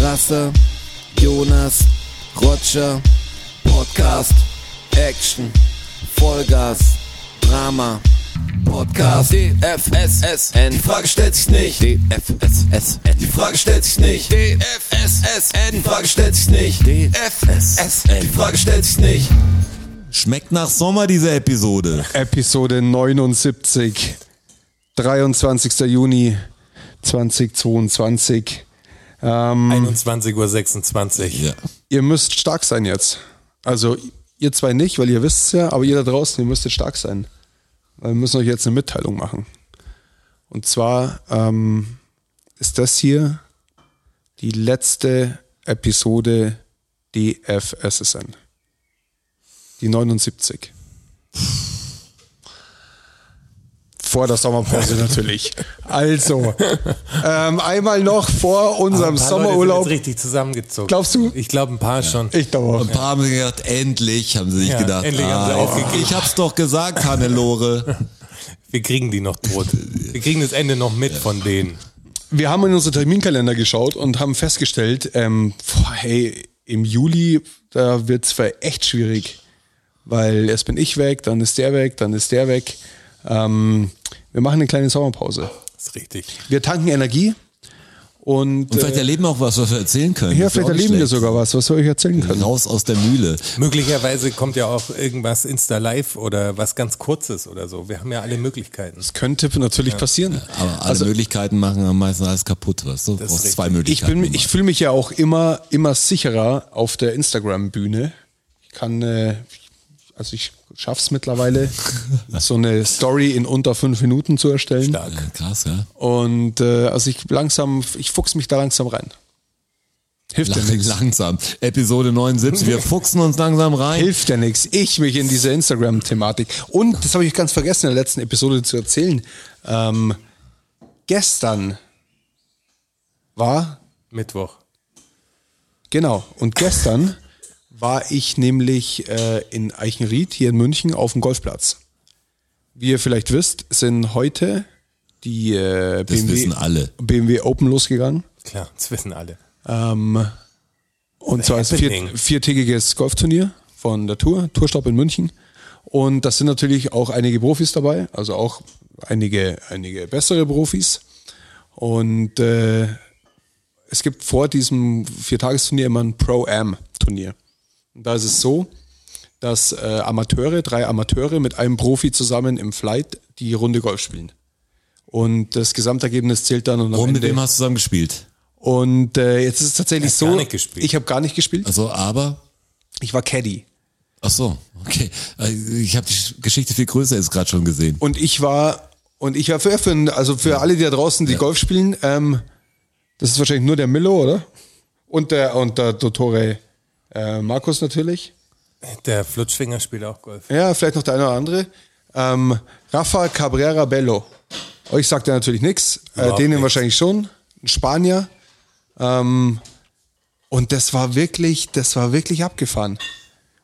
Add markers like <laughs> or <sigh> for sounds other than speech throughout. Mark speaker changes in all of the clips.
Speaker 1: Rasse, Jonas, Roger, Podcast, Action, Vollgas, Drama, Podcast, DFSSN, die Frage stellt sich nicht, DFSSN, die Frage stellt sich nicht, DFSSN, die Frage stellt sich nicht, DFSSN, die Frage stellt sich nicht.
Speaker 2: Schmeckt nach Sommer diese Episode.
Speaker 3: Episode 79, 23. Juni 2022.
Speaker 4: 21.26 Uhr.
Speaker 2: Ja.
Speaker 3: Ihr müsst stark sein jetzt. Also ihr zwei nicht, weil ihr wisst es ja, aber ihr da draußen, ihr müsst jetzt stark sein. Weil Wir müssen euch jetzt eine Mitteilung machen. Und zwar ähm, ist das hier die letzte Episode DFSSN. Die 79. Vor der Sommerpause natürlich. Also, ähm, einmal noch vor unserem Sommerurlaub.
Speaker 4: richtig zusammengezogen.
Speaker 3: Glaubst du?
Speaker 4: Ich glaube ein paar schon.
Speaker 3: Ich glaube auch.
Speaker 2: Ein paar haben sich gedacht, endlich haben sie sich
Speaker 4: Ja,
Speaker 2: gedacht. ah,
Speaker 4: endlich haben sie aufgegeben.
Speaker 2: ich hab's doch gesagt, Hannelore.
Speaker 4: Wir kriegen die noch tot. Wir kriegen das Ende noch mit von denen.
Speaker 3: wir haben in unsere Terminkalender geschaut und haben festgestellt, ähm, boah, hey, im Juli, da wird's für echt schwierig. Weil erst bin ich weg, dann ist der weg, dann ist der weg. Ähm, wir machen eine kleine Sommerpause.
Speaker 4: Das ist richtig.
Speaker 3: Wir tanken Energie und,
Speaker 2: Und vielleicht
Speaker 3: äh,
Speaker 2: erleben wir auch was, was wir erzählen können.
Speaker 3: ja,
Speaker 2: Das ist
Speaker 3: vielleicht
Speaker 2: auch nicht
Speaker 3: erleben wir
Speaker 2: schlecht. Genau.
Speaker 3: sogar was, was wir euch erzählen können.
Speaker 2: Raus aus der Mühle.
Speaker 4: Möglicherweise kommt ja auch irgendwas Insta Live oder was ganz Kurzes oder so. Wir haben ja alle Möglichkeiten.
Speaker 3: Das könnte natürlich passieren.
Speaker 2: Aber alle
Speaker 3: Also-
Speaker 2: Möglichkeiten machen am meisten alles kaputt, weißt du? Du
Speaker 4: ist
Speaker 2: brauchst
Speaker 4: richtig.
Speaker 2: zwei
Speaker 3: Ich,
Speaker 2: Möglichkeiten.
Speaker 3: bin, ich fühle mich ja auch immer, immer sicherer auf der Instagram-Bühne. Ich kann, äh, also ich schaff's mittlerweile, so eine Story in unter fünf Minuten zu erstellen.
Speaker 2: ja, krass, ja.
Speaker 3: Und äh, also ich langsam, ich fuchs mich da langsam rein. Hilft ja
Speaker 2: Lang,
Speaker 3: nichts.
Speaker 2: langsam. Episode 79.
Speaker 4: <laughs>
Speaker 2: Wir fuchsen uns langsam rein.
Speaker 3: Hilft ja nichts. Ich mich in diese Instagram-Thematik. Und das habe ich ganz vergessen in der letzten Episode zu erzählen. Ähm, gestern war
Speaker 4: Mittwoch.
Speaker 3: Genau. Und gestern war ich nämlich äh, in Eichenried hier in München auf dem Golfplatz. Wie ihr vielleicht wisst, sind heute die äh,
Speaker 2: Das
Speaker 3: BMW,
Speaker 2: wissen alle.
Speaker 3: BMW Open losgegangen.
Speaker 4: Klar, das wissen alle.
Speaker 3: Ähm, und zwar ist ein
Speaker 4: Happening.
Speaker 3: vier, viertägiges Golfturnier von der Tour, Tourstopp in München. Und das sind natürlich auch einige Profis dabei, also auch einige, einige bessere Profis. Und äh, es gibt vor diesem Viertagesturnier immer ein Pro-Am-Turnier. Und da ist es so, dass äh, Amateure, drei Amateure mit einem Profi zusammen im Flight die Runde Golf spielen. Und das Gesamtergebnis zählt dann. Und, am
Speaker 2: Und mit
Speaker 3: Ende-
Speaker 2: wem hast du zusammen gespielt?
Speaker 3: und äh, jetzt ist es tatsächlich
Speaker 4: Er hat
Speaker 3: so,
Speaker 4: gar nicht gespielt.
Speaker 3: ich habe gar nicht gespielt.
Speaker 2: Also, aber
Speaker 3: Ich war Caddy.
Speaker 2: Ach so, okay. Äh, Ich habe die Geschichte viel größer jetzt gerade schon gesehen.
Speaker 3: Und ich war, und ich war für, für also für alle, die da draußen, die Golf spielen, ähm, das ist wahrscheinlich nur der Milo, oder? Und der, und der Dottore äh, Markus natürlich.
Speaker 4: Der Flutschfinger spielt auch Golf.
Speaker 3: Ja, vielleicht noch der eine oder andere. Ähm, Rafa Cabrera Bello. Euch sagt er natürlich nichts. Äh,
Speaker 4: Überhaupt
Speaker 3: denen
Speaker 4: nix.
Speaker 3: wahrscheinlich schon. Ein Spanier. Ähm, und das war wirklich, das war wirklich abgefahren.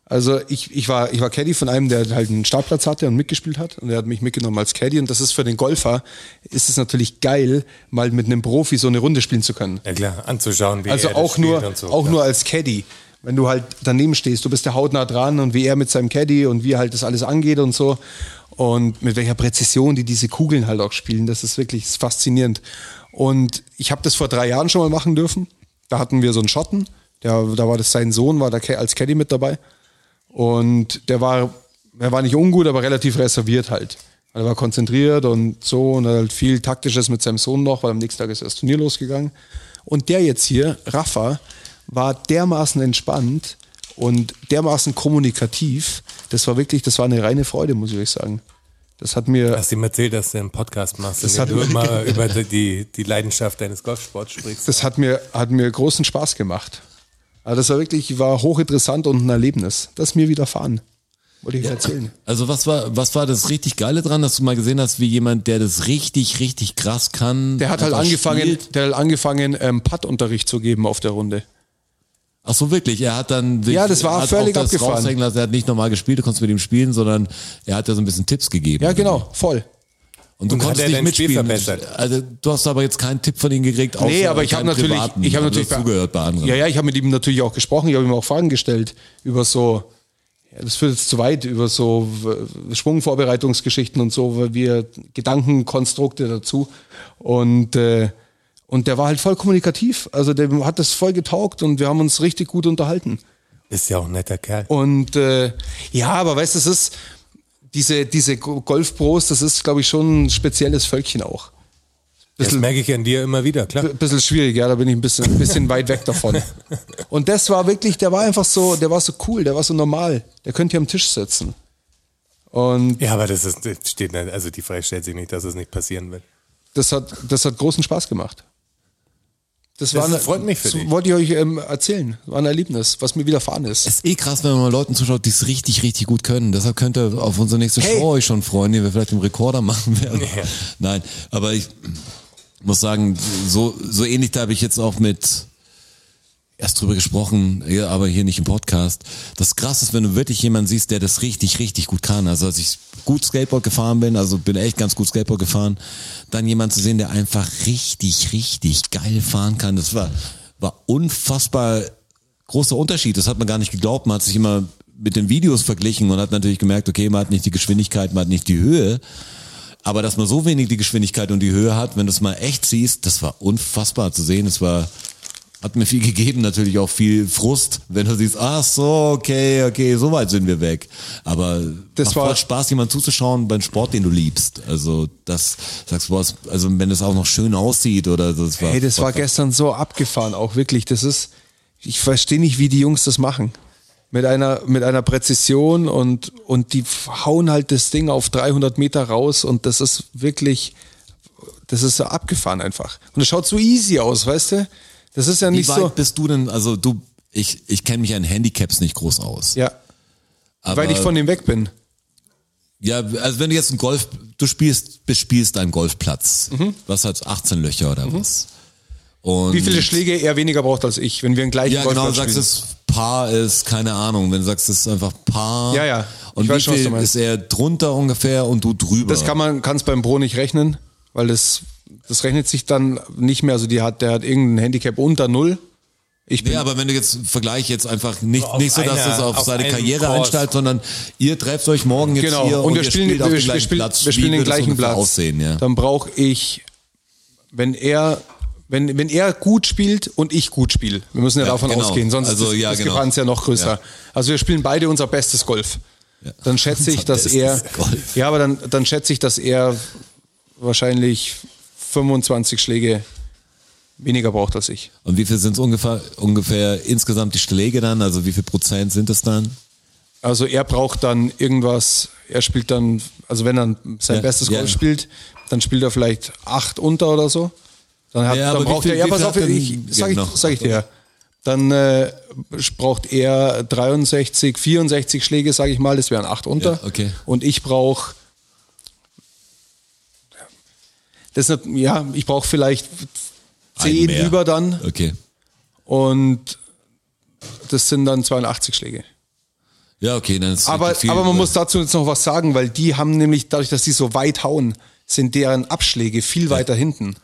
Speaker 3: Also ich, ich war, ich war Caddy von einem, der halt einen Startplatz hatte und mitgespielt hat. Und der hat mich mitgenommen als Caddy. Und das ist für den Golfer, ist es natürlich geil, mal mit einem Profi so eine Runde spielen zu können.
Speaker 4: Ja klar, anzuschauen, wie
Speaker 3: Also
Speaker 4: er das
Speaker 3: auch
Speaker 4: spielt
Speaker 3: nur,
Speaker 4: und so.
Speaker 3: auch nur als Caddy. Wenn du halt daneben stehst, du bist ja hautnah dran und wie er mit seinem Caddy und wie er halt das alles angeht und so. Und mit welcher Präzision die diese Kugeln halt auch spielen, das ist wirklich faszinierend. Und ich habe das vor drei Jahren schon mal machen dürfen. Da hatten wir so einen Schotten, der, da war das sein Sohn, war da ca- als Caddy mit dabei. Und der war, er war nicht ungut, aber relativ reserviert halt. Er war konzentriert und so und hat halt viel Taktisches mit seinem Sohn noch, weil am nächsten Tag ist das Turnier losgegangen. Und der jetzt hier, Rafa, war dermaßen entspannt und dermaßen kommunikativ. Das war wirklich, das war eine reine Freude, muss ich euch sagen. Das hat mir,
Speaker 4: Hast du ihm erzählt, dass du einen Podcast machst, in
Speaker 3: Das
Speaker 4: dem
Speaker 3: hat- <laughs>
Speaker 4: du immer über die, die Leidenschaft deines Golfsports sprichst?
Speaker 3: das hat mir, hat mir großen Spaß gemacht. Also das war wirklich, war hochinteressant und ein Erlebnis. Das ist mir widerfahren. Wollte ich euch erzählen.
Speaker 2: Also was war, was war das richtig Geile dran, dass du mal gesehen hast, wie jemand, der das richtig, richtig krass kann.
Speaker 3: Der hat halt
Speaker 2: einfach
Speaker 3: angefangen,
Speaker 2: spielt?
Speaker 3: der hat angefangen, ähm, Pattunterricht zu geben auf der Runde.
Speaker 2: Ach so, wirklich. Er hat dann sich-
Speaker 3: Ja, das war
Speaker 2: hat auch
Speaker 3: völlig
Speaker 2: das
Speaker 3: abgefahren.
Speaker 2: raushängen lassen. Er hat nicht normal gespielt, du konntest mit ihm spielen, sondern er hat ja so ein bisschen Tipps gegeben.
Speaker 3: Ja, genau, voll.
Speaker 2: Und du
Speaker 4: Und hat
Speaker 2: konntest
Speaker 4: er
Speaker 2: nicht
Speaker 4: dein Spiel
Speaker 2: mitspielen.
Speaker 4: verbessert?
Speaker 2: Also du hast aber jetzt keinen Tipp von ihm gekriegt. Außer
Speaker 3: Nee, aber ich habe
Speaker 2: keinen
Speaker 3: natürlich,
Speaker 2: privaten.
Speaker 3: ich habe
Speaker 2: Aber du
Speaker 3: natürlich
Speaker 2: hast zugehört bei anderen.
Speaker 3: Ja, ja, ich habe mit ihm natürlich auch gesprochen. Ich habe ihm auch Fragen gestellt über so, ja, das führt jetzt zu weit über so w- Schwungvorbereitungsgeschichten und so, weil wir Gedankenkonstrukte dazu und äh, und der war halt voll kommunikativ. Also dem hat das voll getaugt und wir haben uns richtig gut unterhalten.
Speaker 4: Ist ja auch ein netter Kerl.
Speaker 3: Und äh, ja, aber weißt du, es ist diese diese Go- Golfpros, das ist glaube ich schon ein spezielles Völkchen auch.
Speaker 4: Das merke ich an dir immer wieder, klar.
Speaker 3: ein bisschen schwierig, ja, da bin ich ein bisschen, ein bisschen weit weg
Speaker 4: <laughs>
Speaker 3: davon. Und das war wirklich, der war einfach so, der war so cool, der war so normal. Der könnte hier am Tisch sitzen. Und
Speaker 4: Ja, aber das ist, das steht, nicht- also die Frage stellt sich nicht, dass es nicht passieren wird.
Speaker 3: das hat, das hat großen Spaß gemacht. Das, war eine,
Speaker 4: freut mich für dich.
Speaker 3: wollte ich euch ähm, erzählen. War ein Erlebnis, was mir widerfahren ist.
Speaker 2: Es ist eh krass, wenn man mal Leuten zuschaut, die es richtig, richtig gut können. Deshalb könnt ihr auf unsere nächste
Speaker 3: Hey.
Speaker 2: Show euch schon freuen, die wir vielleicht im Rekorder machen werden.
Speaker 4: Ja.
Speaker 2: Nein, aber ich muss sagen, so, so ähnlich da habe ich jetzt auch mit erst drüber gesprochen, ja, aber hier nicht im Podcast. Das krass ist, wenn du wirklich jemanden siehst, der das richtig, richtig gut kann. Also als ich gut Skateboard gefahren bin, also bin echt ganz gut Skateboard gefahren, dann jemanden zu sehen, der einfach richtig, richtig geil fahren kann. Das war, war unfassbar großer Unterschied. Das hat man gar nicht geglaubt. Man hat sich immer mit den Videos verglichen und hat natürlich gemerkt, okay, man hat nicht die Geschwindigkeit, man hat nicht die Höhe. Aber dass man so wenig die Geschwindigkeit und die Höhe hat, wenn du es mal echt siehst, das war unfassbar zu sehen. Es war, hat mir viel <laughs> gegeben, natürlich auch viel Frust, wenn du siehst, ach so, okay, okay, so weit sind wir weg. Aber
Speaker 3: Das
Speaker 2: macht
Speaker 3: war-
Speaker 2: voll Spaß, jemand zuzuschauen beim Sport, den du liebst. Also das, sagst du, boah, es- also wenn das auch noch schön aussieht oder so, das war.
Speaker 3: Hey, das war
Speaker 2: voll-
Speaker 3: gestern so abgefahren, auch wirklich. Das ist, ich verstehe nicht, wie die Jungs das machen. Mit einer, mit einer Präzision und, und die hauen halt das Ding auf 300 Meter raus und das ist wirklich, das ist so abgefahren einfach. Und es schaut so easy aus, weißt du? Das ist ja
Speaker 2: Wie
Speaker 3: nicht
Speaker 2: weit
Speaker 3: so.
Speaker 2: bist du denn, also du, ich, ich kenne mich an Handicaps nicht groß aus.
Speaker 3: Ja,
Speaker 2: aber,
Speaker 3: weil ich von dem weg bin.
Speaker 2: Ja, also wenn du jetzt einen Golf, du spielst, bespielst einen Golfplatz. Was hat 18 Löcher oder was? Und
Speaker 3: Mhm. Wie viele Schläge er weniger braucht als ich, wenn wir einen gleichen
Speaker 2: Ja, genau,
Speaker 3: Golfplatz
Speaker 2: sagst
Speaker 3: spielen.
Speaker 2: es Paar ist, keine Ahnung, wenn du sagst, es ist einfach Paar.
Speaker 3: Ja, ja.
Speaker 2: Und
Speaker 3: Ich
Speaker 2: wie
Speaker 3: weiß schon, was du
Speaker 2: viel
Speaker 3: meinst.
Speaker 2: ist er drunter ungefähr und du drüber?
Speaker 3: Das kann man, kann es beim Bro nicht rechnen, weil das, das rechnet sich dann nicht mehr. Also die hat, der hat irgendein Handicap unter null. Ich bin
Speaker 2: Ja, aber wenn du jetzt Vergleich jetzt einfach nicht,
Speaker 4: Auf
Speaker 2: nicht so, dass
Speaker 4: einer-
Speaker 2: das auf,
Speaker 4: auf
Speaker 2: seine
Speaker 4: einem
Speaker 2: Karriere
Speaker 4: Kurs.
Speaker 2: einsteigt, sondern ihr trefft euch morgen jetzt
Speaker 3: Genau,
Speaker 2: hier
Speaker 3: und, wir
Speaker 2: ihr
Speaker 3: spielen,
Speaker 2: spielt
Speaker 3: wir,
Speaker 2: auf
Speaker 3: wir,
Speaker 2: dem gleichen
Speaker 3: spielen,
Speaker 2: Platz.
Speaker 3: wir spielen
Speaker 2: Wie
Speaker 3: den
Speaker 2: wird das
Speaker 3: gleichen
Speaker 2: ungefähr
Speaker 3: Platz.
Speaker 2: Aussehen, ja.
Speaker 3: Dann brauche ich, wenn er, wenn, wenn er gut spielt und ich gut spiele. Wir müssen ja,
Speaker 2: Ja,
Speaker 3: davon
Speaker 2: genau.
Speaker 3: ausgehen, sonst
Speaker 2: Also,
Speaker 3: ist
Speaker 2: ja,
Speaker 3: das
Speaker 2: genau.
Speaker 3: Gefahren ist ja noch größer.
Speaker 2: Ja.
Speaker 3: Also wir spielen beide unser bestes Golf. Dann schätze ich,
Speaker 2: Unser
Speaker 3: dass er,
Speaker 2: bestes Golf.
Speaker 3: ja, aber dann, dann schätze ich, dass er wahrscheinlich 25 Schläge weniger braucht als ich.
Speaker 2: Und wie viel sind es ungefähr, ungefähr insgesamt die Schläge dann? Also wie viel Prozent sind es dann?
Speaker 3: Also er braucht dann irgendwas, er spielt dann, also wenn er sein
Speaker 2: Ja,
Speaker 3: bestes Golf
Speaker 2: ja.
Speaker 3: spielt, dann spielt er vielleicht acht unter oder so. Dann, hat,
Speaker 2: Ja, aber
Speaker 3: dann
Speaker 2: wie
Speaker 3: braucht
Speaker 2: viel-
Speaker 3: er, ja,
Speaker 2: wie viel
Speaker 3: pass
Speaker 2: hat
Speaker 3: auf,
Speaker 2: denn-
Speaker 3: ich, sag,
Speaker 2: Genau.
Speaker 3: ich, sag ich dir, ja. dann äh, braucht er 63, 64 Schläge, sage ich mal, das wären acht unter.
Speaker 2: Ja, okay.
Speaker 3: Und ich brauche, das ist, eine- ja, ich brauche vielleicht
Speaker 2: Ein
Speaker 3: zehn
Speaker 2: mehr.
Speaker 3: über dann
Speaker 2: Okay.
Speaker 3: und das sind dann 82 Schläge.
Speaker 2: Ja, okay, dann ist
Speaker 3: Aber,
Speaker 2: wirklich viel, äh,
Speaker 3: aber man muss dazu jetzt noch was sagen, weil die haben nämlich, dadurch, dass die so weit hauen, sind deren Abschläge viel weiter hinten.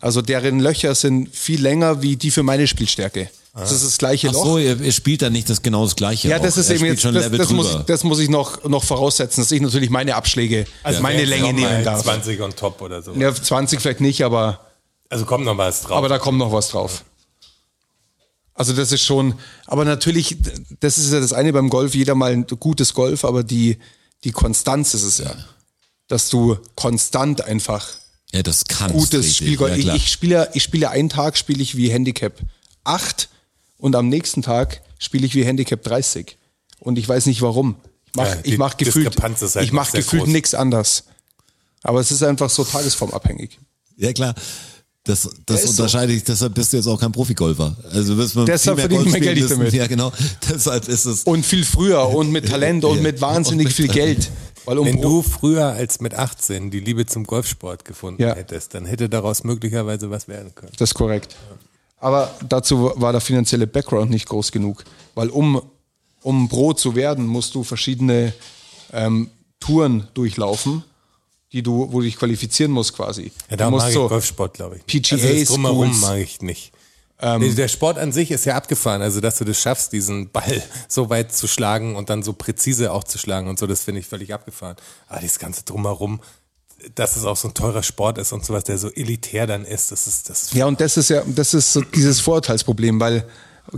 Speaker 3: Also deren Löcher sind viel länger wie die für meine Spielstärke. Das ist das gleiche
Speaker 2: Ah. Ach
Speaker 3: Loch.
Speaker 2: so, ihr, ihr spielt dann nicht das genau das gleiche.
Speaker 3: ja, das
Speaker 2: auch.
Speaker 3: ist
Speaker 2: Er
Speaker 3: eben
Speaker 2: spielt
Speaker 3: jetzt,
Speaker 2: schon
Speaker 3: das,
Speaker 2: Level
Speaker 3: das, muss ich,
Speaker 2: drüber.
Speaker 3: das muss ich noch, noch voraussetzen, dass ich natürlich meine Abschläge, also meine
Speaker 4: wer jetzt
Speaker 3: Länge
Speaker 4: noch mal
Speaker 3: nehmen darf.
Speaker 4: 20 on top oder so.
Speaker 3: Ja, 20 vielleicht nicht, aber,
Speaker 4: Also kommt noch was drauf.
Speaker 3: aber da kommt noch was drauf. Also das ist schon, aber natürlich, das ist ja das eine beim Golf, jeder mal ein gutes Golf, aber die, die Konstanz ist es ja. dass du konstant einfach
Speaker 2: ja, das kannst
Speaker 3: gutes
Speaker 2: richtig.
Speaker 3: Spielgolf.
Speaker 2: Ja,
Speaker 3: ich,
Speaker 2: klar.
Speaker 3: ich spiele, ich spiele einen Tag spiele ich wie Handicap 8 und am nächsten Tag spiele ich wie Handicap 30 und ich weiß nicht warum. Ich mach,
Speaker 4: Ja, die
Speaker 3: ich mach gefühlt,
Speaker 4: Diskrepanz ist halt
Speaker 3: ich mach
Speaker 4: noch sehr
Speaker 3: gefühlt
Speaker 4: groß.
Speaker 3: nichts anders. Aber es ist einfach so tagesformabhängig.
Speaker 2: ja, klar. Das, das
Speaker 3: ist so.
Speaker 2: unterscheide ich, deshalb bist du jetzt auch kein Profigolfer. Also du wirst man
Speaker 3: Deshalb verdient man Geld damit.
Speaker 2: Ja, genau. <laughs> Deshalb ist es.
Speaker 3: Und viel früher und mit Talent und
Speaker 2: Ja.
Speaker 3: mit wahnsinnig
Speaker 2: Und mit
Speaker 3: viel Geld. Weil um
Speaker 4: Wenn du früher als mit 18 die Liebe zum Golfsport gefunden
Speaker 3: Ja.
Speaker 4: hättest, dann hätte daraus möglicherweise was werden können.
Speaker 3: Das ist korrekt. Aber dazu war der finanzielle Background nicht groß genug, weil um, um Pro zu werden, musst du verschiedene ähm, Touren durchlaufen die du, wo du dich qualifizieren musst quasi.
Speaker 4: Ja, da
Speaker 3: du
Speaker 4: mag
Speaker 3: musst
Speaker 4: ich
Speaker 3: so
Speaker 4: Golfsport, glaube ich. nicht.
Speaker 3: PGA
Speaker 4: also das drumherum
Speaker 3: Schools.
Speaker 4: mag ich nicht.
Speaker 3: Ähm,
Speaker 4: nee, der Sport an sich ist ja abgefahren, also dass du das schaffst, diesen Ball <laughs> so weit zu schlagen und dann so präzise auch zu schlagen und so, das finde ich völlig abgefahren. Aber dieses ganze drumherum, dass es auch so ein teurer Sport ist und sowas, der so elitär dann ist, das ist das.
Speaker 3: Ja, und das ist ja, das ist so dieses Vorurteilsproblem, weil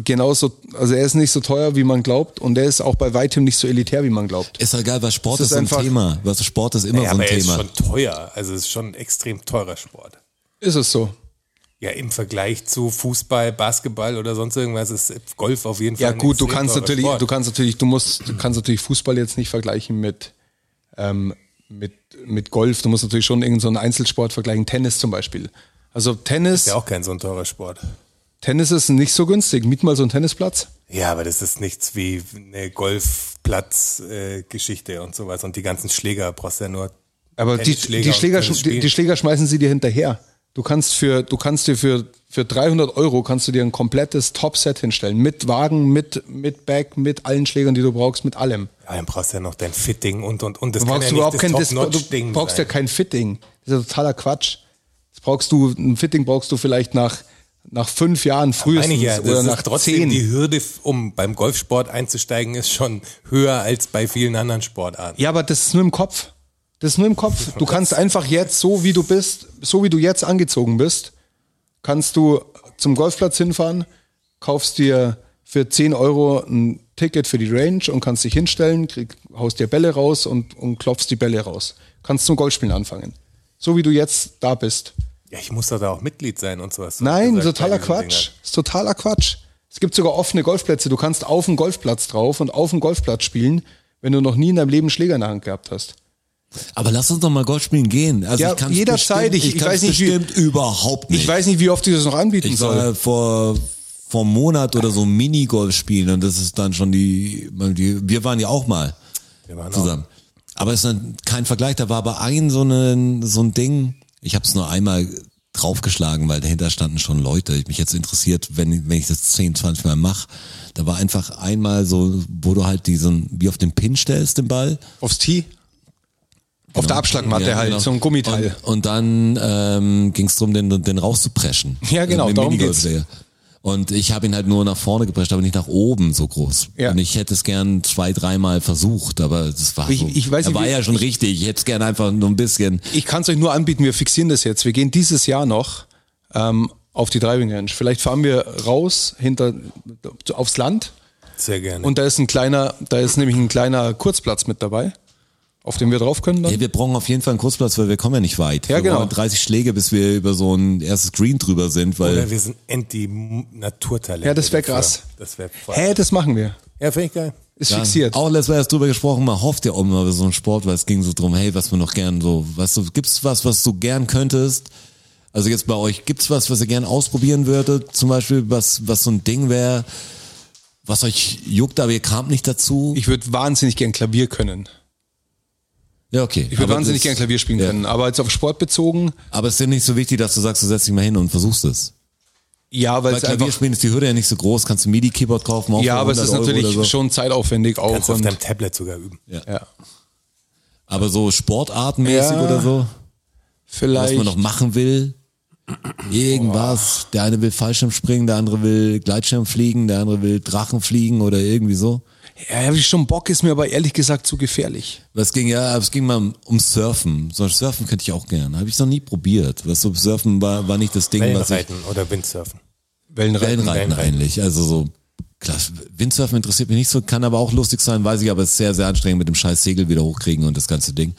Speaker 3: genauso, also er ist nicht so teuer, wie man glaubt, und er ist auch bei weitem nicht so elitär, wie man glaubt.
Speaker 2: Ist ja egal, weil Sport
Speaker 3: Es
Speaker 2: ist,
Speaker 3: ist
Speaker 2: so ein
Speaker 3: einfach-
Speaker 2: Thema. Was Sport ist immer
Speaker 4: ja,
Speaker 2: so ein
Speaker 4: aber er ist
Speaker 2: Thema.
Speaker 4: schon teuer, also es ist schon ein extrem teurer Sport.
Speaker 3: Ist es so?
Speaker 4: Ja, im Vergleich zu Fußball, Basketball oder sonst irgendwas ist Golf auf jeden Fall.
Speaker 3: Ja,
Speaker 4: ein
Speaker 3: gut, du
Speaker 4: extrem
Speaker 3: kannst
Speaker 4: teurer
Speaker 3: natürlich,
Speaker 4: Sport.
Speaker 3: du kannst natürlich, du musst, du kannst natürlich Fußball jetzt nicht vergleichen mit, ähm, mit, mit Golf. Du musst natürlich schon irgendeinen so einen Einzelsport vergleichen, Tennis zum Beispiel. Also Tennis,
Speaker 4: ist ja auch kein so ein teurer Sport.
Speaker 3: Tennis ist nicht so günstig. Miet mal so einen Tennisplatz.
Speaker 4: Ja, aber das ist nichts wie eine Golfplatz-Geschichte und sowas. Und die ganzen Schläger brauchst du ja nur.
Speaker 3: Aber die,
Speaker 4: Tennisschläger
Speaker 3: die,
Speaker 4: und
Speaker 3: Schläger,
Speaker 4: Tennis
Speaker 3: sch- die,
Speaker 4: spielen.
Speaker 3: die Schläger schmeißen sie dir hinterher. Du kannst für, du kannst dir für, für 300 Euro kannst du dir ein komplettes Top-Set hinstellen. Mit Wagen, mit, mit Bag, mit allen Schlägern, die du brauchst, mit allem.
Speaker 4: Ja, dann brauchst du ja noch dein Fitting und und und. Das
Speaker 3: Du brauchst
Speaker 4: kann ja
Speaker 3: überhaupt
Speaker 4: nicht
Speaker 3: kein
Speaker 4: das
Speaker 3: Dis Du
Speaker 4: Top-Notch-Ding
Speaker 3: brauchst ja
Speaker 4: sein.
Speaker 3: kein Fitting. Das ist ja totaler Quatsch. Das brauchst du, ein Fitting brauchst du vielleicht nach, nach fünf Jahren
Speaker 4: Meine
Speaker 3: frühestens
Speaker 4: ich ja, das
Speaker 3: oder
Speaker 4: ist
Speaker 3: nach
Speaker 4: trotzdem
Speaker 3: zehn.
Speaker 4: die Hürde, f- um beim Golfsport einzusteigen, ist schon höher als bei vielen anderen Sportarten.
Speaker 3: Ja, aber das ist nur im Kopf. Das ist nur im Kopf. Du kannst einfach jetzt, so wie du bist, so wie du jetzt angezogen bist, kannst du zum Golfplatz hinfahren, kaufst dir für 10 Euro ein Ticket für die Range und kannst dich hinstellen, krieg, haust dir Bälle raus und, und klopfst die Bälle raus. Kannst zum Golfspielen anfangen. So wie du jetzt da bist.
Speaker 4: Ja, ich muss doch da auch Mitglied sein und sowas.
Speaker 3: Nein,
Speaker 4: Gesagt, bei
Speaker 3: totaler
Speaker 4: diesen
Speaker 3: Quatsch.
Speaker 4: Dingern.
Speaker 3: Ist totaler Quatsch. Es gibt sogar offene Golfplätze. Du kannst auf dem Golfplatz drauf und auf dem Golfplatz spielen, wenn du noch nie in deinem Leben Schläger in der Hand gehabt hast.
Speaker 2: Aber lass uns doch mal Golf spielen gehen. Also
Speaker 3: Ja,
Speaker 2: ich kann's
Speaker 3: jederzeit.
Speaker 2: Bestimmt,
Speaker 3: Ich- ich
Speaker 2: kann's
Speaker 3: weiß nicht, wie-
Speaker 2: bestimmt überhaupt nicht.
Speaker 3: Ich weiß nicht, wie oft ich das noch anbieten
Speaker 2: Ich
Speaker 3: soll.
Speaker 2: soll vor vor einem Monat oder so Minigolf spielen und das ist dann schon die, die wir waren ja auch mal
Speaker 4: Wir
Speaker 3: Genau.
Speaker 4: waren auch
Speaker 2: zusammen. Aber es ist dann kein Vergleich, da war aber ein so ein so ein Ding, ich habe es nur einmal draufgeschlagen, weil dahinter standen schon Leute. Ich mich jetzt interessiert, wenn, wenn ich das 10, 20 Mal mache, da war einfach einmal so, wo du halt diesen, wie auf den Pin stellst, den Ball
Speaker 3: Aufs Tee? Auf der Abschlagmatte
Speaker 2: Ja,
Speaker 3: halt,
Speaker 2: genau.
Speaker 3: so ein Gummiteil.
Speaker 2: Und, und dann ähm, ging es darum, den, den rauszupreschen.
Speaker 3: <laughs> Ja, genau,
Speaker 2: Mit dem
Speaker 3: darum
Speaker 2: Minigolf- Und ich habe ihn halt nur nach vorne geprescht, aber nicht nach oben so groß.
Speaker 3: Ja.
Speaker 2: Und ich hätte es gern zwei, dreimal versucht, aber das war
Speaker 3: Ich-
Speaker 2: so.
Speaker 3: ich weiß
Speaker 2: er
Speaker 3: nicht,
Speaker 2: war
Speaker 3: wie-
Speaker 2: ja schon richtig. Ich hätte es gern einfach nur ein bisschen.
Speaker 3: Ich kann es euch nur anbieten, wir fixieren das jetzt. Wir gehen dieses Jahr noch ähm, auf die Driving Range. Vielleicht fahren wir raus hinter aufs Land
Speaker 4: Sehr gerne.
Speaker 3: und da ist ein kleiner, da ist nämlich ein kleiner Kurzplatz mit dabei, auf den wir drauf können dann.
Speaker 2: Hey, wir brauchen auf jeden Fall einen Kursplatz, weil wir kommen ja nicht weit.
Speaker 3: Ja,
Speaker 2: wir
Speaker 3: genau.
Speaker 2: brauchen 30 Schläge, bis wir über so ein erstes Green drüber sind,
Speaker 4: Oder
Speaker 2: weil
Speaker 4: wir sind Anti-Naturtalente.
Speaker 3: Ja, das wär
Speaker 4: dafür.
Speaker 3: krass.
Speaker 4: Das wäre voll.
Speaker 3: Hä, das machen wir.
Speaker 4: Ja, finde ich geil.
Speaker 3: Ist fixiert.
Speaker 2: auch letztes Mal erst drüber gesprochen, man hofft ja auch immer bei so einem Sport, weil es ging so drum, hey, was man noch gern so, weißt du, gibt's was, was du gern könntest? Also jetzt bei euch, gibt's was, was ihr gern ausprobieren würdet? Zum Beispiel, was, was so ein Ding wäre, was euch juckt, aber ihr kamt nicht dazu?
Speaker 3: Ich würde wahnsinnig gern Klavier können.
Speaker 2: ja, okay.
Speaker 3: Ich würde
Speaker 2: Aber
Speaker 3: wahnsinnig
Speaker 2: das-
Speaker 3: gern Klavier spielen
Speaker 2: ja.
Speaker 3: können. Aber jetzt auf Sport bezogen,
Speaker 2: Aber es ist ja nicht so wichtig, dass du sagst, du setzt dich mal hin und versuchst es.
Speaker 3: ja, weil
Speaker 2: Bei
Speaker 3: es einfach.
Speaker 2: Klavierspielen ist die Hürde ja nicht so groß, kannst du ein MIDI-Keyboard kaufen, auch
Speaker 3: Ja,
Speaker 2: für
Speaker 3: aber es ist
Speaker 2: 100 Euro
Speaker 3: natürlich
Speaker 2: oder so.
Speaker 3: schon zeitaufwendig auch.
Speaker 4: Kannst du auf
Speaker 3: und-
Speaker 4: deinem Tablet sogar üben.
Speaker 3: ja.
Speaker 2: Aber so sportartenmäßig
Speaker 3: Ja.
Speaker 2: oder so? was
Speaker 3: Vielleicht.
Speaker 2: man noch machen will. Irgendwas. Der eine will Fallschirm springen, der andere will Gleitschirm fliegen, der andere will Drachen fliegen oder irgendwie so.
Speaker 3: Ja, habe ich schon Bock, ist mir aber ehrlich gesagt zu gefährlich.
Speaker 2: Was ging ja, es ging mal um- um Surfen. So Surfen könnte ich auch gerne. Habe ich noch nie probiert. Was so Surfen war, war nicht das Ding, was ich
Speaker 4: Wellenreiten oder Windsurfen.
Speaker 3: Wellenreiten.
Speaker 2: Wellenreiten
Speaker 4: Wellenreiten.
Speaker 2: eigentlich. Also so klar, Windsurfen interessiert mich nicht so, kann aber auch lustig sein, weiß ich, aber es ist sehr sehr anstrengend mit dem scheiß Segel wieder hochkriegen und das ganze Ding.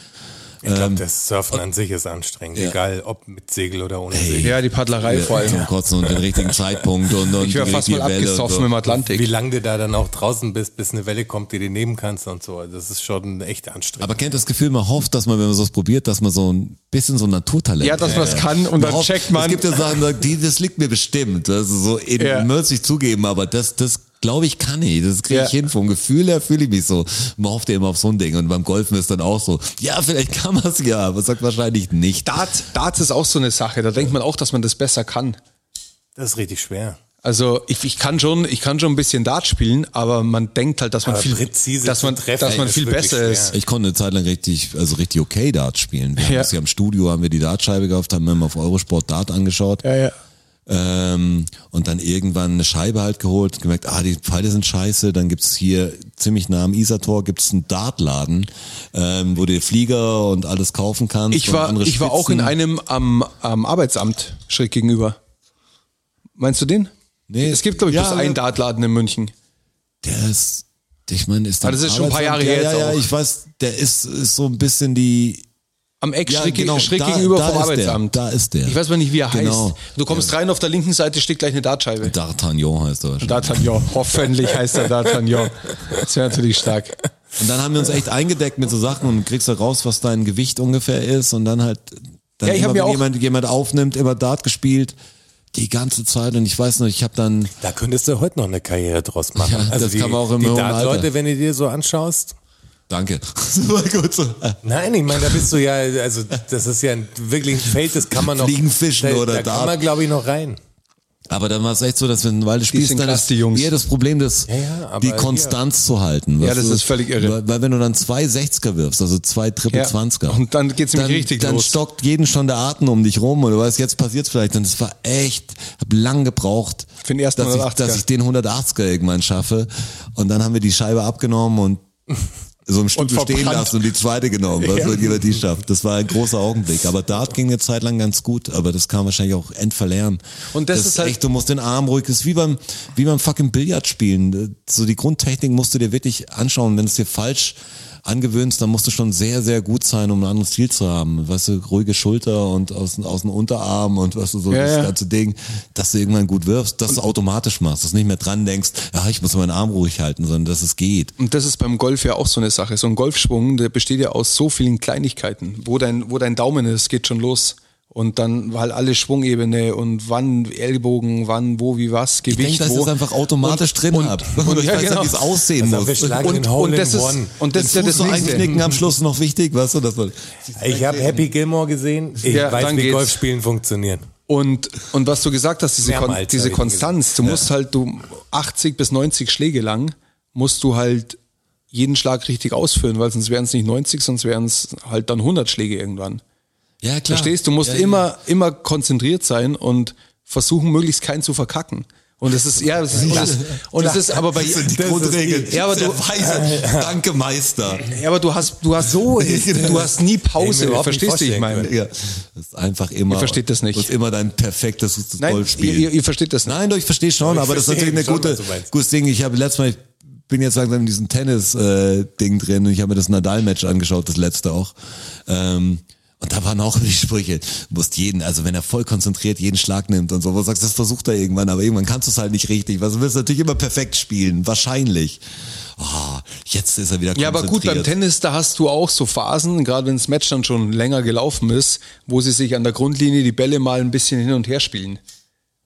Speaker 4: Ich glaube,
Speaker 2: Ähm,
Speaker 4: das Surfen an sich ist anstrengend, egal ob mit Segel oder ohne Segel.
Speaker 3: Ja, die Paddlerei vor allem.
Speaker 2: Zum kurzen und den richtigen Zeitpunkt und und
Speaker 3: Ich wäre
Speaker 2: die
Speaker 3: fast mal
Speaker 2: richtige Welle und
Speaker 3: abgesoffen
Speaker 2: so.
Speaker 3: im
Speaker 4: Wie
Speaker 3: Atlantik.
Speaker 4: lange du da dann auch draußen bist, bis eine Welle kommt, die du nehmen kannst und so. Das ist schon echt anstrengend.
Speaker 2: Aber kennt das Gefühl, man hofft, dass man, wenn man sowas probiert, dass man so ein bisschen so ein Naturtalent
Speaker 3: Ja, dass
Speaker 2: hat.
Speaker 3: man es kann und dann
Speaker 2: hofft-
Speaker 3: checkt man.
Speaker 2: Es gibt ja Sachen, sagt, die, das liegt mir bestimmt. Das ist so in,
Speaker 3: Ja.
Speaker 2: muss ich zugeben, aber das, das glaube ich kann ich. Das kriege ich
Speaker 3: Ja.
Speaker 2: hin. Vom Gefühl her fühle ich mich so. Man hofft ja immer auf so ein Ding und beim Golfen ist dann auch so. Ja, vielleicht kann man es ja, aber es sagt wahrscheinlich nicht.
Speaker 3: Darts, Darts ist auch so eine Sache, da denkt man auch, dass man das besser kann.
Speaker 4: Das ist richtig schwer.
Speaker 3: Also ich, ich kann schon, ich kann schon ein bisschen Dart spielen, aber man denkt halt, dass man
Speaker 4: Aber
Speaker 3: viel,
Speaker 4: präzise
Speaker 3: dass
Speaker 4: zu
Speaker 3: man,
Speaker 4: treffen,
Speaker 3: dass man
Speaker 4: ist
Speaker 3: viel
Speaker 4: wirklich
Speaker 3: besser
Speaker 4: schwer.
Speaker 3: ist.
Speaker 2: Ich konnte eine Zeit lang richtig, also richtig okay Dart spielen. Wir haben
Speaker 3: Ja.
Speaker 2: das hier im Studio, haben wir die Dartscheibe gehabt, haben immer auf Eurosport Dart angeschaut.
Speaker 3: Ja, ja.
Speaker 2: Ähm, und dann irgendwann eine Scheibe halt geholt und gemerkt, ah, die Pfeile sind scheiße. Dann gibt's hier ziemlich nah am Isartor gibt's einen Dartladen, ähm, wo du dir Flieger und alles kaufen kannst.
Speaker 3: Ich
Speaker 2: und
Speaker 3: war,
Speaker 2: andere
Speaker 3: ich war auch in
Speaker 2: Spitzen.
Speaker 3: einem am, am Arbeitsamt schräg gegenüber. Meinst du den?
Speaker 2: Nee,
Speaker 3: Es gibt, glaube ich,
Speaker 2: ja,
Speaker 3: bloß einen Dartladen in München.
Speaker 2: Der ist, ich meine, ist
Speaker 3: Ah,
Speaker 2: dann
Speaker 3: das ist schon ein paar
Speaker 2: Arbeitsamt.
Speaker 3: Jahre
Speaker 2: ja,
Speaker 3: her
Speaker 2: Ja,
Speaker 3: jetzt
Speaker 2: ja,
Speaker 3: auch.
Speaker 2: ich weiß, der ist, ist so ein bisschen die,
Speaker 3: Am Eck
Speaker 2: ja,
Speaker 3: schräg,
Speaker 2: genau,
Speaker 3: schräg
Speaker 2: da,
Speaker 3: gegenüber
Speaker 2: da
Speaker 3: vom
Speaker 2: ist
Speaker 3: Arbeitsamt.
Speaker 2: Der, da ist der.
Speaker 3: Ich weiß mal nicht, wie er
Speaker 2: Genau.
Speaker 3: heißt. Du kommst rein, auf der linken Seite steht gleich eine Dartscheibe.
Speaker 2: D'Artagnan heißt er wahrscheinlich.
Speaker 3: D'Artagnan, hoffentlich heißt er D'Artagnan. Das wäre natürlich stark.
Speaker 2: Und dann haben wir uns echt eingedeckt mit so Sachen und kriegst halt raus, was dein Gewicht ungefähr ist und dann halt, dann
Speaker 3: Ja, ich hab
Speaker 2: immer,
Speaker 3: mir
Speaker 2: wenn
Speaker 3: auch-
Speaker 2: jemand, jemand aufnimmt, immer Dart gespielt, die ganze Zeit und ich weiß noch, ich habe dann,
Speaker 4: Da könntest du heute noch eine Karriere draus machen. Also
Speaker 2: Ja, das
Speaker 4: die,
Speaker 2: kann man auch im
Speaker 4: die
Speaker 2: hohen
Speaker 4: Leute,
Speaker 2: Alter.
Speaker 4: wenn du dir so anschaust.
Speaker 2: danke, das <laughs> war gut so.
Speaker 4: Nein, ich meine, da bist du ja, also das ist ja ein, wirklich ein Feld, das kann man noch.
Speaker 2: Fliegen, fischen
Speaker 4: da,
Speaker 2: oder
Speaker 4: da
Speaker 2: Dart.
Speaker 4: kann man, glaube ich, noch rein.
Speaker 2: aber dann war es echt so, dass wenn du eine Weile spielst,
Speaker 3: sind
Speaker 2: dann
Speaker 3: krass,
Speaker 2: ist
Speaker 3: die Jungs.
Speaker 2: eher das Problem, das,
Speaker 4: ja, aber
Speaker 2: die
Speaker 4: hier-
Speaker 2: Konstanz zu halten. weißt
Speaker 3: das
Speaker 2: du?
Speaker 3: ist völlig irre.
Speaker 2: Weil, weil wenn du dann zwei 60er wirfst, also zwei Triple
Speaker 3: Ja.
Speaker 2: 20er.
Speaker 3: Und dann geht's nämlich richtig
Speaker 2: dann
Speaker 3: los.
Speaker 2: stockt jeden schon der Atem um dich rum und du weißt, jetzt passiert's vielleicht. Und es war echt, hab lang gebraucht,
Speaker 3: Für den ersten
Speaker 2: dass, ich,
Speaker 3: 180er.
Speaker 2: dass ich den 180er irgendwann schaffe. Und dann haben wir die Scheibe abgenommen und so im Studio stehen
Speaker 3: verbrannt.
Speaker 2: lassen und die zweite genommen, was und jemand die schafft. Das war ein großer Augenblick. Aber Dart ging eine Zeit lang ganz gut, aber das kam wahrscheinlich auch endverlernen.
Speaker 3: Und das ist halt-
Speaker 2: echt, du musst den Arm ruhig, das ist wie beim, wie beim fucking Billard spielen. So die Grundtechnik musst du dir wirklich anschauen. Wenn du es dir falsch angewöhnst, dann musst du schon sehr, sehr gut sein, um ein anderes Ziel zu haben. Weißt du, ruhige Schulter und aus, dem- aus dem Unterarm und was weißt du, so
Speaker 3: Ja,
Speaker 2: das
Speaker 3: ja.
Speaker 2: ganze Ding, dass du irgendwann gut wirfst, dass du automatisch machst, dass du nicht mehr dran denkst, ja, ich muss meinen Arm ruhig halten, sondern dass es geht.
Speaker 3: Und das ist beim Golf ja auch so eine Sache. So ein Golfschwung, der besteht ja aus so vielen Kleinigkeiten. Wo dein, wo dein Daumen ist, geht schon los. Und dann halt alle Schwungebene und wann Ellbogen, wann, wo, wie was, Gewicht,
Speaker 2: Ich denke, das
Speaker 3: wo.
Speaker 2: ist einfach automatisch drin <laughs>
Speaker 3: und-
Speaker 2: ab.
Speaker 3: und-
Speaker 2: Und ich
Speaker 3: ja,
Speaker 2: weiß
Speaker 3: genau.
Speaker 2: ja, wie es aussehen
Speaker 4: Also wir
Speaker 2: muss.
Speaker 4: schlagen
Speaker 3: Und-
Speaker 4: den Hole
Speaker 3: und
Speaker 4: in
Speaker 3: das ist-
Speaker 4: One.
Speaker 3: und das ist ja das
Speaker 2: so
Speaker 3: Nächste.
Speaker 2: einknicken am Schluss noch wichtig, weißt du, dass man,
Speaker 4: ich habe Happy Gilmore gesehen. Ich
Speaker 3: Ja,
Speaker 4: weiß,
Speaker 3: dann
Speaker 4: wie
Speaker 3: geht's.
Speaker 4: Golfspielen funktionieren.
Speaker 3: Und, und was du gesagt hast, diese, Kon
Speaker 4: Mehrmals,
Speaker 3: diese
Speaker 4: hab ich
Speaker 3: Konstanz, du musst halt, du 80 bis 90 Schläge lang, musst du halt jeden Schlag richtig ausführen, weil sonst wären es nicht 90, sonst wären es halt dann 100 Schläge irgendwann.
Speaker 2: ja, klar.
Speaker 3: Verstehst du? musst
Speaker 2: ja,
Speaker 3: immer, immer konzentriert sein und versuchen, möglichst keinen zu verkacken. Und es ist, ja, es ist, und es, und es ist aber bei,
Speaker 2: Das sind die
Speaker 3: das ist-
Speaker 2: Grundregeln.
Speaker 3: Ja, aber
Speaker 2: Sehr
Speaker 3: du,
Speaker 2: weise. Danke, Meister.
Speaker 3: ja, aber du hast, du hast so, du hast nie
Speaker 4: Hätte ich mir
Speaker 3: Pause.
Speaker 4: überhaupt nicht
Speaker 3: Verstehst du, ich
Speaker 4: vorstellen
Speaker 3: meine?
Speaker 2: Ja. Das ist einfach immer.
Speaker 3: Ihr versteht das nicht.
Speaker 2: Das ist immer dein perfektes
Speaker 3: Nein, ihr,
Speaker 2: Golfspiel.
Speaker 3: ihr, ihr versteht das nicht.
Speaker 2: Nein, doch, ich verstehe schon, aber das ist
Speaker 4: verstehe
Speaker 2: natürlich eine
Speaker 4: schon,
Speaker 2: gute,
Speaker 4: was du meinst.
Speaker 2: gutes Ding. Ich habe letztes Mal, ich bin jetzt langsam in diesem Tennis-Ding drin und ich habe mir das Nadal-Match angeschaut, das letzte auch. Ähm, und da waren auch die Sprüche, du musst jeden, also wenn er voll konzentriert jeden Schlag nimmt und so, wo du sagst, das versucht er irgendwann, aber irgendwann kannst du es halt nicht richtig, weil du willst natürlich immer perfekt spielen, wahrscheinlich. Ah, jetzt ist er wieder konzentriert.
Speaker 3: Ja, aber gut, beim Tennis, da hast du auch so Phasen, gerade wenn das Match dann schon länger gelaufen ist, wo sie sich an der Grundlinie die Bälle mal ein bisschen hin und her spielen.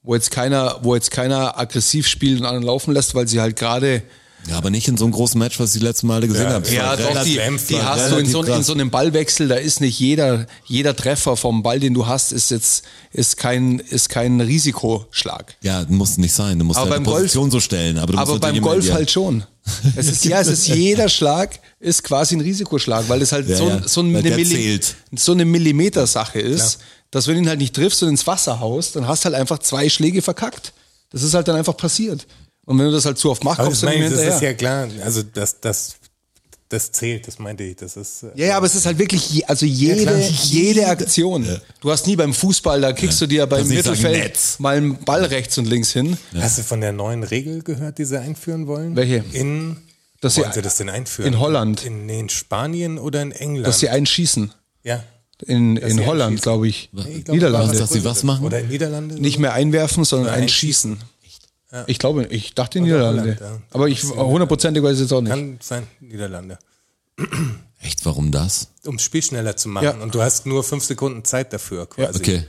Speaker 3: Wo jetzt keiner, wo jetzt keiner aggressiv spielt und anderen laufen lässt, weil sie halt gerade,
Speaker 2: Ja, aber nicht in so einem großen Match, was ich die letzten Male gesehen habe. Es
Speaker 3: ja
Speaker 2: war
Speaker 3: doch,
Speaker 2: relativ-
Speaker 3: die, die
Speaker 2: war
Speaker 3: hast du in so,
Speaker 2: relativ
Speaker 3: in so einem Ballwechsel, da ist nicht jeder, jeder Treffer vom Ball, den du hast, ist jetzt, ist kein, ist kein Risikoschlag.
Speaker 2: Ja, muss nicht sein. Du musst
Speaker 3: Aber
Speaker 2: deine
Speaker 3: beim Golf-
Speaker 2: Position so stellen. Aber, du musst
Speaker 3: Aber beim
Speaker 2: natürlich immer
Speaker 3: Golf
Speaker 2: die- <laughs>
Speaker 3: halt schon. Es ist, ja, es ist jeder Schlag ist quasi ein Risikoschlag, weil es halt
Speaker 2: Ja,
Speaker 3: so,
Speaker 2: ja.
Speaker 3: so,
Speaker 2: Weil
Speaker 3: eine
Speaker 2: der
Speaker 3: Milli
Speaker 2: zählt.
Speaker 3: so eine Millimeter-Sache ist, dass wenn du ihn halt nicht triffst und ins Wasser haust, dann hast du halt einfach zwei Schläge verkackt. Das ist halt dann einfach passiert. Und wenn du das halt zu oft machst,
Speaker 4: Aber
Speaker 3: kommst
Speaker 4: ich
Speaker 3: du nicht
Speaker 4: meine,
Speaker 3: mehr
Speaker 4: das ist
Speaker 3: hinterher.
Speaker 4: ja klar. Also das, das, das zählt, das meinte ich. Das ist. äh,
Speaker 3: Ja, ja, aber es ist halt wirklich, je, also jede,
Speaker 4: klar.
Speaker 3: jede Aktion. Du hast nie beim Fußball, da kriegst du dir beim
Speaker 2: Kannst nicht sagen,
Speaker 3: Mittelfeld
Speaker 2: Netz.
Speaker 3: mal einen Ball rechts und links hin.
Speaker 4: Hast du von der neuen Regel gehört, die sie einführen wollen?
Speaker 3: Welche?
Speaker 4: In
Speaker 3: Dass
Speaker 4: wo
Speaker 3: sie-
Speaker 4: wollen sie das denn einführen?
Speaker 3: in Holland.
Speaker 4: In, nee, in Spanien oder in England?
Speaker 3: Dass sie einen schießen.
Speaker 4: ja.
Speaker 3: In, in
Speaker 4: sie
Speaker 3: Holland,
Speaker 4: einschießen.
Speaker 3: glaube ich.
Speaker 4: Ich glaub,
Speaker 3: Niederlande.
Speaker 4: das war
Speaker 2: Dass sie was machen?
Speaker 4: Oder in Niederlande?
Speaker 3: Nicht mehr einwerfen, sondern
Speaker 4: Nein.
Speaker 3: einschießen. Ich glaube, ich dachte in
Speaker 4: Oder
Speaker 3: Niederlande.
Speaker 4: Holland, ja.
Speaker 3: Aber ich hundertprozentig weiß ich jetzt auch nicht.
Speaker 4: Kann sein, Niederlande.
Speaker 2: Echt, warum das?
Speaker 4: Um das Spiel schneller zu machen.
Speaker 3: Ja.
Speaker 4: Und du hast nur fünf Sekunden Zeit dafür quasi.
Speaker 2: Okay.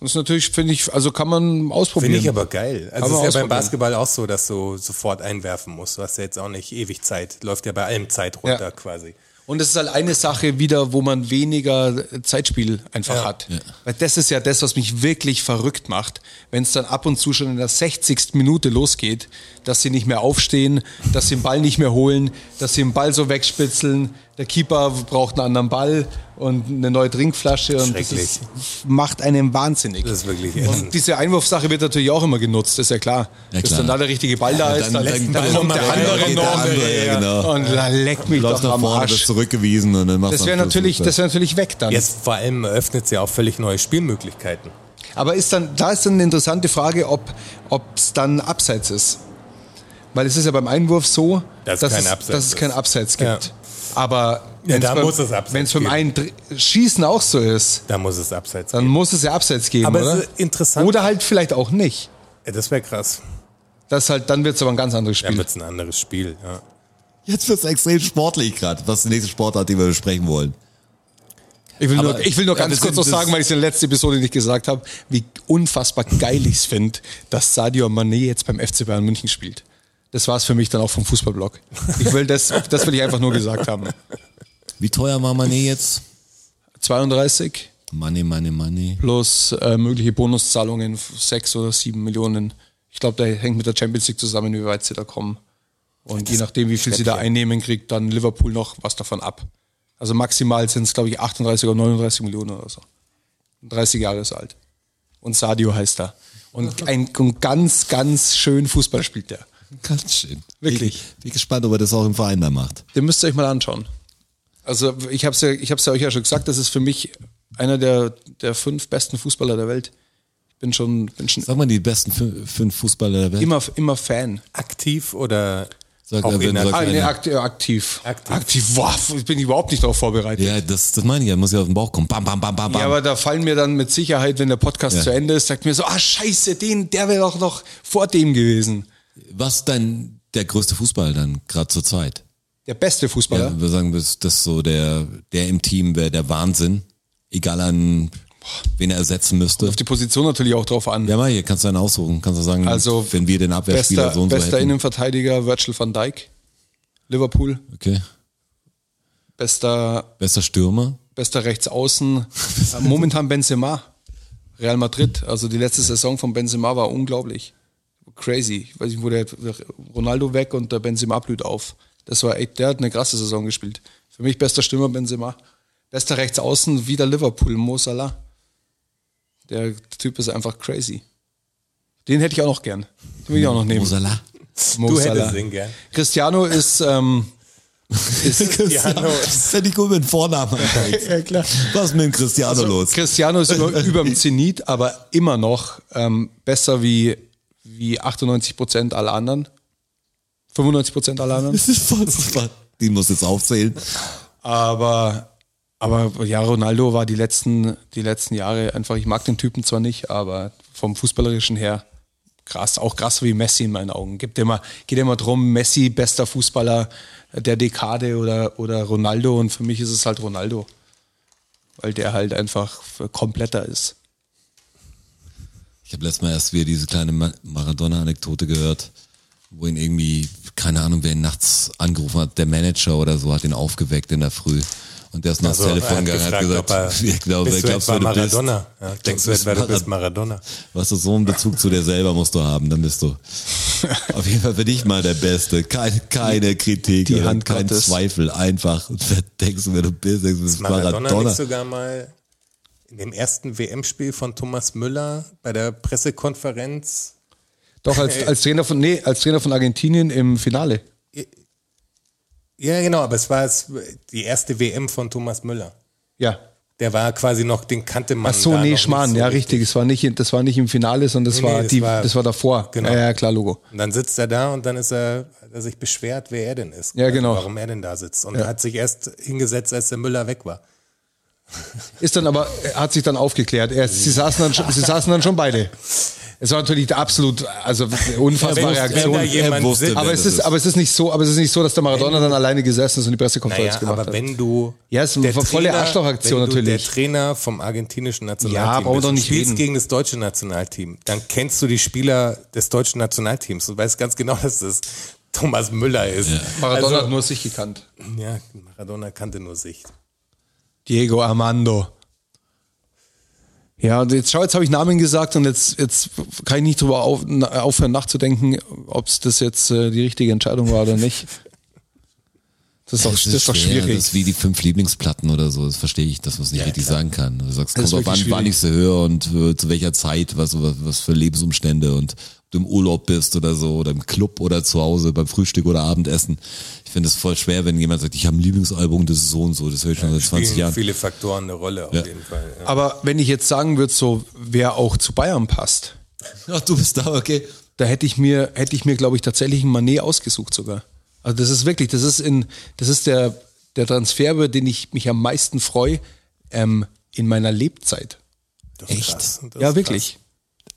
Speaker 3: Das ist natürlich, finde ich, also kann man ausprobieren.
Speaker 4: Finde ich aber geil.
Speaker 3: Aber
Speaker 4: Also ist ja
Speaker 3: ausprobieren.
Speaker 4: beim Basketball auch so, dass du sofort einwerfen musst. Du hast ja jetzt auch nicht ewig Zeit. Läuft ja bei allem Zeit runter
Speaker 3: Ja.
Speaker 4: quasi.
Speaker 3: Und es ist halt eine Sache wieder, wo man weniger Zeitspiel einfach
Speaker 4: Ja.
Speaker 3: hat. Weil das ist ja das, was mich wirklich verrückt macht, wenn es dann ab und zu schon in der 60. Minute losgeht, dass sie nicht mehr aufstehen, dass sie den Ball nicht mehr holen, dass sie den Ball so wegspitzeln, der Keeper braucht einen anderen Ball und eine neue Trinkflasche und das
Speaker 4: Schrecklich.
Speaker 3: ist, macht einen wahnsinnig.
Speaker 4: Das ist wirklich
Speaker 3: Und diese Einwurfsache wird natürlich auch immer genutzt, ist ja klar.
Speaker 2: Ja,
Speaker 3: Dass
Speaker 2: klar.
Speaker 3: dann da der richtige Ball da ist,
Speaker 2: dann-
Speaker 3: dann,
Speaker 2: dann-
Speaker 3: dann,
Speaker 2: dann
Speaker 3: kommt
Speaker 4: kommt
Speaker 3: der
Speaker 4: der
Speaker 3: andere
Speaker 4: andere,
Speaker 3: noch
Speaker 4: der andere,
Speaker 3: her.
Speaker 2: ja, genau.
Speaker 3: Und la- leck mich
Speaker 2: Läuft
Speaker 3: doch
Speaker 2: nach
Speaker 3: am
Speaker 2: vorne, wird
Speaker 3: Arsch.
Speaker 2: zurückgewiesen und dann macht
Speaker 3: Das
Speaker 2: man
Speaker 3: wäre
Speaker 2: einen
Speaker 3: natürlich,
Speaker 2: Versuch.
Speaker 3: das wäre natürlich weg dann.
Speaker 4: Jetzt vor allem eröffnet es ja auch völlig neue Spielmöglichkeiten.
Speaker 3: Aber ist dann, da ist dann eine interessante Frage, ob es dann Abseits ist. Weil es ist ja beim Einwurf so,
Speaker 4: Dass kein
Speaker 3: es,
Speaker 4: Abseits
Speaker 3: dass es
Speaker 4: ist.
Speaker 3: kein Abseits gibt.
Speaker 4: Ja.
Speaker 3: Aber
Speaker 4: Ja,
Speaker 3: wenn's
Speaker 4: da
Speaker 3: beim-
Speaker 4: muss es Abseits
Speaker 3: wenn's beim
Speaker 4: geben.
Speaker 3: Eindr Schießen auch so ist,
Speaker 4: Da muss es abseits
Speaker 3: dann
Speaker 4: geben.
Speaker 3: muss es ja Abseits geben,
Speaker 4: Aber
Speaker 3: oder?
Speaker 4: es ist interessant.
Speaker 3: Oder halt vielleicht auch nicht.
Speaker 4: Ja, das wäre krass.
Speaker 3: Das halt, dann wird es aber ein ganz anderes
Speaker 4: Dann
Speaker 3: Spiel.
Speaker 4: wird es ein anderes Spiel. Ja.
Speaker 2: Jetzt wird's extrem sportlich gerade. Was ist die nächste Sportart, die wir besprechen wollen?
Speaker 3: Ich will, nur,
Speaker 2: Aber-
Speaker 3: ich will nur
Speaker 2: Ja,
Speaker 3: ganz
Speaker 2: wir
Speaker 3: kurz
Speaker 2: sind-
Speaker 3: noch sagen, weil ich es in der letzten Episode nicht gesagt habe, wie unfassbar geil ich es finde, dass Sadio Mané jetzt beim FC Bayern München spielt. Das war es für mich dann auch vom Fußballblog. Ich will das, das will ich einfach nur gesagt haben.
Speaker 2: <laughs> Wie teuer war Mané jetzt?
Speaker 3: 32
Speaker 2: Money, money, money.
Speaker 3: plus äh, mögliche Bonuszahlungen, 6 oder 7 Millionen. Ich glaube, da hängt mit der Champions League zusammen, wie weit sie da kommen. Und je nachdem, wie viel sie da einnehmen, kriegt dann Liverpool noch was davon ab. Also maximal sind es, glaube ich, 38 oder 39 Millionen oder so. 30 Jahre ist er alt. Und Sadio heißt er. Und ein und ganz, ganz schön Fußball spielt der.
Speaker 2: Ganz schön.
Speaker 3: Wirklich.
Speaker 2: Ich bin gespannt, ob er das auch im Verein da macht.
Speaker 3: Den müsst ihr euch mal anschauen. Also ich habe es ja, ich hab's ja euch ja schon gesagt, das ist für mich einer der, der fünf besten Fußballer der Welt. Ich bin schon, bin schon
Speaker 2: Sag mal die besten fü- fünf Fußballer der Welt.
Speaker 3: immer, immer Fan.
Speaker 4: Aktiv oder
Speaker 2: Sag,
Speaker 4: auch
Speaker 2: er wird-
Speaker 4: inaktiv?
Speaker 2: sagt-
Speaker 3: Ah,
Speaker 2: Fan,
Speaker 3: nee,
Speaker 2: ja.
Speaker 3: akt, äh, aktiv.
Speaker 4: Aktiv.
Speaker 3: boah, ich bin überhaupt nicht darauf vorbereitet.
Speaker 2: ja, das, das meine ich ja. Muss ja auf den Bauch kommen. Bam, bam, bam, bam, bam.
Speaker 3: Ja, aber da fallen mir dann mit Sicherheit, wenn der Podcast
Speaker 2: Ja.
Speaker 3: zu Ende ist, sagt mir so, ah scheiße, den, der wäre doch noch vor dem gewesen.
Speaker 2: Was ist dein der größte Fußball dann gerade zur Zeit?
Speaker 3: Der beste
Speaker 2: Ja,
Speaker 3: Fußballer.
Speaker 2: Also wir sagen, das das ist so der, der im Team wäre der Wahnsinn. Egal an wen er ersetzen müsste.
Speaker 3: Auf die Position natürlich auch drauf an.
Speaker 2: Ja, mal hier kannst du einen aussuchen. Kannst du sagen,
Speaker 3: Also,
Speaker 2: wenn wir den Abwehrspieler
Speaker 3: bester
Speaker 2: so und so
Speaker 3: bester
Speaker 2: hätten.
Speaker 3: Innenverteidiger, Virgil van Dijk, Liverpool.
Speaker 2: Okay.
Speaker 3: Bester
Speaker 2: Bester Stürmer.
Speaker 3: bester
Speaker 4: <laughs>
Speaker 3: Rechtsaußen. Äh, Momentan Benzema. Real Madrid. Also die letzte Saison von Benzema war unglaublich. Crazy. Ich weiß nicht, wo der Ronaldo weg und der Benzema blüht auf. Das war echt, der hat eine krasse Saison gespielt. Für mich bester Stürmer Benzema. Bester Rechtsaußen wieder Liverpool, Mo Salah. Der Typ ist einfach crazy. Den hätte ich auch noch gern. Den will ich auch noch nehmen.
Speaker 2: Mosala.
Speaker 3: Mo
Speaker 4: Du
Speaker 3: Salah.
Speaker 4: hättest ihn gern.
Speaker 3: Cristiano ist,
Speaker 4: <laughs>
Speaker 3: ähm, ist
Speaker 2: Cristiano. Das ist ja nicht gut mit Vornamen.
Speaker 3: <laughs>
Speaker 2: ja, klar. Was ist mit dem Cristiano
Speaker 3: Also,
Speaker 2: los?
Speaker 3: Cristiano ist über, über dem Zenit, aber immer noch ähm, besser wie, wie 98 Prozent aller anderen. 95 Prozent aller anderen.
Speaker 2: Das ist voll <laughs> super. Die muss jetzt aufzählen.
Speaker 3: Aber, aber ja, Ronaldo war die letzten, die letzten Jahre einfach, ich mag den Typen zwar nicht, aber vom Fußballerischen her krass, auch krass wie Messi in meinen Augen. Gibt immer, geht immer drum, Messi, bester Fußballer der Dekade oder, oder Ronaldo und für mich ist es halt Ronaldo. Weil der halt einfach kompletter ist.
Speaker 2: Ich habe letztes Mal erst wieder diese kleine Ma Maradona-Anekdote gehört, wo ihn irgendwie, keine Ahnung, wer ihn nachts angerufen hat, der Manager oder so, hat ihn aufgeweckt in der Früh. Und der ist noch
Speaker 4: Also,
Speaker 2: ans
Speaker 4: er
Speaker 2: Telefon
Speaker 4: hat
Speaker 2: gegangen und hat gesagt,
Speaker 4: gefragt, ob
Speaker 2: <laughs>
Speaker 4: er, <laughs>
Speaker 2: ich glaube,
Speaker 4: bist du
Speaker 2: glaubst
Speaker 4: etwa
Speaker 2: du bist-
Speaker 4: Maradona? Ja, denkst du etwa, du bist Maradona?
Speaker 2: Weißt du, so einen Bezug zu dir selber musst du haben, dann
Speaker 4: <laughs>
Speaker 2: bist du auf jeden Fall für dich mal der Beste. Keine, keine Kritik,
Speaker 3: Die
Speaker 2: oder
Speaker 3: Hand
Speaker 2: kein
Speaker 3: Gottes.
Speaker 2: Zweifel, einfach. <laughs> Denkst du, wer du bist, denkst du, bist
Speaker 4: Maradona,
Speaker 2: Maradona.
Speaker 4: nicht sogar mal in dem ersten WM-Spiel von Thomas Müller bei der Pressekonferenz.
Speaker 3: Doch, als, als Trainer von, nee, als Trainer von Argentinien im Finale.
Speaker 4: Ja, genau, aber es war es, die erste WM von Thomas Müller.
Speaker 3: Ja.
Speaker 4: Der war quasi noch, den kannte man.
Speaker 3: Ach so,
Speaker 4: da noch
Speaker 3: nee,
Speaker 4: nicht
Speaker 3: Schmarrn,
Speaker 4: so
Speaker 3: ja, richtig. Es war nicht, in- das war nicht im Finale, sondern das,
Speaker 4: Nee, nee,
Speaker 3: war,
Speaker 4: das
Speaker 3: die,
Speaker 4: war-
Speaker 3: das war davor.
Speaker 4: Genau.
Speaker 3: Ja, ja, klar, Logo.
Speaker 4: Und dann sitzt er da und dann ist er, hat er sich beschwert, wer er denn ist. Also
Speaker 3: Ja, genau.
Speaker 4: Warum er denn da sitzt. Und er hat sich erst hingesetzt, als der Müller weg war.
Speaker 3: Ist dann aber, äh, hat sich dann aufgeklärt. Er, sie, saßen dann, schon- sie saßen dann schon beide. Es war natürlich absolut, also unfassbare
Speaker 4: wusste-
Speaker 3: Aktion.
Speaker 4: wenn da jemand sitzt-
Speaker 2: wer
Speaker 3: aber es
Speaker 2: das
Speaker 3: ist, aber es ist nicht so, aber es ist nicht so, dass der Maradona dann alleine gesessen ist und die Pressekonferenz
Speaker 4: Naja,
Speaker 3: gemacht
Speaker 4: aber
Speaker 3: hat.
Speaker 4: wenn du.
Speaker 3: Ja, es ist eine volle Arschlochaktion
Speaker 4: wenn du
Speaker 3: natürlich.
Speaker 4: Der Trainer vom argentinischen Nationalteam.
Speaker 3: Ja, brauchen wir
Speaker 4: bist
Speaker 3: doch
Speaker 4: und
Speaker 3: nicht
Speaker 4: spielst
Speaker 3: reden.
Speaker 4: gegen das deutsche Nationalteam. Dann kennst du die Spieler des deutschen Nationalteams und weißt ganz genau, <laughs> dass das Thomas Müller ist.
Speaker 3: Maradona
Speaker 4: Also-
Speaker 3: hat nur sich gekannt.
Speaker 4: Ja, Maradona kannte nur Sicht.
Speaker 3: Diego Armando. Ja, und jetzt schau, jetzt habe ich Namen gesagt und jetzt, jetzt kann ich nicht drüber auf, na- aufhören nachzudenken, ob es das jetzt äh, die richtige Entscheidung war oder nicht. Das ist doch, das ist doch
Speaker 2: schwer,
Speaker 3: schwierig.
Speaker 2: Das ist wie die fünf Lieblingsplatten oder so. Das verstehe ich, dass man es nicht richtig sagen kann. Du sagst,
Speaker 3: Das ist
Speaker 2: kommt auf
Speaker 3: wirklich
Speaker 2: wann, wann
Speaker 3: schwierig.
Speaker 2: ich sie höre und äh, zu welcher Zeit, was, was, was für Lebensumstände und ob du im Urlaub bist oder so oder im Club oder zu Hause beim Frühstück oder Abendessen. Ich finde es voll schwer, wenn jemand sagt, ich habe ein Lieblingsalbum, das ist so und so, das höre ich schon seit 20
Speaker 4: Spielen
Speaker 2: Jahren.
Speaker 4: viele Faktoren eine Rolle auf jeden Fall. Ja.
Speaker 3: Aber wenn ich jetzt sagen würde, so, wer auch zu Bayern passt,
Speaker 2: Ach, du bist da, okay.
Speaker 3: da hätte ich mir, hätte ich mir, glaube ich, tatsächlich einen Manet ausgesucht sogar. Also das ist wirklich, das ist in, das ist der, der Transfer, über den ich mich am meisten freue, ähm, in meiner Lebzeit.
Speaker 4: Das ist
Speaker 2: echt?
Speaker 4: krass. Das
Speaker 3: ja,
Speaker 4: ist
Speaker 3: wirklich.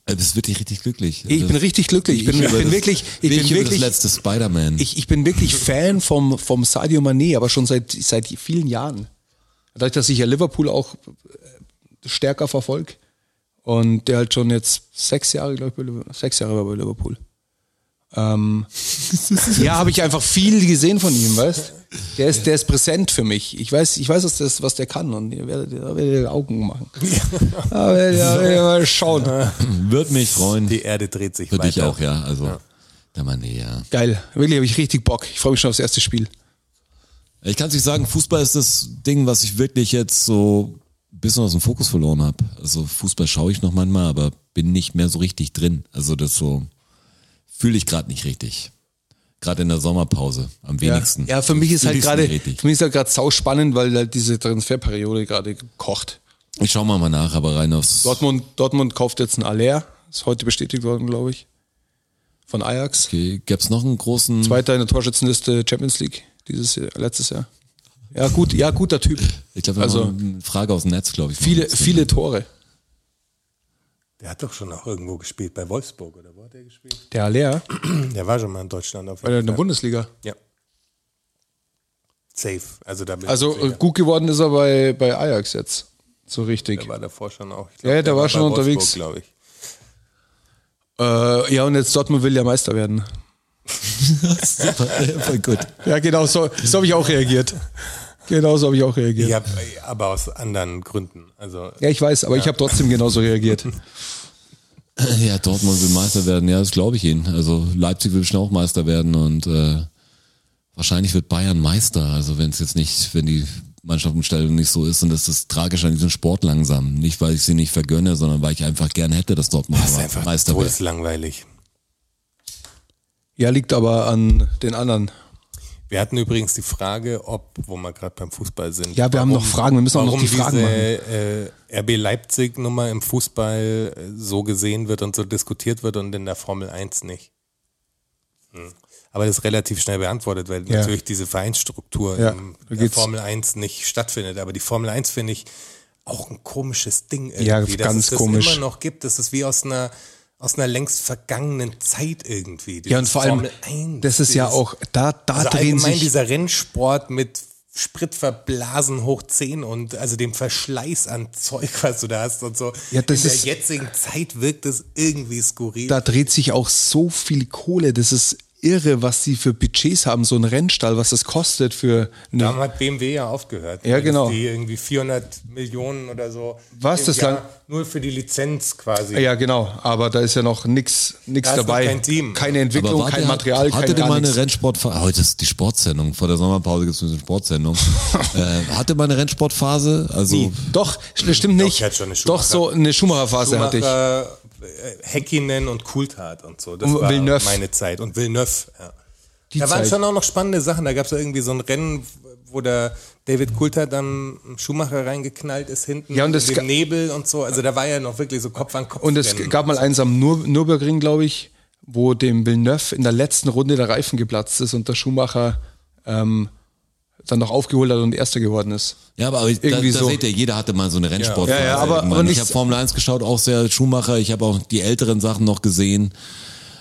Speaker 2: Du Äh, bist wirklich richtig glücklich. Also,
Speaker 3: Ich bin richtig glücklich. Ich bin, ich
Speaker 2: über
Speaker 3: bin
Speaker 2: das-
Speaker 3: wirklich, ich bin
Speaker 2: über das
Speaker 3: wirklich,
Speaker 2: letzte Spider-Man.
Speaker 3: ich, ich bin wirklich Fan vom, vom Sadio Mané, aber schon seit, seit vielen Jahren. Dadurch, dass ich ja Liverpool auch äh, stärker verfolge und der halt schon jetzt sechs Jahre, glaube ich, bei Liverpool, sechs Jahre war bei Liverpool.
Speaker 2: <laughs>
Speaker 3: Ähm, ja, habe ich einfach viel gesehen von ihm, weißt? Der ist, der ist präsent für mich. Ich weiß, ich weiß, was, das, was der kann und ihr werdet, da werdet ihr
Speaker 2: <laughs>
Speaker 3: Augen machen. Da werdet ihr, da werdet ihr mal schauen.
Speaker 2: Würde mich freuen.
Speaker 4: krass. Die Erde dreht sich
Speaker 2: Für
Speaker 4: weiter.
Speaker 2: dich auch, ja. Also, der Mann, nee, ja.
Speaker 3: Geil, wirklich habe ich richtig Bock. Ich freue mich schon aufs erste Spiel.
Speaker 2: Ich kann es nicht sagen, Fußball ist das Ding, was ich wirklich jetzt so ein bisschen aus dem Fokus verloren habe. Also Fußball schaue ich noch manchmal, aber bin nicht mehr so richtig drin. Also das so fühle ich gerade nicht richtig. Gerade in der Sommerpause am wenigsten.
Speaker 3: Ja, für mich ist
Speaker 2: Fühl
Speaker 3: halt
Speaker 2: ich's
Speaker 3: gerade,
Speaker 2: nicht richtig.
Speaker 3: für mich ist halt gerade sau spannend, weil halt diese Transferperiode gerade kocht.
Speaker 2: Ich schaue mal mal nach, aber rein aufs
Speaker 3: Dortmund, Dortmund kauft jetzt einen Aller, ist heute bestätigt worden, glaube ich, von Ajax.
Speaker 2: okay. Gäb's noch einen großen
Speaker 3: Zweiter in der Torschützenliste Champions League dieses Jahr, letztes Jahr. Ja, gut, ja, guter Typ.
Speaker 2: Ich glaube,
Speaker 3: also-
Speaker 2: also, eine Frage aus dem Netz, glaube ich.
Speaker 3: Viele, viele Tore.
Speaker 4: Der hat doch schon auch irgendwo gespielt, bei Wolfsburg, oder wo hat er gespielt?
Speaker 3: Der Aller
Speaker 4: Der war schon mal in Deutschland auf
Speaker 3: in
Speaker 4: jeden
Speaker 3: der
Speaker 4: Fall.
Speaker 3: Bundesliga.
Speaker 4: Ja. Safe. Also da bin
Speaker 3: Also
Speaker 4: ich
Speaker 3: äh,
Speaker 4: sicher.
Speaker 3: gut geworden ist er bei, bei Ajax jetzt. So richtig.
Speaker 4: Der war davor schon auch. Ich
Speaker 3: Ja, der war schon unterwegs.
Speaker 4: glaube ich.
Speaker 3: Äh, ja, und jetzt Dortmund will ja Meister werden.
Speaker 2: <laughs> Super, <laughs> ja, voll gut.
Speaker 3: Ja, genau, so, so habe ich auch reagiert. Genau so habe ich auch reagiert.
Speaker 4: Ich hab, äh, aber aus anderen Gründen. Also
Speaker 3: Ja, ich weiß, aber ich habe trotzdem genauso reagiert.
Speaker 2: Ja, Dortmund will Meister werden, ja, das glaube ich Ihnen. Also Leipzig will bestimmt auch Meister werden und äh, wahrscheinlich wird Bayern Meister. Also wenn es jetzt nicht, wenn die Mannschaftenstellung nicht so ist und das ist tragisch an diesem Sport langsam. Nicht, weil ich sie nicht vergönne, sondern weil ich einfach gern hätte, dass Dortmund
Speaker 4: das ist
Speaker 2: mal
Speaker 4: einfach
Speaker 2: Meister wird.
Speaker 4: todeslangweilig.
Speaker 3: Ja, liegt aber an den anderen.
Speaker 4: Wir hatten übrigens die Frage, ob, wo wir gerade beim Fußball sind.
Speaker 3: Ja, wir haben noch Fragen, wir müssen auch noch
Speaker 4: warum
Speaker 3: die Fragen
Speaker 4: diese, äh, RB Leipzig-Nummer im Fußball äh, so gesehen wird und so diskutiert wird und in der Formel 1 nicht. Hm. Aber das ist relativ schnell beantwortet, weil
Speaker 3: Ja.
Speaker 4: natürlich diese Vereinsstruktur
Speaker 3: Ja,
Speaker 4: in
Speaker 3: da
Speaker 4: der
Speaker 3: geht's-
Speaker 4: Formel 1 nicht stattfindet. Aber die Formel 1 finde ich auch ein komisches Ding irgendwie.
Speaker 3: Ja, ganz
Speaker 4: dass es das
Speaker 3: komisch.
Speaker 4: immer noch gibt, das ist wie aus einer aus einer längst vergangenen Zeit irgendwie.
Speaker 3: Ja, und
Speaker 4: Dieses
Speaker 3: vor allem,
Speaker 4: Formel 1,
Speaker 3: das ist ja
Speaker 4: dieses-
Speaker 3: auch, da, da
Speaker 4: also
Speaker 3: drehen
Speaker 4: allgemein
Speaker 3: sich,
Speaker 4: dieser Rennsport mit Sprit verblasen hoch 10 und also dem Verschleiß an <laughs> Zeug, was du da hast und so.
Speaker 3: Ja, das
Speaker 4: In der
Speaker 3: ist-
Speaker 4: jetzigen Zeit wirkt es irgendwie skurril.
Speaker 3: da dreht sich auch so viel Kohle. Das ist irre, was sie für Budgets haben, so ein Rennstall, was das kostet für eine,
Speaker 4: Darum hat BMW ja aufgehört.
Speaker 3: Ja,
Speaker 4: weil
Speaker 3: genau.
Speaker 4: Die irgendwie 400 Millionen oder so.
Speaker 3: Was,
Speaker 4: im
Speaker 3: das
Speaker 4: Jahr
Speaker 3: lang-
Speaker 4: Nur für die Lizenz quasi.
Speaker 3: ja genau, aber da ist ja noch nix, nix
Speaker 4: Da ist noch
Speaker 3: dabei.
Speaker 4: kein Team.
Speaker 3: Keine
Speaker 2: Aber
Speaker 3: Entwicklung,
Speaker 2: wart
Speaker 3: kein
Speaker 2: ihr-
Speaker 3: Material, kein
Speaker 2: Hattet ihr
Speaker 3: gar
Speaker 2: mal eine
Speaker 3: nichts.
Speaker 2: Rennsportphase? Heute ist die Sportsendung. Vor der Sommerpause gibt es eine
Speaker 3: <laughs>
Speaker 2: Sportsendung. äh, hatte mal eine Rennsportphase? Also
Speaker 3: Doch, st- stimmt nicht.
Speaker 4: ich hatte schon eine Schumacher-
Speaker 3: Doch, so eine Schumacher-Phase hatte ich.
Speaker 4: Schumacher, äh, Häkkinen und Coulthard und so. Das
Speaker 3: Und
Speaker 4: war
Speaker 3: Villeneuve.
Speaker 4: meine Zeit. Und Villeneuve, ja.
Speaker 3: Die
Speaker 4: da waren
Speaker 3: Zeit.
Speaker 4: schon auch noch spannende Sachen. Da gab es irgendwie so ein Rennen, wo der David Coulthard dann Schumacher reingeknallt ist hinten
Speaker 3: Ja, und es
Speaker 4: in
Speaker 3: ga-
Speaker 4: den Nebel und so. Also da war ja noch wirklich so Kopf an Kopf.
Speaker 3: Und es
Speaker 4: Rennen.
Speaker 3: gab mal eins am Nur Nürburgring, glaube ich, wo dem Villeneuve in der letzten Runde der Reifen geplatzt ist und der Schumacher ähm, dann noch aufgeholt hat und Erster geworden ist.
Speaker 2: Ja, aber ich, da,
Speaker 3: Irgendwie
Speaker 2: da
Speaker 3: so.
Speaker 2: seht ihr, jeder hatte mal so eine Rennsportphase.
Speaker 3: Ja, ja, aber-
Speaker 2: irgendwann.
Speaker 3: aber
Speaker 2: ich
Speaker 3: nicht-
Speaker 2: habe Formel 1 geschaut, auch sehr Schumacher. Ich habe auch die älteren Sachen noch gesehen.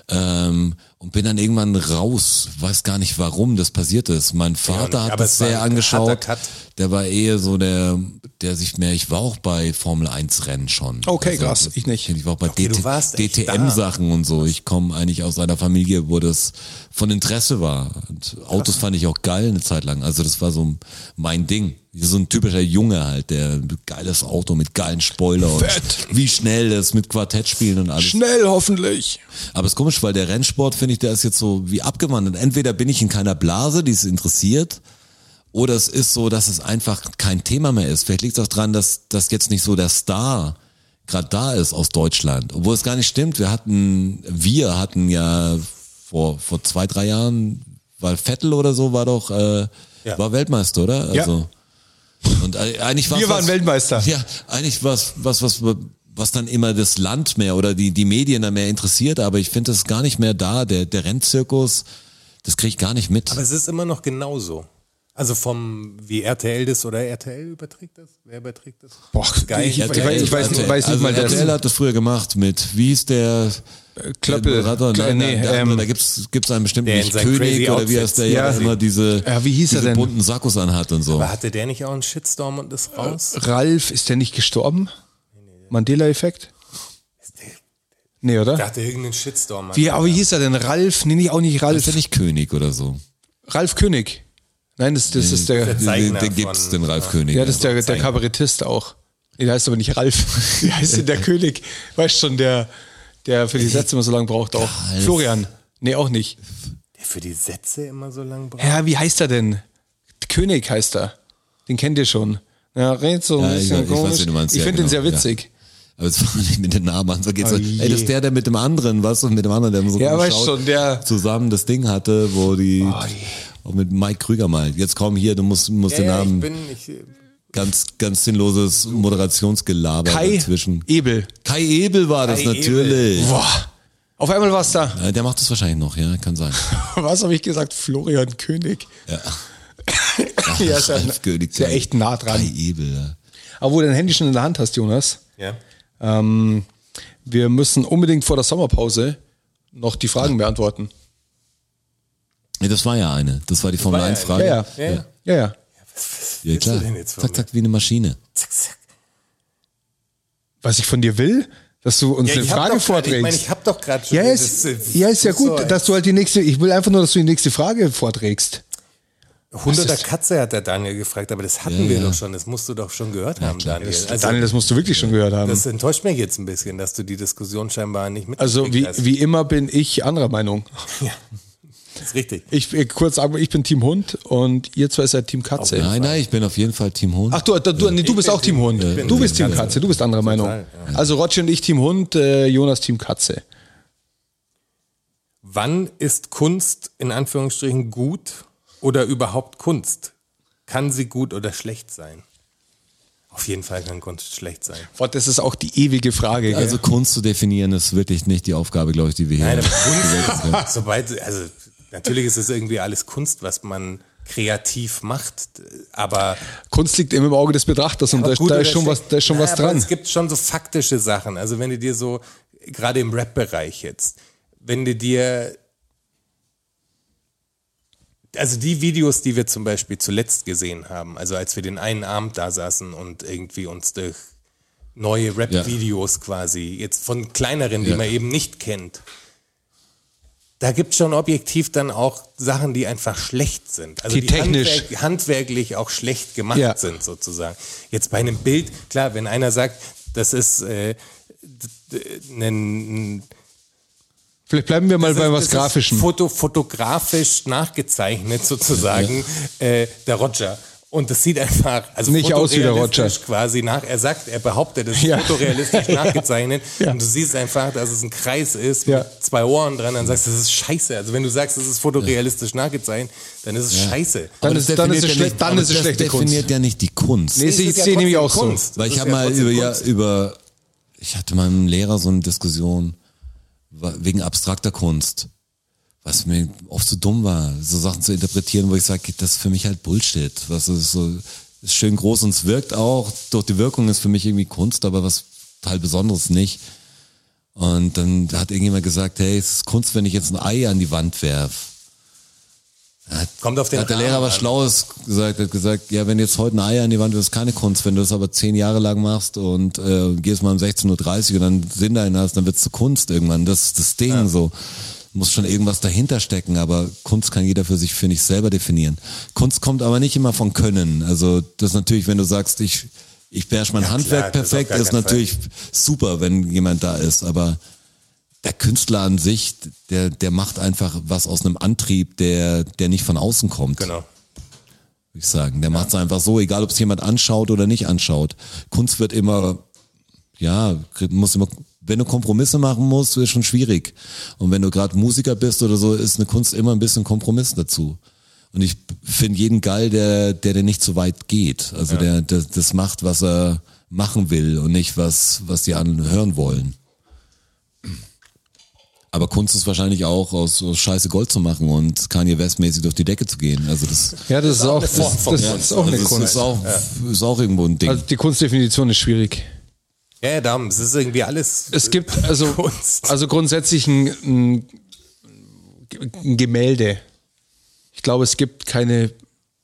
Speaker 2: Ähm, und bin dann irgendwann raus, weiß gar nicht warum das passiert ist. Mein Vater
Speaker 4: nicht,
Speaker 2: hat
Speaker 4: aber
Speaker 2: das
Speaker 4: es war
Speaker 2: sehr
Speaker 4: ein harter
Speaker 2: angeschaut.
Speaker 4: Cut.
Speaker 2: Der war eher so der, der sich mehr, ich war auch bei Formel 1 Rennen schon. Also
Speaker 3: Okay, krass, ich nicht.
Speaker 2: Ich war auch bei
Speaker 4: du
Speaker 2: DT
Speaker 4: warst echt
Speaker 2: DTM Sachen und so. Ich komme eigentlich aus einer Familie, wo das von Interesse war. Und Autos fand ich auch geil eine Zeit lang. Also das war so mein Ding. So ein typischer Junge halt, der geiles Auto mit geilen Spoiler
Speaker 3: Fett.
Speaker 2: und wie schnell das mit Quartett spielen und alles.
Speaker 3: Schnell hoffentlich.
Speaker 2: Aber es ist komisch, weil der Rennsport, finde ich, der ist jetzt so wie abgewandert. Entweder bin ich in keiner Blase, die es interessiert, oder es ist so, dass es einfach kein Thema mehr ist. Vielleicht liegt es auch daran, dass, dass jetzt nicht so der Star gerade da ist aus Deutschland. Obwohl es gar nicht stimmt. Wir hatten, wir hatten ja vor, vor zwei, drei Jahren, weil Vettel oder so war doch, äh,
Speaker 4: Ja.
Speaker 2: war Weltmeister, oder?
Speaker 3: Ja.
Speaker 2: Also, und äh, eigentlich war
Speaker 3: Wir waren Weltmeister.
Speaker 2: ja, eigentlich was, was, was, was dann immer das Land mehr oder die, die Medien dann mehr interessiert, aber ich finde das gar nicht mehr da. Der, der Rennzirkus, das kriege ich gar nicht mit.
Speaker 4: Aber es ist immer noch genauso. Also vom, wie RTL das oder RTL überträgt das? Wer überträgt das?
Speaker 3: Boah,
Speaker 4: Geil.
Speaker 3: Ich, ich, weiß- ich weiß,
Speaker 2: RTL.
Speaker 3: ich weiß nicht
Speaker 2: also
Speaker 3: mal, wer
Speaker 2: RTL hat das früher gemacht mit, wie ist der
Speaker 3: Klöppel.
Speaker 2: Äh, der Moderator?
Speaker 3: Klö-
Speaker 2: Nein,
Speaker 3: nee,
Speaker 2: nein, der andere,
Speaker 3: ähm,
Speaker 2: da gibt's gibt's einen bestimmten
Speaker 4: der in
Speaker 2: nicht
Speaker 4: seinen
Speaker 2: König
Speaker 4: crazy
Speaker 2: oder wie heißt der ja,
Speaker 3: Outfits.
Speaker 2: der immer diese,
Speaker 3: Ja, wie hieß er
Speaker 2: diese
Speaker 3: denn?
Speaker 2: bunten Sakkos anhat und so.
Speaker 4: Aber hatte der nicht auch einen Shitstorm und ist raus?
Speaker 3: Ralf, ist der nicht gestorben? Mandela-Effekt? Nee,
Speaker 4: Der
Speaker 3: oder?
Speaker 4: hatte irgendeinen Shitstorm. Mann.
Speaker 3: Wie, aber wie hieß er denn? Ralf? Nee, nicht, auch nicht
Speaker 2: Ist der
Speaker 3: Ralf.
Speaker 2: nicht König oder so?
Speaker 3: Ralf König. Nein, das, das ist der,
Speaker 4: Der Zeichner
Speaker 2: Den, den gibt's,
Speaker 4: von-
Speaker 2: den Ralf König.
Speaker 3: ja, das ist der, der Kabarettist auch. Nee, der heißt aber nicht Ralf. Wie heißt denn <laughs> der König? Weißt schon, der, der für die Sätze immer so lange braucht auch. Florian. Nee, auch nicht.
Speaker 4: Der für die Sätze immer so lang braucht.
Speaker 3: Ja, wie heißt er denn? König heißt er. Den kennt ihr schon. Ja, redet so ein
Speaker 2: Ja, ich weiß-
Speaker 3: bisschen
Speaker 2: ich weiß,
Speaker 3: komisch.
Speaker 2: wen du meinst,
Speaker 3: ich
Speaker 2: ja,
Speaker 3: finde den
Speaker 2: genau,
Speaker 3: sehr witzig.
Speaker 2: Aber es war nicht mit den Namen an. So geht's
Speaker 3: Oh
Speaker 2: so, ey, das
Speaker 3: je.
Speaker 2: ist der, der mit dem anderen, was? Und mit dem anderen, der so
Speaker 3: Ja,
Speaker 2: geschaut,
Speaker 3: weißt schon, der-
Speaker 2: zusammen das Ding hatte, wo die. auch mit Mike Krüger mal. Jetzt komm hier, du musst, musst den
Speaker 4: ich
Speaker 2: Namen.
Speaker 4: bin, ich, äh,
Speaker 2: Ganz, ganz sinnloses Moderationsgelaber
Speaker 3: Kai
Speaker 2: dazwischen.
Speaker 3: Ebel.
Speaker 2: Kai Ebel war das
Speaker 4: Kai
Speaker 2: natürlich.
Speaker 3: Boah. Auf einmal war es da.
Speaker 2: Äh, Der macht das wahrscheinlich noch, ja, kann sein.
Speaker 3: <laughs> Was habe ich gesagt? Florian König.
Speaker 2: Ja.
Speaker 3: Ja, ist ja,
Speaker 2: Ralf König,
Speaker 3: ist ja
Speaker 2: Kai-
Speaker 3: echt nah
Speaker 2: Kai
Speaker 3: dran.
Speaker 2: Ebel, ja.
Speaker 3: Aber wo du dein Handy schon in der Hand hast, Jonas,
Speaker 4: ja.
Speaker 3: ähm, wir müssen unbedingt vor der Sommerpause noch die Fragen beantworten.
Speaker 2: Nee, Das war ja eine. Das war die Formel
Speaker 4: war ja
Speaker 2: 1
Speaker 3: Ja,
Speaker 2: Frage.
Speaker 3: ja.
Speaker 4: Ja, ja.
Speaker 3: Ja, ja.
Speaker 2: ja
Speaker 4: willst du
Speaker 2: klar.
Speaker 4: denn jetzt von
Speaker 2: Zack,
Speaker 4: mir?
Speaker 2: zack, wie eine Maschine.
Speaker 4: Zack, zack.
Speaker 3: Was ich von dir will, dass du uns
Speaker 4: Ja,
Speaker 3: eine
Speaker 4: ich hab
Speaker 3: Frage
Speaker 4: doch grad- Ich meine,
Speaker 3: vorträgst.
Speaker 4: ich habe doch gerade schon. äh,
Speaker 3: Ja,
Speaker 4: das
Speaker 3: ist,
Speaker 4: ist-
Speaker 3: ja, ist ja gut,
Speaker 4: so,
Speaker 3: dass du halt die nächste, ich will einfach nur, dass du die nächste Frage vorträgst.
Speaker 4: Hunderter
Speaker 3: das ist-
Speaker 4: Katze hat der Daniel gefragt, aber das hatten wir doch schon. Das musst du doch schon gehört haben, Daniel. Also,
Speaker 3: Daniel, das musst du wirklich schon gehört haben.
Speaker 4: das enttäuscht mich jetzt ein bisschen, dass du die Diskussion scheinbar nicht mit.
Speaker 3: Also wie, wie immer bin ich anderer Meinung.
Speaker 4: Ja, das ist richtig.
Speaker 3: Ich äh, kurz sagen, ich bin Team Hund und ihr zwei seid Team Katze.
Speaker 2: Oh Nein, nein, ich bin auf jeden Fall Team Hohn.
Speaker 3: Ach du, du, du, nee, du bist auch Team Hund.
Speaker 4: bin
Speaker 3: Du bist
Speaker 4: Team
Speaker 3: Team Katze, du bist anderer Meinung. Also Rotschi und ich Team Hund, äh, Jonas Team Katze.
Speaker 4: Wann ist Kunst in Anführungsstrichen gut oder überhaupt Kunst? Kann sie gut oder schlecht sein? Auf jeden Fall kann Kunst schlecht sein.
Speaker 3: Boah, das ist auch die ewige Frage. Gell?
Speaker 2: Also Kunst zu definieren ist wirklich nicht die Aufgabe, glaube ich, die wir hier
Speaker 4: Nein,
Speaker 2: haben.
Speaker 3: <laughs>
Speaker 4: aber Kunst, sobald, also natürlich ist es irgendwie alles Kunst, was man kreativ macht, aber
Speaker 3: Kunst liegt immer im Auge des Betrachters und da,
Speaker 4: gut
Speaker 3: da
Speaker 4: oder
Speaker 3: ist schon
Speaker 4: schlecht.
Speaker 3: was, da ist schon
Speaker 4: Naja,
Speaker 3: was
Speaker 4: aber
Speaker 3: dran.
Speaker 4: Es gibt schon so faktische Sachen. Also wenn du dir so, gerade im Rap-Bereich jetzt, wenn du dir, also die Videos, die wir zum Beispiel zuletzt gesehen haben, also als wir den einen Abend da saßen und irgendwie uns durch neue Rap-Videos quasi, jetzt von kleineren, die
Speaker 2: Ja.
Speaker 4: man eben nicht kennt, da gibt es schon objektiv dann auch Sachen, die einfach schlecht sind. Also
Speaker 3: Die technisch.
Speaker 4: handwerk- handwerklich auch schlecht gemacht
Speaker 3: Ja.
Speaker 4: sind sozusagen. Jetzt bei einem Bild, klar, wenn einer sagt, das ist äh, d- d- ein
Speaker 3: Vielleicht bleiben wir mal
Speaker 4: das
Speaker 3: bei
Speaker 4: ist-
Speaker 3: was
Speaker 4: das
Speaker 3: Grafischem.
Speaker 4: Ist foto, fotografisch nachgezeichnet sozusagen äh, der Roger. Und das sieht einfach, also
Speaker 3: Nicht aus wie der
Speaker 4: fotorealistisch
Speaker 3: Roger.
Speaker 4: quasi nach, er sagt, er behauptet, es ist
Speaker 3: Ja. <laughs>
Speaker 4: fotorealistisch nachgezeichnet.
Speaker 3: Ja.
Speaker 4: Und du siehst einfach, dass es ein Kreis ist
Speaker 3: Ja.
Speaker 4: mit zwei Ohren dran, dann sagst du, das ist scheiße. Also wenn du sagst, es ist fotorealistisch nachgezeichnet, dann ist es scheiße.
Speaker 3: Dann
Speaker 2: Aber
Speaker 3: ist-
Speaker 2: das
Speaker 3: dann ist
Speaker 2: definiert
Speaker 3: es
Speaker 2: ja
Speaker 3: schlecht-
Speaker 2: nicht-
Speaker 3: dann
Speaker 2: aber
Speaker 3: ist es
Speaker 2: das
Speaker 3: schlechte Kunst.
Speaker 2: definiert ja nicht die Kunst.
Speaker 3: Nee,
Speaker 4: Das
Speaker 3: ich
Speaker 4: ist ja
Speaker 3: sehe nämlich auch
Speaker 4: trotzdem
Speaker 3: so.
Speaker 4: Kunst.
Speaker 2: Weil
Speaker 4: Das
Speaker 2: ich
Speaker 4: ist
Speaker 2: habe
Speaker 4: ja
Speaker 2: mal
Speaker 4: trotzdem
Speaker 2: über, ja,
Speaker 4: Kunst.
Speaker 2: über, ich hatte mal mit einem Lehrer so eine Diskussion wa- wegen abstrakter Kunst, was mir oft zu so dumm war, so Sachen zu interpretieren, wo ich sage, das ist für mich halt Bullshit. Was ist so, ist schön groß und es wirkt auch, durch die Wirkung ist für mich irgendwie Kunst, aber was total Besonderes halt nicht. Und dann hat irgendjemand gesagt, hey, es ist Kunst, wenn ich jetzt ein Ei an die Wand werf. Hat,
Speaker 4: Kommt auf den
Speaker 2: hat der
Speaker 4: Rahmen
Speaker 2: Lehrer was
Speaker 4: an.
Speaker 2: Schlaues gesagt, hat gesagt, ja, wenn jetzt heute ein Ei an die Wand wirft, ist keine Kunst. Wenn du das aber zehn Jahre lang machst und äh, gehst mal um 16.30 Uhr und dann Sinn dahin hast, dann wird's zu Kunst irgendwann. Das ist das Ding so. Muss schon irgendwas dahinter stecken, aber Kunst kann jeder für sich, finde ich, selber definieren. Kunst kommt aber nicht immer von Können. Also das ist natürlich, wenn du sagst, ich, ich beherrsche mein
Speaker 4: Ja,
Speaker 2: Handwerk
Speaker 4: klar, das auf
Speaker 2: perfekt,
Speaker 4: gar
Speaker 2: ist
Speaker 4: keinen Fall.
Speaker 2: natürlich super, wenn jemand da ist, aber der Künstler an sich, der, der macht einfach was aus einem Antrieb, der, der nicht von außen kommt, würde
Speaker 4: Genau.
Speaker 2: ich sagen. Der macht's einfach so, egal ob es jemand anschaut oder nicht anschaut. Kunst wird immer, ja, muss immer, wenn du Kompromisse machen musst, ist schon schwierig. Und wenn du gerade Musiker bist oder so, ist eine Kunst immer ein bisschen Kompromiss dazu. Und ich finde jeden geil, der, der dir nicht zu weit geht. Also der, der das macht, was er machen will und nicht was, was die anderen hören wollen. Aber Kunst ist wahrscheinlich auch aus, aus Scheiße Gold zu machen und Kanye West-mäßig durch die Decke zu gehen. Also das,
Speaker 3: Ja, das ist auch, das,
Speaker 4: Form von
Speaker 3: das
Speaker 4: Kunst.
Speaker 3: ist auch eine
Speaker 2: also das
Speaker 3: Kunst.
Speaker 2: ist auch, ist auch irgendwo ein Ding.
Speaker 3: Also die Kunstdefinition ist schwierig.
Speaker 4: Ja, ja, darum, es ist irgendwie alles.
Speaker 3: Es gibt also,
Speaker 4: <laughs> Kunst.
Speaker 3: also grundsätzlich ein, ein, ein Gemälde. Ich glaube, es gibt keine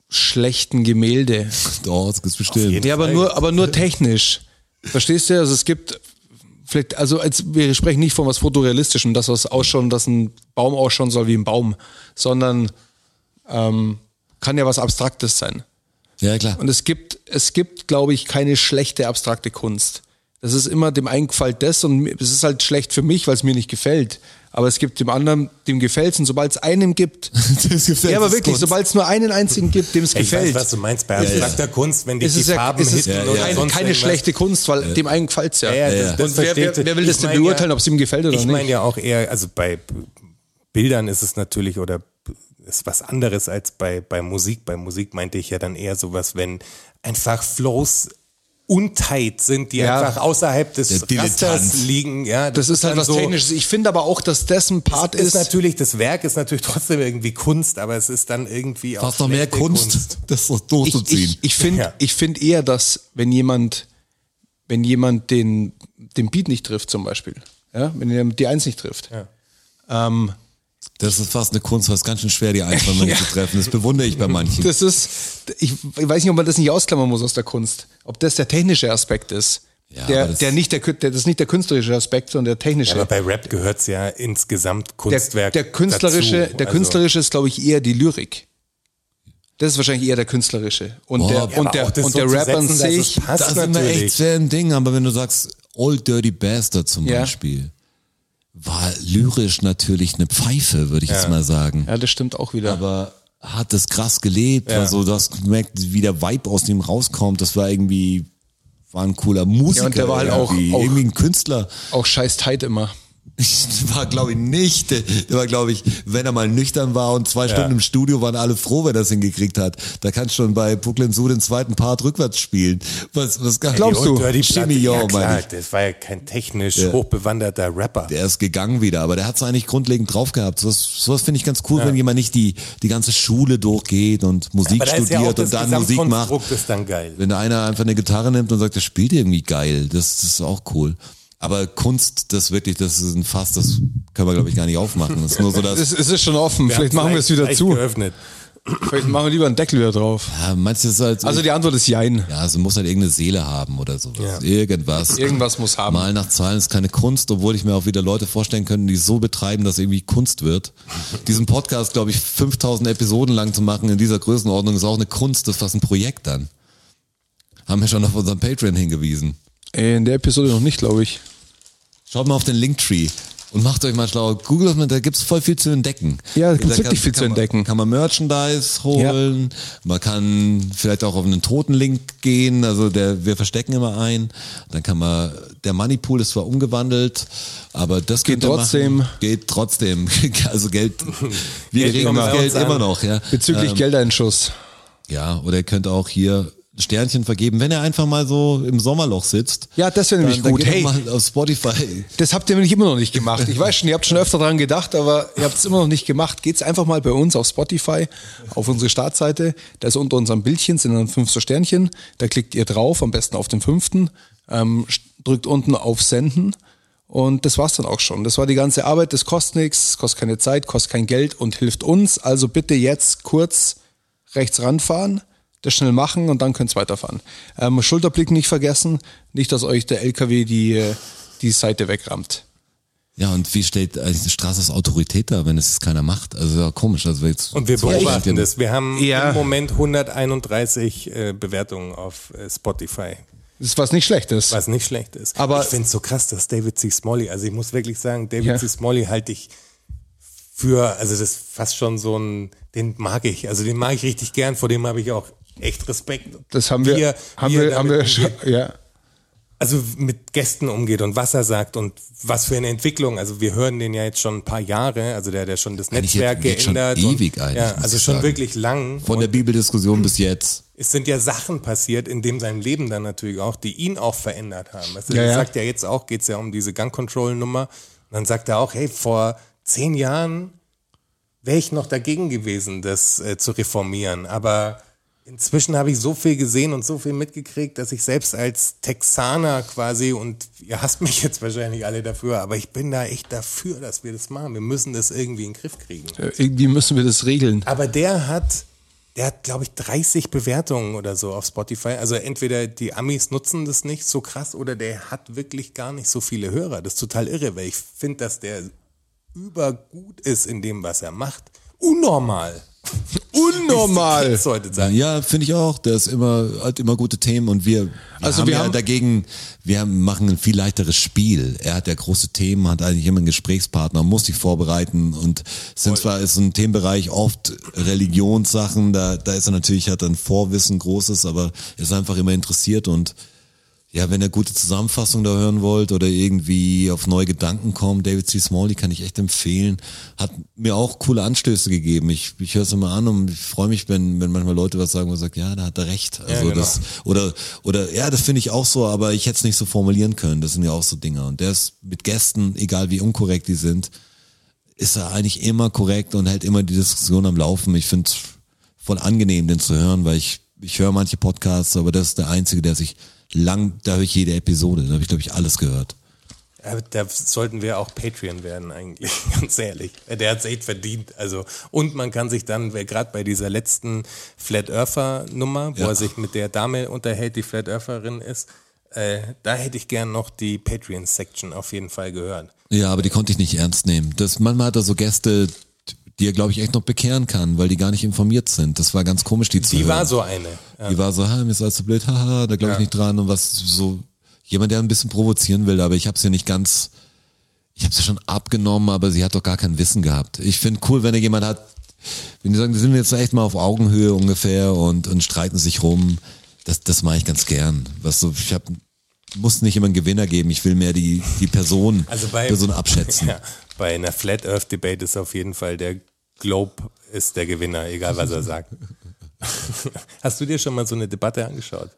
Speaker 3: schlechten Gemälde.
Speaker 2: oh, das gibt's bestimmt.
Speaker 3: Ja, aber nur, aber nur technisch. Verstehst du? Also es gibt vielleicht, also als, wir sprechen nicht von was Fotorealistischem, dass was ausschauen, dass ein Baum ausschauen soll wie ein Baum, sondern ähm, kann ja was Abstraktes sein.
Speaker 2: Ja, klar.
Speaker 3: Und es gibt, es gibt, glaube ich, keine schlechte abstrakte Kunst. Das ist immer dem einen gefällt das und mir- es ist halt schlecht für mich, weil es mir nicht gefällt. Aber es gibt dem anderen, dem gefällt es und sobald es einem gibt,
Speaker 2: <laughs> Das gefällt
Speaker 3: ja, aber
Speaker 2: uns
Speaker 3: wirklich,
Speaker 2: Kunst.
Speaker 3: sobald es nur einen einzigen gibt, dem es
Speaker 4: ich weiß,
Speaker 3: gefällt,
Speaker 4: was du meinst bei abstrakter Kunst, wenn dich
Speaker 3: ist
Speaker 4: die
Speaker 3: es ja
Speaker 4: Farben
Speaker 3: ist es
Speaker 4: hitten
Speaker 2: Ja,
Speaker 4: oder
Speaker 2: ja.
Speaker 3: keine,
Speaker 4: sonst
Speaker 3: keine
Speaker 4: irgendwas.
Speaker 3: schlechte Kunst, weil dem einen gefällt es ja.
Speaker 4: Ja, ja, das- das
Speaker 3: Und wer, wer,
Speaker 4: versteht-
Speaker 3: wer will
Speaker 4: ich
Speaker 3: das denn
Speaker 4: meine ja-
Speaker 3: beurteilen, ob es ihm gefällt oder
Speaker 4: Ich
Speaker 3: nicht?
Speaker 4: meine ja auch eher, also bei B- Bildern ist es natürlich oder b- ist was anderes als bei, bei Musik. Bei Musik meinte ich ja dann eher sowas, wenn einfach Flows untight sind, die
Speaker 3: Ja.
Speaker 4: einfach außerhalb des
Speaker 2: Der
Speaker 4: Rasters
Speaker 2: Dilettant.
Speaker 4: liegen. Ja,
Speaker 3: das ist halt
Speaker 4: dann
Speaker 3: was Technisches. Ich finde aber auch, dass dessen Part
Speaker 4: Ist,
Speaker 3: ist.
Speaker 4: natürlich, das Werk ist natürlich trotzdem irgendwie Kunst, aber es ist dann irgendwie auch.
Speaker 2: Fast noch mehr
Speaker 4: schlechte
Speaker 2: Kunst, <laughs> das so
Speaker 3: ich
Speaker 2: durchzuziehen.
Speaker 3: ich, ich finde
Speaker 4: Ja.
Speaker 3: ich find eher, dass wenn jemand, wenn jemand den, den Beat nicht trifft, zum Beispiel, ja? wenn er die Eins nicht trifft, ähm,
Speaker 2: das ist fast eine Kunst, was ganz schön schwer, die
Speaker 3: <laughs>
Speaker 2: Einzelnen zu treffen. Das bewundere ich bei manchen.
Speaker 3: das ist, ich weiß nicht, ob man das nicht ausklammern muss aus der Kunst. Ob das der technische Aspekt ist.
Speaker 2: Ja,
Speaker 3: der,
Speaker 2: aber das-
Speaker 3: der nicht der, Kün- der, das ist nicht der künstlerische Aspekt, sondern der technische.
Speaker 4: Aber bei Rap gehört es ja insgesamt
Speaker 3: der,
Speaker 4: Kunstwerk.
Speaker 3: der künstlerische,
Speaker 4: dazu.
Speaker 3: der
Speaker 4: Also-
Speaker 3: künstlerische ist, glaube ich, eher die Lyrik. Das ist wahrscheinlich eher der künstlerische. Und
Speaker 2: Boah,
Speaker 3: der,
Speaker 2: ja,
Speaker 4: aber
Speaker 3: und
Speaker 4: auch
Speaker 3: der,
Speaker 4: das
Speaker 3: und
Speaker 4: so
Speaker 3: der
Speaker 4: zu
Speaker 3: Rap an
Speaker 4: setzen, dass es
Speaker 3: sich.
Speaker 4: passt
Speaker 2: Das ist immer
Speaker 4: natürlich.
Speaker 2: echt schwer ein Ding, aber wenn du sagst, Old Dirty Bastard zum
Speaker 3: Ja.
Speaker 2: Beispiel, war lyrisch natürlich eine Pfeife, würde ich jetzt mal sagen.
Speaker 3: Ja, das stimmt auch wieder.
Speaker 2: Aber hat das krass gelebt.
Speaker 4: Ja.
Speaker 2: Also du hast gemerkt, wie der Vibe aus dem rauskommt. Das war irgendwie, war ein cooler Musiker.
Speaker 3: Ja, und der war halt auch-
Speaker 2: irgendwie,
Speaker 3: auch-
Speaker 2: irgendwie ein Künstler. <laughs>
Speaker 3: auch scheiß tight immer.
Speaker 2: Ich war, glaube ich, nicht. Der war, glaube ich, wenn er mal nüchtern war und zwei Stunden im Studio, waren alle froh, wenn er es hingekriegt hat. Da kannst du schon bei Brooklyn Zoo den zweiten Part rückwärts spielen. Was, was
Speaker 4: Die Old Dirty Platte,
Speaker 2: Jimmy
Speaker 4: ja,
Speaker 2: Yo,
Speaker 4: klar,
Speaker 2: meine ich.
Speaker 4: das war ja kein technisch
Speaker 2: Ja.
Speaker 4: hochbewanderter Rapper.
Speaker 2: Der ist gegangen wieder, aber der hat es eigentlich grundlegend drauf gehabt. Sowas, sowas finde ich ganz cool, wenn jemand nicht die, die ganze Schule durchgeht und Musik
Speaker 4: Aber da ist ja auch
Speaker 2: studiert
Speaker 4: das
Speaker 2: und dann Musik macht.
Speaker 4: Gesamtkonstrukt ist dann geil.
Speaker 2: Wenn einer einfach eine Gitarre nimmt und sagt, das spielt irgendwie geil, das, das ist auch cool. Aber Kunst, das wirklich, das ist ein Fass, das können wir, glaube ich, gar nicht aufmachen. Das ist nur so,
Speaker 4: <laughs>
Speaker 2: dass
Speaker 3: Es, es ist schon offen. Vielleicht
Speaker 4: Ja,
Speaker 3: machen wir es wieder
Speaker 4: gleich
Speaker 3: zu.
Speaker 4: Geöffnet.
Speaker 3: Vielleicht machen wir lieber einen Deckel wieder drauf.
Speaker 2: Ja, meinst du, das ist halt,
Speaker 3: Also die Antwort ist Jein.
Speaker 2: ja, also muss halt irgendeine Seele haben oder sowas.
Speaker 4: Ja.
Speaker 2: Irgendwas.
Speaker 3: Irgendwas muss haben.
Speaker 2: Mal nach Zahlen ist keine Kunst, obwohl ich mir auch wieder Leute vorstellen könnte, die es so betreiben, dass irgendwie Kunst wird. Diesen Podcast, glaube ich, 5000 Episoden lang zu machen in dieser Größenordnung ist auch eine Kunst, das ist fast ein Projekt dann. Haben wir schon auf unseren Patreon hingewiesen.
Speaker 3: In der Episode noch nicht, glaube ich.
Speaker 2: Schaut mal auf den Linktree und macht euch mal schlau. Google, mal, da gibt's voll viel zu entdecken.
Speaker 3: Ja, da gibt's
Speaker 2: Da
Speaker 3: wirklich
Speaker 2: kann-
Speaker 3: viel
Speaker 2: kann
Speaker 3: zu
Speaker 2: man-
Speaker 3: entdecken.
Speaker 2: Kann man Merchandise holen, man kann vielleicht auch auf einen toten Link gehen, also der, wir verstecken immer einen. Dann kann man, der Moneypool ist zwar umgewandelt, aber das
Speaker 3: Geht
Speaker 2: könnt ihr
Speaker 3: trotzdem.
Speaker 2: Machen. Geht trotzdem. <laughs> Also Geld, wir
Speaker 4: Geld
Speaker 2: kriegen
Speaker 4: kommt
Speaker 2: das
Speaker 4: bei
Speaker 2: Geld
Speaker 4: uns an.
Speaker 2: immer noch, ja.
Speaker 3: Bezüglich Geldeinschuss.
Speaker 2: Ja, oder ihr könnt auch hier Sternchen vergeben, wenn ihr einfach mal so im Sommerloch sitzt.
Speaker 3: Ja, das wäre
Speaker 2: dann-
Speaker 3: nämlich
Speaker 2: dann
Speaker 3: gut.
Speaker 2: geht doch
Speaker 3: Hey.
Speaker 2: mal auf Spotify.
Speaker 3: Das habt ihr nämlich immer noch nicht gemacht. Ich weiß schon, ihr habt schon öfter dran gedacht, aber ihr habt es immer noch nicht gemacht. Geht's einfach mal bei uns auf Spotify, auf unsere Startseite. Da ist unter unserem Bildchen sind dann fünf so Sternchen. Da klickt ihr drauf, am besten auf den fünften, ähm, st- drückt unten auf Senden Und das war's dann auch schon. Das war die ganze Arbeit, das kostet nichts, kostet keine Zeit, kostet kein Geld und hilft uns. Also bitte jetzt kurz rechts ranfahren, das schnell machen und dann könnt's weiterfahren. Ähm, Schulterblick nicht vergessen, nicht, dass euch der LKW die, äh, die Seite wegrammt.
Speaker 2: Ja, und wie stellt eigentlich die Straße als Autorität da, wenn es keiner macht? Also ja, komisch. Also jetzt,
Speaker 4: Und wir
Speaker 2: zwei
Speaker 4: beobachten
Speaker 2: Stunden-
Speaker 4: das. Wir haben
Speaker 3: Ja.
Speaker 4: im Moment 131 äh, Bewertungen auf äh, Spotify,
Speaker 3: Das ist was nicht Schlechtes.
Speaker 4: was nicht schlecht ist.
Speaker 3: Aber-
Speaker 4: ich finde es so krass, dass David C. Smalley, also ich muss wirklich sagen, David
Speaker 3: Ja.
Speaker 4: C. Smalley halte ich für, also das ist fast schon so ein, den mag ich, also den mag ich richtig gern, vor dem habe ich auch echt Respekt.
Speaker 3: Das haben wir,
Speaker 4: Wie er-
Speaker 3: haben
Speaker 4: wie er
Speaker 3: wir, haben wir
Speaker 4: damit
Speaker 3: schon, ja.
Speaker 4: also mit Gästen umgeht und was er sagt und was für eine Entwicklung. Also wir hören den ja jetzt schon ein paar Jahre, also der hat ja schon das
Speaker 2: Eigentlich jetzt-
Speaker 4: Netzwerk
Speaker 2: geht schon
Speaker 4: geändert.
Speaker 2: ewig
Speaker 4: und,
Speaker 2: eigentlich,
Speaker 4: ja,
Speaker 2: muss
Speaker 4: also
Speaker 2: ich
Speaker 4: schon
Speaker 2: sagen.
Speaker 4: wirklich lang.
Speaker 2: Von der Bibeldiskussion bis jetzt.
Speaker 4: Es sind ja Sachen passiert in dem seinem Leben dann natürlich auch, die ihn auch verändert haben. Also
Speaker 3: Ja,
Speaker 4: er
Speaker 3: ja.
Speaker 4: sagt ja jetzt auch, geht's ja um diese Gun Control Nummer. Und dann sagt er auch, hey, vor zehn Jahren wäre ich noch dagegen gewesen, das äh, zu reformieren. Aber inzwischen habe ich so viel gesehen und so viel mitgekriegt, dass ich selbst als Texaner quasi, und ihr hasst mich jetzt wahrscheinlich alle dafür, aber ich bin da echt dafür, dass wir das machen. Wir müssen das irgendwie in den Griff kriegen.
Speaker 3: äh, Irgendwie müssen wir das regeln.
Speaker 4: Aber der hat, der hat, glaube ich, 30 Bewertungen oder so auf Spotify. Also entweder die Amis nutzen das nicht so krass oder der hat wirklich gar nicht so viele Hörer. Das ist total irre, weil ich finde, dass der übergut ist in dem, was er macht. <laughs> Unnormal. Wie
Speaker 3: Unnormal.
Speaker 4: es die Kids heute sagen.
Speaker 2: Ja, finde ich auch. Der ist immer, hat immer gute Themen und wir, wir
Speaker 3: Also
Speaker 2: haben
Speaker 3: wir
Speaker 2: ja
Speaker 3: haben-
Speaker 2: dagegen, wir haben- machen ein viel leichteres Spiel. Er hat ja große Themen, hat eigentlich immer einen Gesprächspartner, muss sich vorbereiten und sind zwar ist so ein Themenbereich oft Religionssachen, da, da ist er natürlich, hat er ein Vorwissen großes, aber ist einfach immer interessiert und ja, wenn ihr gute Zusammenfassung da hören wollt oder irgendwie auf neue Gedanken kommt, David C. Smalley kann ich echt empfehlen. Hat mir auch coole Anstöße gegeben. Ich, ich höre es immer an und ich freue mich, wenn, wenn manchmal Leute was sagen und sagt, ja, da hat er recht. Also
Speaker 4: genau.
Speaker 2: das oder oder ja, das finde ich auch so, aber ich hätte es nicht so formulieren können. Das sind ja auch so Dinge. Und der ist mit Gästen, egal wie unkorrekt die sind, ist er eigentlich immer korrekt und hält immer die Diskussion am Laufen. Ich finde es voll angenehm, den zu hören, weil ich, ich höre manche Podcasts, aber das ist der einzige, der sich lang, da höre ich jede Episode, da habe ich, glaube ich, alles gehört.
Speaker 4: Aber Da sollten wir auch Patreon werden, eigentlich, <laughs> ganz ehrlich. Der hat's echt verdient. Also, und man kann sich dann, wer gerade bei dieser letzten Flat Earther-Nummer, wo
Speaker 2: Ja.
Speaker 4: er sich mit der Dame unterhält, die Flat Eartherin ist, äh, da hätte ich gern noch die Patreon-Section auf jeden Fall gehört.
Speaker 2: Ja, aber die konnte ich nicht ernst nehmen. Das, manchmal hat er so Gäste, die er, glaube ich, echt noch bekehren kann, weil die gar nicht informiert sind. Das war ganz komisch, die zu
Speaker 4: Die
Speaker 2: hören.
Speaker 4: war so eine. <laughs> Ja.
Speaker 2: Die war so, ha, mir ist alles so blöd, haha, da glaube ich
Speaker 4: Ja.
Speaker 2: nicht dran und was so. Jemand, der ein bisschen provozieren will, aber ich habe es ja nicht ganz, ich habe es ja schon abgenommen, aber sie hat doch gar kein Wissen gehabt. Ich finde cool, wenn er jemand hat, wenn die sagen, sind wir jetzt echt mal auf Augenhöhe ungefähr und, und streiten sich rum, das, das mache ich ganz gern. Was so, ich hab, muss nicht immer einen Gewinner geben, ich will mehr die, die Person,
Speaker 4: Also bei,
Speaker 2: Person abschätzen.
Speaker 4: Ja, bei einer Flat Earth Debate ist auf jeden Fall der Globe ist der Gewinner, egal was er sagt. <laughs> Hast du dir schon mal so eine Debatte angeschaut?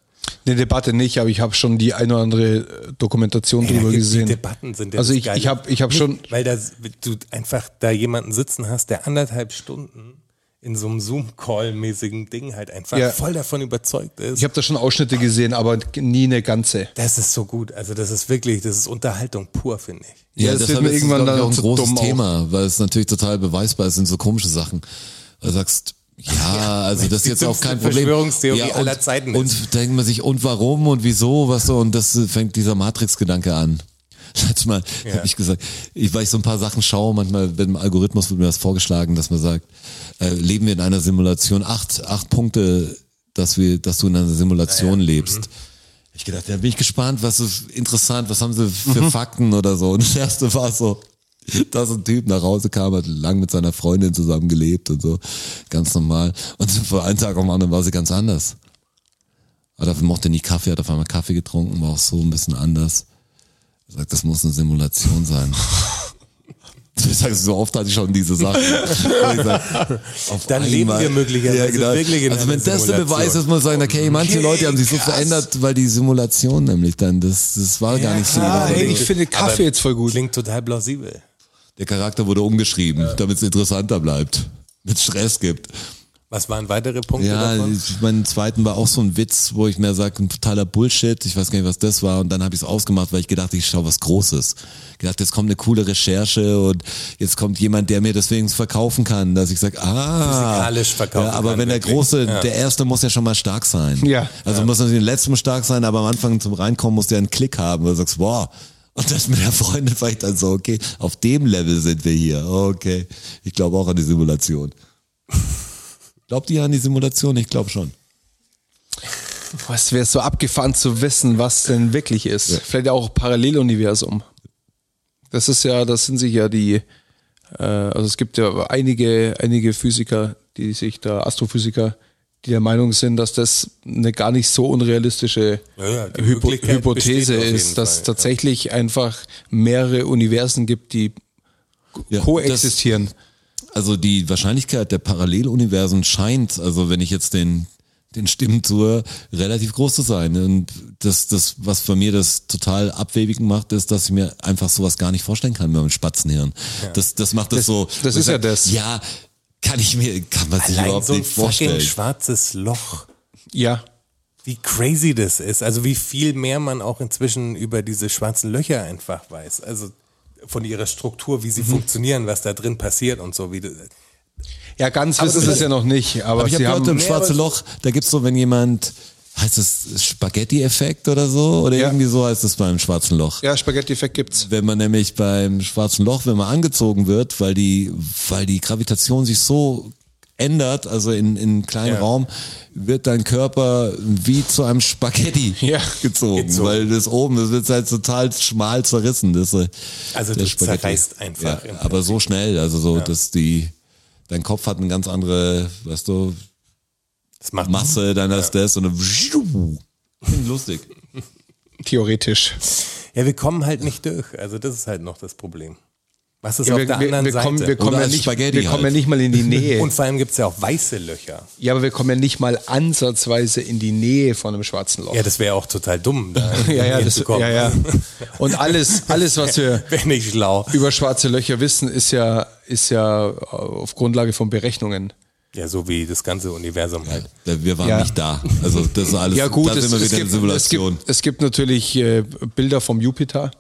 Speaker 3: Eine Debatte nicht, aber ich habe schon die ein oder andere äh, Dokumentation
Speaker 4: Ey, da
Speaker 3: drüber
Speaker 4: gibt's
Speaker 3: gesehen.
Speaker 4: Die Debatten sind ja
Speaker 3: also
Speaker 4: das
Speaker 3: ich,
Speaker 4: Geile.
Speaker 3: ich habe ich hab schon,
Speaker 4: Weil da, du einfach da jemanden sitzen hast, der anderthalb Stunden in so einem Zoom-Call-mäßigen Ding halt einfach
Speaker 3: Ja.
Speaker 4: voll davon überzeugt ist.
Speaker 3: ich habe da schon Ausschnitte gesehen, aber nie eine ganze.
Speaker 4: das ist so gut. Also das ist wirklich, das ist Unterhaltung pur, finde ich.
Speaker 3: Ja, das wird mir
Speaker 2: ist es,
Speaker 3: irgendwann
Speaker 2: glaub ich,
Speaker 3: dann
Speaker 2: auch ein
Speaker 3: zu
Speaker 2: großes
Speaker 3: dumm auch.
Speaker 2: Thema, weil es natürlich total beweisbar ist, sind so komische Sachen. Du sagst, ja, also das ist
Speaker 4: die
Speaker 2: jetzt auch
Speaker 4: dümmste
Speaker 2: kein Problem.
Speaker 4: Verschwörungstheorie
Speaker 2: ja, und,
Speaker 4: aller Zeiten
Speaker 2: Und da denkt man sich, und warum und wieso, was so, und das äh, fängt dieser Matrix-Gedanke an. <laughs> Letztes Mal
Speaker 4: Ja.
Speaker 2: habe ich gesagt, ich, weil ich so ein paar Sachen schaue, manchmal wenn im Algorithmus wird mir das vorgeschlagen, dass man sagt, äh, leben wir in einer Simulation, acht, acht Punkte, dass wir, dass du in einer Simulation lebst. Ich gedacht, ja, bin ich gespannt, was ist interessant, was haben sie für Fakten oder so. Und das erste war so, dass ein Typ nach Hause kam, hat lang mit seiner Freundin zusammen gelebt und so, ganz normal. Und von einem Tag auf den anderen war sie ganz anders. Aber dafür mochte er nie Kaffee, hat auf einmal Kaffee getrunken, war auch so ein bisschen anders. Er sagt, das muss eine Simulation sein. Ich sag, so oft hatte ich schon diese Sachen. Und <laughs> ich sag, auf
Speaker 4: Dann leben wir möglicherweise wirklich in
Speaker 2: Also
Speaker 4: einer
Speaker 2: wenn das der
Speaker 4: Simulation.
Speaker 2: Beweis ist, muss man sagen, okay, manche
Speaker 4: Okay,
Speaker 2: Leute haben sich so
Speaker 4: krass.
Speaker 2: verändert, weil die Simulation nämlich dann, das, das war gar nicht so.
Speaker 3: klar,
Speaker 2: überlegt.
Speaker 3: ey, ich finde Kaffee
Speaker 4: Aber
Speaker 3: jetzt voll gut.
Speaker 4: Klingt total plausibel.
Speaker 2: <laughs> Der Charakter wurde umgeschrieben, damit es interessanter bleibt, damit es Stress gibt.
Speaker 4: Was waren weitere Punkte
Speaker 2: Ja,
Speaker 4: davon?
Speaker 2: ich, meinen zweiten war auch so ein Witz, wo ich mir sage, ein totaler Bullshit, ich weiß gar nicht, was das war. Und dann habe ich es ausgemacht, weil ich gedacht, ich schaue was Großes. Gedacht, jetzt kommt eine coole Recherche und jetzt kommt jemand, der mir deswegen verkaufen kann, dass ich sage, ah.
Speaker 4: Physikalisch verkaufen
Speaker 2: Ja, aber
Speaker 4: kann,
Speaker 2: wenn der
Speaker 4: wirklich.
Speaker 2: Große,
Speaker 4: Ja.
Speaker 2: der Erste muss ja schon mal stark sein.
Speaker 3: Ja.
Speaker 2: Also muss natürlich den Letzten stark sein, aber am Anfang zum Reinkommen muss der einen Klick haben, wo du sagst, wow. Und das mit der Freundin war ich dann so, okay, auf dem Level sind wir hier. Okay. Ich glaube auch an die Simulation. Glaubt ihr an die Simulation? Ich glaube schon.
Speaker 3: Was wäre so abgefahren zu wissen, was denn wirklich ist? Vielleicht auch Paralleluniversum. Das ist ja, das sind sich ja die, äh, also es gibt ja einige, einige Physiker, die sich da, Astrophysiker, die der Meinung sind, dass das eine gar nicht so unrealistische
Speaker 4: Ja, ja, die
Speaker 3: Hypo
Speaker 4: Möglichkeit
Speaker 3: Hypothese
Speaker 4: besteht auf jeden
Speaker 3: ist, dass
Speaker 4: Fall, ja.
Speaker 3: tatsächlich einfach mehrere Universen gibt, die
Speaker 2: Ja, das,
Speaker 3: koexistieren.
Speaker 2: also die Wahrscheinlichkeit der Paralleluniversen scheint, also wenn ich jetzt den den Stimmen tue, relativ groß zu sein. Und das, das, was bei mir das total abwegig macht, ist, dass ich mir einfach sowas gar nicht vorstellen kann mit meinem Spatzenhirn. Das, das macht das, so.
Speaker 3: das
Speaker 2: wo ich
Speaker 3: ist ja
Speaker 2: sag,
Speaker 3: das.
Speaker 2: Ja, kann ich mir, kann man sich
Speaker 4: Allein
Speaker 2: überhaupt
Speaker 4: so ein
Speaker 2: nicht
Speaker 4: fucking
Speaker 2: vorstellen.
Speaker 4: schwarzes Loch.
Speaker 3: ja.
Speaker 4: Wie crazy das ist. Also wie viel mehr man auch inzwischen über diese schwarzen Löcher einfach weiß. Also von ihrer Struktur, wie
Speaker 2: Mhm.
Speaker 4: sie funktionieren, was da drin passiert und so. Wie du, also
Speaker 3: Ja, ganz wissen sie es ja noch nicht, aber,
Speaker 2: Aber ich
Speaker 3: sie
Speaker 2: habe
Speaker 3: haben
Speaker 2: gehört, im schwarze Loch, da gibt's so, wenn jemand, heißt das Spaghetti-Effekt oder so? Oder
Speaker 3: Ja.
Speaker 2: irgendwie so heißt es beim schwarzen Loch.
Speaker 3: ja, Spaghetti-Effekt gibt's.
Speaker 2: Wenn man nämlich beim schwarzen Loch, wenn man angezogen wird, weil die, weil die Gravitation sich so ändert, also in, in einem kleinen
Speaker 4: Ja.
Speaker 2: Raum, wird dein Körper wie zu einem Spaghetti
Speaker 3: <laughs> Ja.
Speaker 2: gezogen,
Speaker 4: Gezogen.
Speaker 2: Weil das oben, das wird halt total schmal zerrissen. Das, äh,
Speaker 4: Also
Speaker 2: der
Speaker 4: du
Speaker 2: Spaghetti.
Speaker 4: zerreißt einfach im
Speaker 2: Ja, aber so schnell, also so, dass die, dein Kopf hat eine ganz andere, weißt du,
Speaker 4: das macht
Speaker 2: Masse, dann hast du das und dann <laughs> lustig.
Speaker 3: Theoretisch.
Speaker 4: Ja, wir kommen halt nicht durch. Also das ist halt noch das Problem. Was ist
Speaker 3: Ja,
Speaker 4: auf
Speaker 3: wir,
Speaker 4: der
Speaker 3: wir,
Speaker 4: anderen
Speaker 3: wir,
Speaker 4: Seite?
Speaker 3: kommen, wir, kommen, eh.
Speaker 2: Oder
Speaker 3: ja
Speaker 2: als
Speaker 3: nicht,
Speaker 2: Spaghetti
Speaker 3: wir kommen
Speaker 2: halt.
Speaker 3: ja nicht mal
Speaker 2: <laughs>
Speaker 3: in die Nähe.
Speaker 4: und vor allem gibt's ja auch weiße Löcher.
Speaker 3: ja, aber wir kommen ja nicht mal ansatzweise in die Nähe von einem schwarzen Loch.
Speaker 4: Ja, das wäre auch total dumm, da
Speaker 3: <laughs> ja, ja, das,
Speaker 4: hinzukommen.
Speaker 3: ja, ja. Und alles, alles,
Speaker 4: <laughs>
Speaker 3: was wir
Speaker 4: Wäre nicht schlau.
Speaker 3: über schwarze Löcher wissen, ist ja, ist ja äh, auf Grundlage von Berechnungen.
Speaker 4: Ja, so wie das ganze Universum halt.
Speaker 2: Wir waren
Speaker 3: Ja.
Speaker 2: nicht da. Also das ist alles,
Speaker 3: Ja gut,
Speaker 2: da sind
Speaker 3: es,
Speaker 2: wir
Speaker 3: es,
Speaker 2: wieder in
Speaker 3: gibt, es,
Speaker 2: Simulation.
Speaker 3: gibt, es gibt natürlich äh, Bilder vom Jupiter.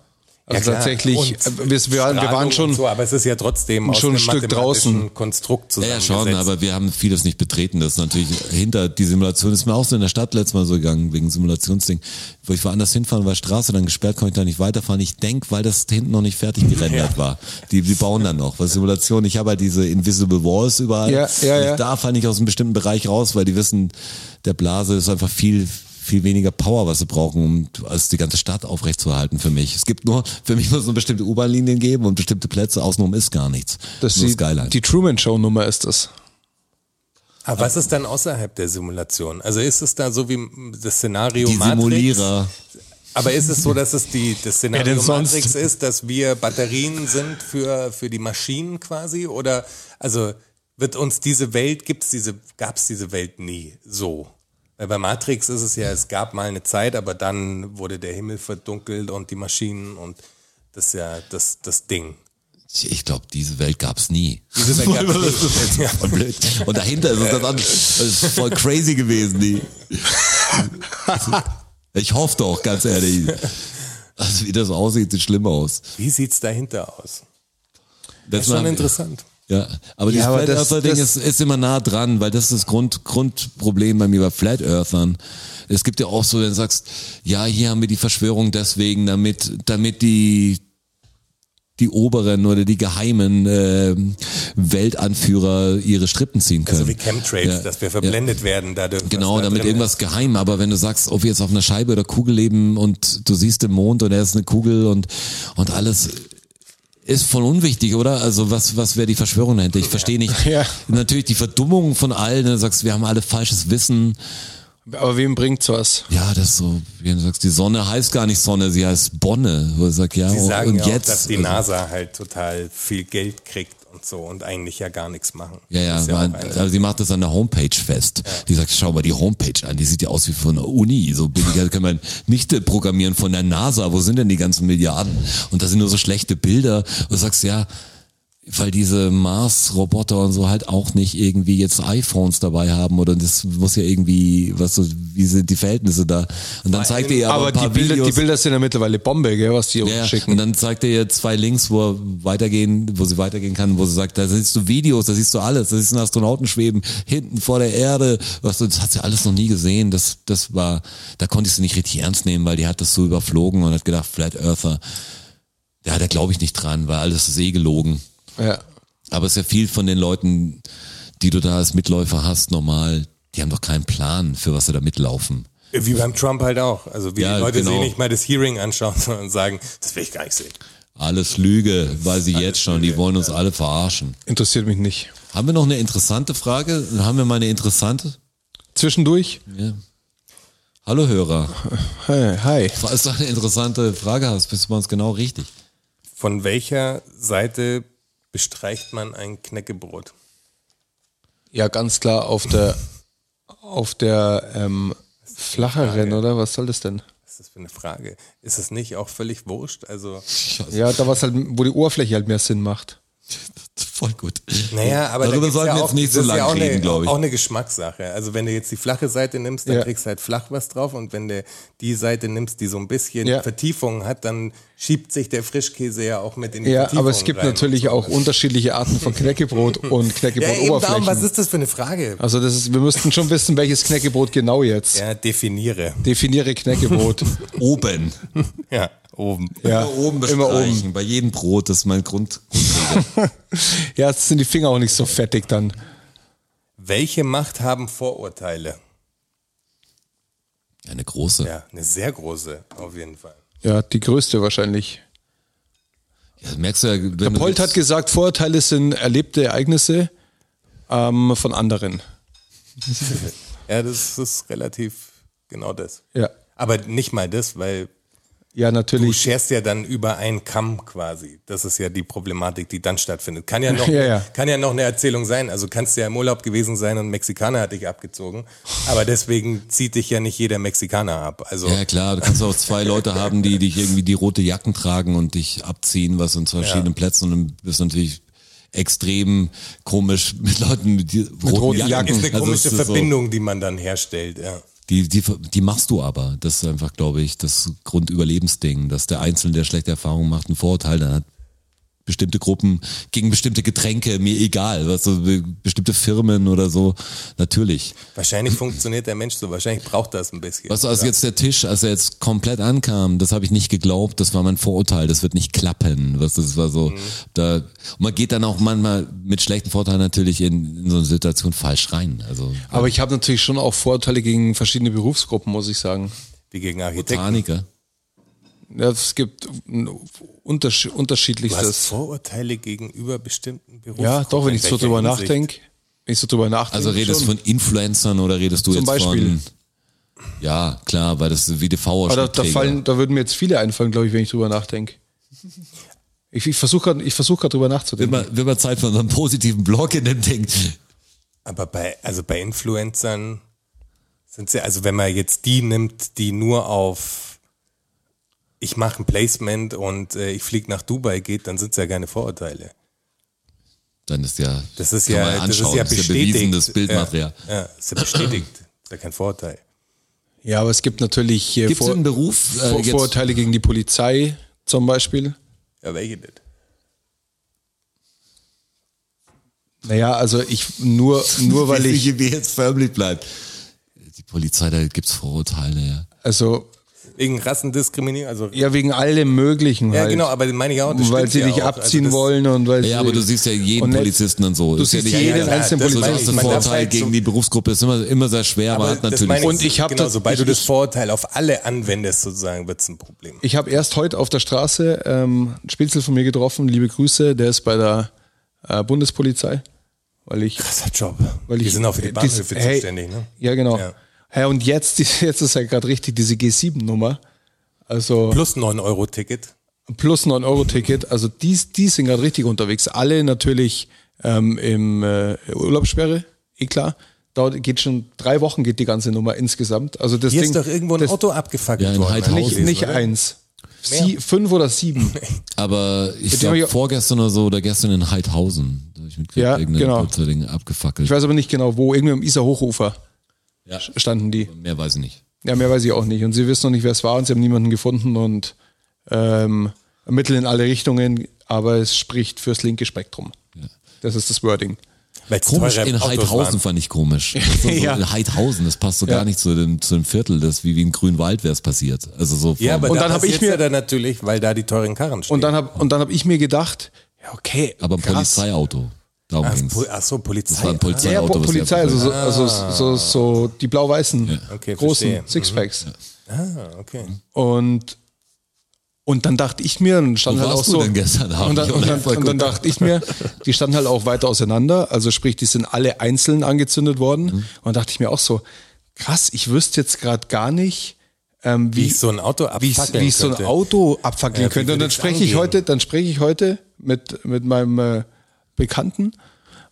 Speaker 4: Ja,
Speaker 3: Also
Speaker 4: klar.
Speaker 3: tatsächlich,
Speaker 4: Und
Speaker 3: äh, wir, wir, waren- wir
Speaker 4: Strahlung
Speaker 3: waren
Speaker 4: und
Speaker 3: schon,
Speaker 4: So, aber es ist ja trotzdem aus
Speaker 3: schon ein
Speaker 4: einem
Speaker 3: Stück
Speaker 4: mathematischen
Speaker 3: draußen.
Speaker 4: Konstrukt
Speaker 2: Ja, ja,
Speaker 4: zusammengesetzt.
Speaker 2: schon, aber wir haben vieles nicht betreten. Das ist natürlich hinter die Simulation. Ist mir auch so in der Stadt letztes Mal so gegangen, wegen Simulationsding. Wo ich woanders hinfahren, war Straße dann gesperrt, konnte ich da nicht weiterfahren. Ich denk, weil das hinten noch nicht fertig gerendert war. Die, die bauen dann noch. Was Simulation, ich habe halt diese Invisible Walls überall.
Speaker 3: Ja, ja, ja.
Speaker 2: Ich darf halt nicht aus einem bestimmten Bereich raus, weil die wissen, der Blase ist einfach viel viel weniger Power, was sie brauchen, um als die ganze Stadt aufrechtzuerhalten für mich. Es gibt nur, für mich muss es nur bestimmte U-Bahn-Linien geben und bestimmte Plätze, außenrum ist gar nichts.
Speaker 3: dass
Speaker 2: nur
Speaker 3: die,
Speaker 2: Skyline.
Speaker 3: die Truman Show Nummer ist das.
Speaker 4: Aber was ist dann außerhalb der Simulation? Also ist es da so wie das Szenario
Speaker 2: die
Speaker 4: Matrix?
Speaker 2: Simulierer.
Speaker 4: Aber ist es so, dass es die, das
Speaker 3: Wer
Speaker 4: Szenario
Speaker 3: denn sonst?
Speaker 4: Matrix ist, dass wir Batterien sind für, für die Maschinen quasi? Oder also wird uns diese Welt, gibt's diese, gab's diese Welt nie so? Weil bei Matrix ist es ja, es gab mal eine Zeit, aber dann wurde der Himmel verdunkelt und die Maschinen und das ist ja das, das Ding.
Speaker 2: Ich, ich glaube, diese Welt gab's nie.
Speaker 4: Diese Welt gab's nie. <laughs> Ja.
Speaker 2: Und, blöd. und dahinter ist es das andere. Das ist voll crazy gewesen, die. Ich hoffe doch, ganz ehrlich. Also wie das aussieht, sieht schlimm aus.
Speaker 4: Wie sieht's dahinter aus?
Speaker 2: Das
Speaker 4: Das ist schon interessant.
Speaker 2: Ja, aber dieses
Speaker 3: aber
Speaker 2: Flat
Speaker 3: das-
Speaker 2: Earther Ding
Speaker 3: das-
Speaker 2: ist, ist immer nah dran, weil das ist das Grund, Grundproblem bei mir bei Flat Earthern. Es gibt ja auch so, wenn du sagst, ja, hier haben wir die Verschwörung deswegen, damit, damit die die oberen oder die geheimen äh, Weltanführer ihre Strippen ziehen können.
Speaker 4: Also wie Chemtrails,
Speaker 2: Ja,
Speaker 4: dass wir verblendet werden dadurch. was
Speaker 2: Genau,
Speaker 4: da
Speaker 2: damit
Speaker 4: drin
Speaker 2: irgendwas
Speaker 4: ist.
Speaker 2: geheim, aber wenn du sagst, ob wir jetzt auf einer Scheibe oder Kugel leben und du siehst den Mond und er ist eine Kugel und, und alles ist voll unwichtig, oder? Also was, was wäre die Verschwörung dahinter? Ich verstehe
Speaker 4: <laughs>
Speaker 2: nicht.
Speaker 3: Ja.
Speaker 2: Natürlich die Verdummung von allen, wenn du sagst, wir haben alle falsches Wissen.
Speaker 3: Aber wem bringt's was?
Speaker 2: Ja, das ist so, wie du sagst, die Sonne heißt gar nicht Sonne, sie heißt Bonne. Wo ich sag, ja,
Speaker 4: Sie sagen
Speaker 2: und
Speaker 4: ja auch,
Speaker 2: jetzt.
Speaker 4: dass die
Speaker 2: also-
Speaker 4: NASA halt total viel Geld kriegt und so und eigentlich ja gar nichts machen.
Speaker 2: Ja, ja,
Speaker 4: Ist auch
Speaker 2: man,
Speaker 4: ein-
Speaker 2: also sie macht das an der Homepage fest. Die sagt, schau mal die Homepage an, die sieht ja aus wie von der Uni. So billiger kann man nicht äh, programmieren von der NASA. Wo sind denn die ganzen Milliarden? Und da sind nur so schlechte Bilder. Und du sagst, ja, weil diese Mars-Roboter und so halt auch nicht irgendwie jetzt iPhones dabei haben oder das muss ja irgendwie, was so, wie sind die Verhältnisse da? Und dann zeigt er ihr aber,
Speaker 3: Aber
Speaker 2: ein paar
Speaker 3: die Bilder,
Speaker 2: Videos.
Speaker 3: die Bilder sind ja mittlerweile Bombe, gell, was die uns
Speaker 2: Ja,
Speaker 3: schicken.
Speaker 2: und dann zeigt er ihr zwei Links, wo er weitergehen, wo sie weitergehen kann, wo sie sagt, da siehst du Videos, da siehst du alles, da siehst du einen Astronauten schweben, hinten vor der Erde, was du, das hat sie alles noch nie gesehen, das, das war, da konnte ich sie nicht richtig ernst nehmen, weil die hat das so überflogen und hat gedacht, Flat Earther, ja, da glaube ich nicht dran, weil alles ist eh gelogen.
Speaker 3: ja.
Speaker 2: Aber es ist ja viel von den Leuten, die du da als Mitläufer hast, normal, die haben doch keinen Plan, für was sie da mitlaufen.
Speaker 4: Wie beim Trump halt auch. Also wie
Speaker 2: Ja,
Speaker 4: die Leute
Speaker 2: genau.
Speaker 4: sich nicht mal das Hearing anschauen, <laughs> sondern sagen, das will ich gar nicht sehen.
Speaker 2: Alles Lüge, weil sie jetzt schon, die wollen uns alle verarschen.
Speaker 3: Interessiert mich nicht.
Speaker 2: Haben wir noch eine interessante Frage? Haben wir mal eine interessante?
Speaker 3: Zwischendurch?
Speaker 2: Ja. Hallo Hörer,
Speaker 3: Hi. hi.
Speaker 2: falls du eine interessante Frage hast, bist du bei uns genau richtig.
Speaker 4: Von welcher Seite bestreicht man ein Knäckebrot?
Speaker 3: Ja, ganz klar auf der, auf der ähm, flacheren, oder? Was soll das denn?
Speaker 4: Was ist das für eine Frage? Ist es nicht auch völlig wurscht? Also,
Speaker 3: Ja, da was halt, wo die Oberfläche halt mehr Sinn macht.
Speaker 2: Voll gut.
Speaker 4: naja, aber da
Speaker 2: darüber
Speaker 4: gibt's
Speaker 2: sollten
Speaker 4: ja
Speaker 2: wir
Speaker 4: auch,
Speaker 2: jetzt nicht so
Speaker 4: das ist
Speaker 2: lange
Speaker 4: ja auch
Speaker 2: reden,
Speaker 4: eine,
Speaker 2: glaube ich.
Speaker 4: Auch eine Geschmackssache. Also wenn du jetzt die flache Seite nimmst, dann
Speaker 3: Ja.
Speaker 4: kriegst du halt flach was drauf und wenn du die Seite nimmst, die so ein bisschen
Speaker 3: Ja.
Speaker 4: Vertiefung hat, dann schiebt sich der Frischkäse ja auch mit in die
Speaker 3: Ja,
Speaker 4: Vertiefung
Speaker 3: aber es gibt
Speaker 4: rein.
Speaker 3: natürlich auch unterschiedliche Arten <laughs> von Knäckebrot und
Speaker 4: ja, eben darum, was
Speaker 3: Knäckebrot-Oberflächen.
Speaker 4: ist das für eine Frage?
Speaker 3: also das ist, wir müssten schon wissen, welches Knäckebrot genau jetzt.
Speaker 4: Ja, definiere.
Speaker 3: Definiere <laughs> Knäckebrot.
Speaker 2: Oben.
Speaker 4: Ja, oben.
Speaker 3: ja,
Speaker 2: Immer oben
Speaker 3: immer
Speaker 2: bestreichen.
Speaker 3: oben.
Speaker 2: Bei jedem Brot, das ist mein Grund.
Speaker 3: Ja, jetzt sind die Finger auch nicht so fettig dann.
Speaker 4: Welche Macht haben Vorurteile?
Speaker 2: Eine große.
Speaker 4: Ja, eine sehr große, auf jeden Fall. <laughs>
Speaker 3: Ja, die größte wahrscheinlich.
Speaker 2: Ja, merkst du ja, wenn du
Speaker 3: Polt
Speaker 2: jetzt-
Speaker 3: hat gesagt, Vorurteile sind erlebte Ereignisse ähm, von anderen.
Speaker 4: Ja, das ist relativ genau das.
Speaker 3: Ja,
Speaker 4: Aber nicht mal das, weil
Speaker 3: ja
Speaker 4: du
Speaker 3: natürlich.
Speaker 4: scherst ja dann über einen Kamm quasi. Das ist ja die Problematik, die dann stattfindet.
Speaker 3: <laughs>
Speaker 4: Kann ja noch,
Speaker 3: Ja, ja.
Speaker 4: Kann ja noch eine Erzählung sein. Also kannst du ja im Urlaub gewesen sein und ein Mexikaner hat dich abgezogen. Aber deswegen zieht dich ja nicht jeder Mexikaner ab. Also
Speaker 2: Ja klar, du kannst auch zwei Leute haben, die dich irgendwie die rote Jacken tragen und dich abziehen, was in verschiedenen Plätzen und dann bist du natürlich extrem komisch mit Leuten mit, die- roten,
Speaker 3: roten Jacken.
Speaker 2: Jacken.
Speaker 4: ist eine
Speaker 2: Also
Speaker 4: komische
Speaker 2: es ist so-
Speaker 4: Verbindung, die man dann herstellt. Ja.
Speaker 2: Die, die, die machst du aber. Das ist einfach, glaube ich, das Grundüberlebensding, dass der Einzelne, der schlechte Erfahrungen macht, einen Vorurteil dann hat. Bestimmte Gruppen gegen bestimmte Getränke, mir egal, was so be- bestimmte Firmen oder so, natürlich.
Speaker 4: Wahrscheinlich funktioniert der Mensch so. Wahrscheinlich braucht das ein bisschen.
Speaker 2: Weißt du, als jetzt der Tisch, als er jetzt komplett ankam, das habe ich nicht geglaubt, das war mein Vorurteil, das wird nicht klappen. Was das war
Speaker 3: Mhm.
Speaker 2: so, da und man geht dann auch manchmal mit schlechten Vorteilen natürlich in, in so eine Situation falsch rein. Also
Speaker 3: Aber ich habe natürlich schon auch Vorurteile gegen verschiedene Berufsgruppen, muss ich sagen.
Speaker 4: Wie gegen Architekten.
Speaker 2: Botaniker.
Speaker 3: Ja, es gibt ein untersch
Speaker 4: Du hast
Speaker 3: unterschiedlichstes.
Speaker 4: Vorurteile gegenüber bestimmten Berufen.
Speaker 3: Ja, doch, wenn ich so drüber nachdenke. Wenn ich so drüber nachdenke.
Speaker 2: Also redest du
Speaker 3: schon.
Speaker 2: von Influencern oder redest du
Speaker 3: Zum
Speaker 2: jetzt
Speaker 3: Beispiel.
Speaker 2: von Ja, klar, weil das ist wie dv
Speaker 3: Aber da, da, fallen, da würden mir jetzt viele einfallen, glaube ich, wenn ich drüber nachdenke. Ich, ich versuche gerade versuch grad drüber nachzudenken.
Speaker 2: Immer, immer Zeit für unseren positiven Blog in dem Ding.
Speaker 4: Aber bei, also bei Influencern sind sie, also wenn man jetzt die nimmt, die nur auf ich mache ein Placement und äh, ich fliege nach Dubai geht, dann sind es ja keine Vorurteile.
Speaker 2: Dann ist ja,
Speaker 4: Das ist
Speaker 2: kann
Speaker 4: ja,
Speaker 2: man
Speaker 4: das ist
Speaker 2: anschauen,
Speaker 4: ja
Speaker 2: das ist
Speaker 4: bestätigt.
Speaker 2: ja bewiesenes Bildmaterial.
Speaker 4: Ja, ja, ist ja bestätigt. ist ja kein Vorurteil.
Speaker 3: Ja, aber es gibt natürlich äh,
Speaker 2: Gibt es
Speaker 3: Vor
Speaker 2: einen Beruf? Äh,
Speaker 3: Vor
Speaker 2: jetzt-
Speaker 3: Vorurteile gegen die Polizei zum Beispiel.
Speaker 4: Ja, welche denn?
Speaker 3: Naja, also ich nur, nur weil ich,
Speaker 2: wie jetzt förmlich bleibt. Die Polizei, da gibt's Vorurteile, ja.
Speaker 3: also
Speaker 4: Wegen Rassendiskriminierung, also ja,
Speaker 3: ja wegen allem Möglichen halt.
Speaker 4: genau, aber den meine ich auch. das
Speaker 3: weil
Speaker 4: stimmt
Speaker 3: sie
Speaker 4: ja
Speaker 3: dich
Speaker 4: auch.
Speaker 3: abziehen
Speaker 4: also das-
Speaker 3: wollen und weil sie,
Speaker 2: Ja, aber du siehst ja jeden
Speaker 3: Und nicht-
Speaker 2: Polizisten und so.
Speaker 3: Du
Speaker 2: Ist ja
Speaker 3: siehst
Speaker 2: nicht
Speaker 3: jeden
Speaker 2: jeder-
Speaker 4: ja,
Speaker 3: einzelnen
Speaker 4: das
Speaker 2: Also du
Speaker 4: meine
Speaker 3: Polizisten.
Speaker 4: ich.
Speaker 2: hast einen
Speaker 4: Man darf
Speaker 2: Vorurteil
Speaker 4: halt so-
Speaker 2: gegen die Berufsgruppe, ist immer, immer sehr schwer, man hat
Speaker 4: Das meine
Speaker 2: natürlich.
Speaker 4: ich,
Speaker 3: Und ich hab
Speaker 4: genau,
Speaker 3: das-
Speaker 4: sobald du
Speaker 3: ich-
Speaker 4: das Vorurteil auf alle anwendest, sozusagen, wird es ein Problem.
Speaker 3: Ich habe erst heute auf der Straße ähm, einen Spitzel von mir getroffen, liebe Grüße, der ist bei der äh, Bundespolizei, weil ich
Speaker 4: Krasser Job.
Speaker 3: weil
Speaker 4: Die
Speaker 3: ich,
Speaker 4: sind auch für die
Speaker 3: äh,
Speaker 4: Bahnhöfe
Speaker 3: hey,
Speaker 4: zuständig, ne?
Speaker 3: Ja, genau.
Speaker 4: Ja.
Speaker 3: Ja, und jetzt, die- <laughs> jetzt ist ja gerade richtig diese G7-Nummer. Also
Speaker 4: Plus 9-Euro-Ticket.
Speaker 3: plus 9-Euro-Ticket. Also die, die sind gerade richtig unterwegs. Alle natürlich ähm, im äh, Urlaubssperre, eh klar. Dauert, geht schon drei Wochen geht die ganze Nummer insgesamt. Also das
Speaker 4: Hier
Speaker 3: Ding
Speaker 4: ist doch irgendwo ein
Speaker 3: das,
Speaker 4: Auto abgefuckt
Speaker 2: Ja, in
Speaker 4: worden.
Speaker 2: Heidhausen.
Speaker 4: Nicht,
Speaker 3: nicht, nicht
Speaker 4: oder?
Speaker 3: eins. Sie, fünf oder sieben.
Speaker 2: Aber ich
Speaker 3: dem hab
Speaker 2: glaube,
Speaker 3: ich auch-
Speaker 2: vorgestern oder so oder gestern in Heidhausen. Da hab ich mitgekriegt,
Speaker 3: Ja,
Speaker 2: irgendein
Speaker 3: genau.
Speaker 2: Kurzding abgefackelt.
Speaker 3: Ich weiß aber nicht genau wo. Irgendwo im Isar Hochufer
Speaker 2: ja,
Speaker 3: standen die.
Speaker 2: mehr weiß ich nicht.
Speaker 3: Ja, mehr weiß ich auch nicht. Und sie wissen noch nicht, wer es war und sie haben niemanden gefunden und ähm, ermitteln in alle Richtungen, aber es spricht fürs linke Spektrum. Das ist das Wording.
Speaker 4: Weil's
Speaker 2: Komisch,
Speaker 4: teure
Speaker 2: in
Speaker 4: Autos
Speaker 2: Heidhausen
Speaker 4: waren.
Speaker 2: fand ich
Speaker 4: <laughs>
Speaker 2: komisch. So, so
Speaker 3: Ja.
Speaker 2: In Heidhausen, das passt so
Speaker 3: Ja.
Speaker 2: gar nicht zu dem, zu dem Viertel, das wie, wie in Grünwald wäre es passiert. Also so
Speaker 4: Ja,
Speaker 2: vom-
Speaker 4: aber
Speaker 3: Und
Speaker 4: da
Speaker 3: dann hab ich
Speaker 4: passiert's
Speaker 3: mir-
Speaker 4: ja dann natürlich, weil da die teuren Karren stehen.
Speaker 3: Und dann habe und dann hab ich mir gedacht, ja, okay.
Speaker 2: aber ein
Speaker 3: krass.
Speaker 2: Polizeiauto. Darum
Speaker 4: Ach,
Speaker 2: ging's.
Speaker 4: Pol- Ach so, Polizei.
Speaker 2: Das war ein
Speaker 3: Ja, ja,
Speaker 2: Polizeiauto.
Speaker 3: Po-
Speaker 2: was die
Speaker 3: Polizei, also, so, also so, so die blau-weißen
Speaker 4: Okay, verstehe.
Speaker 3: großen
Speaker 4: Mhm.
Speaker 3: Sixpacks.
Speaker 4: Ah, okay.
Speaker 3: Und, und dann dachte ich mir, und stand
Speaker 2: Wo
Speaker 3: halt auch
Speaker 2: warst du
Speaker 3: so.
Speaker 2: denn gestern Abend?
Speaker 3: und dann, und, dann, und dann dachte ich mir, die standen halt auch weiter auseinander. Also sprich, die sind alle einzeln angezündet worden.
Speaker 2: Mhm.
Speaker 3: Und dann dachte ich mir auch so, krass, ich wüsste jetzt gerade gar nicht, ähm,
Speaker 4: Wie
Speaker 3: wie,
Speaker 4: ich so ein Auto
Speaker 3: wie, ich,
Speaker 4: abfackeln
Speaker 3: wie ich so ein
Speaker 4: könnte.
Speaker 3: Auto abfackeln
Speaker 4: Ja, wie
Speaker 3: könnte. Und
Speaker 4: würde
Speaker 3: dann
Speaker 4: ich's
Speaker 3: spreche ich
Speaker 4: angehen?
Speaker 3: heute, dann spreche ich heute mit, mit meinem äh, Bekannten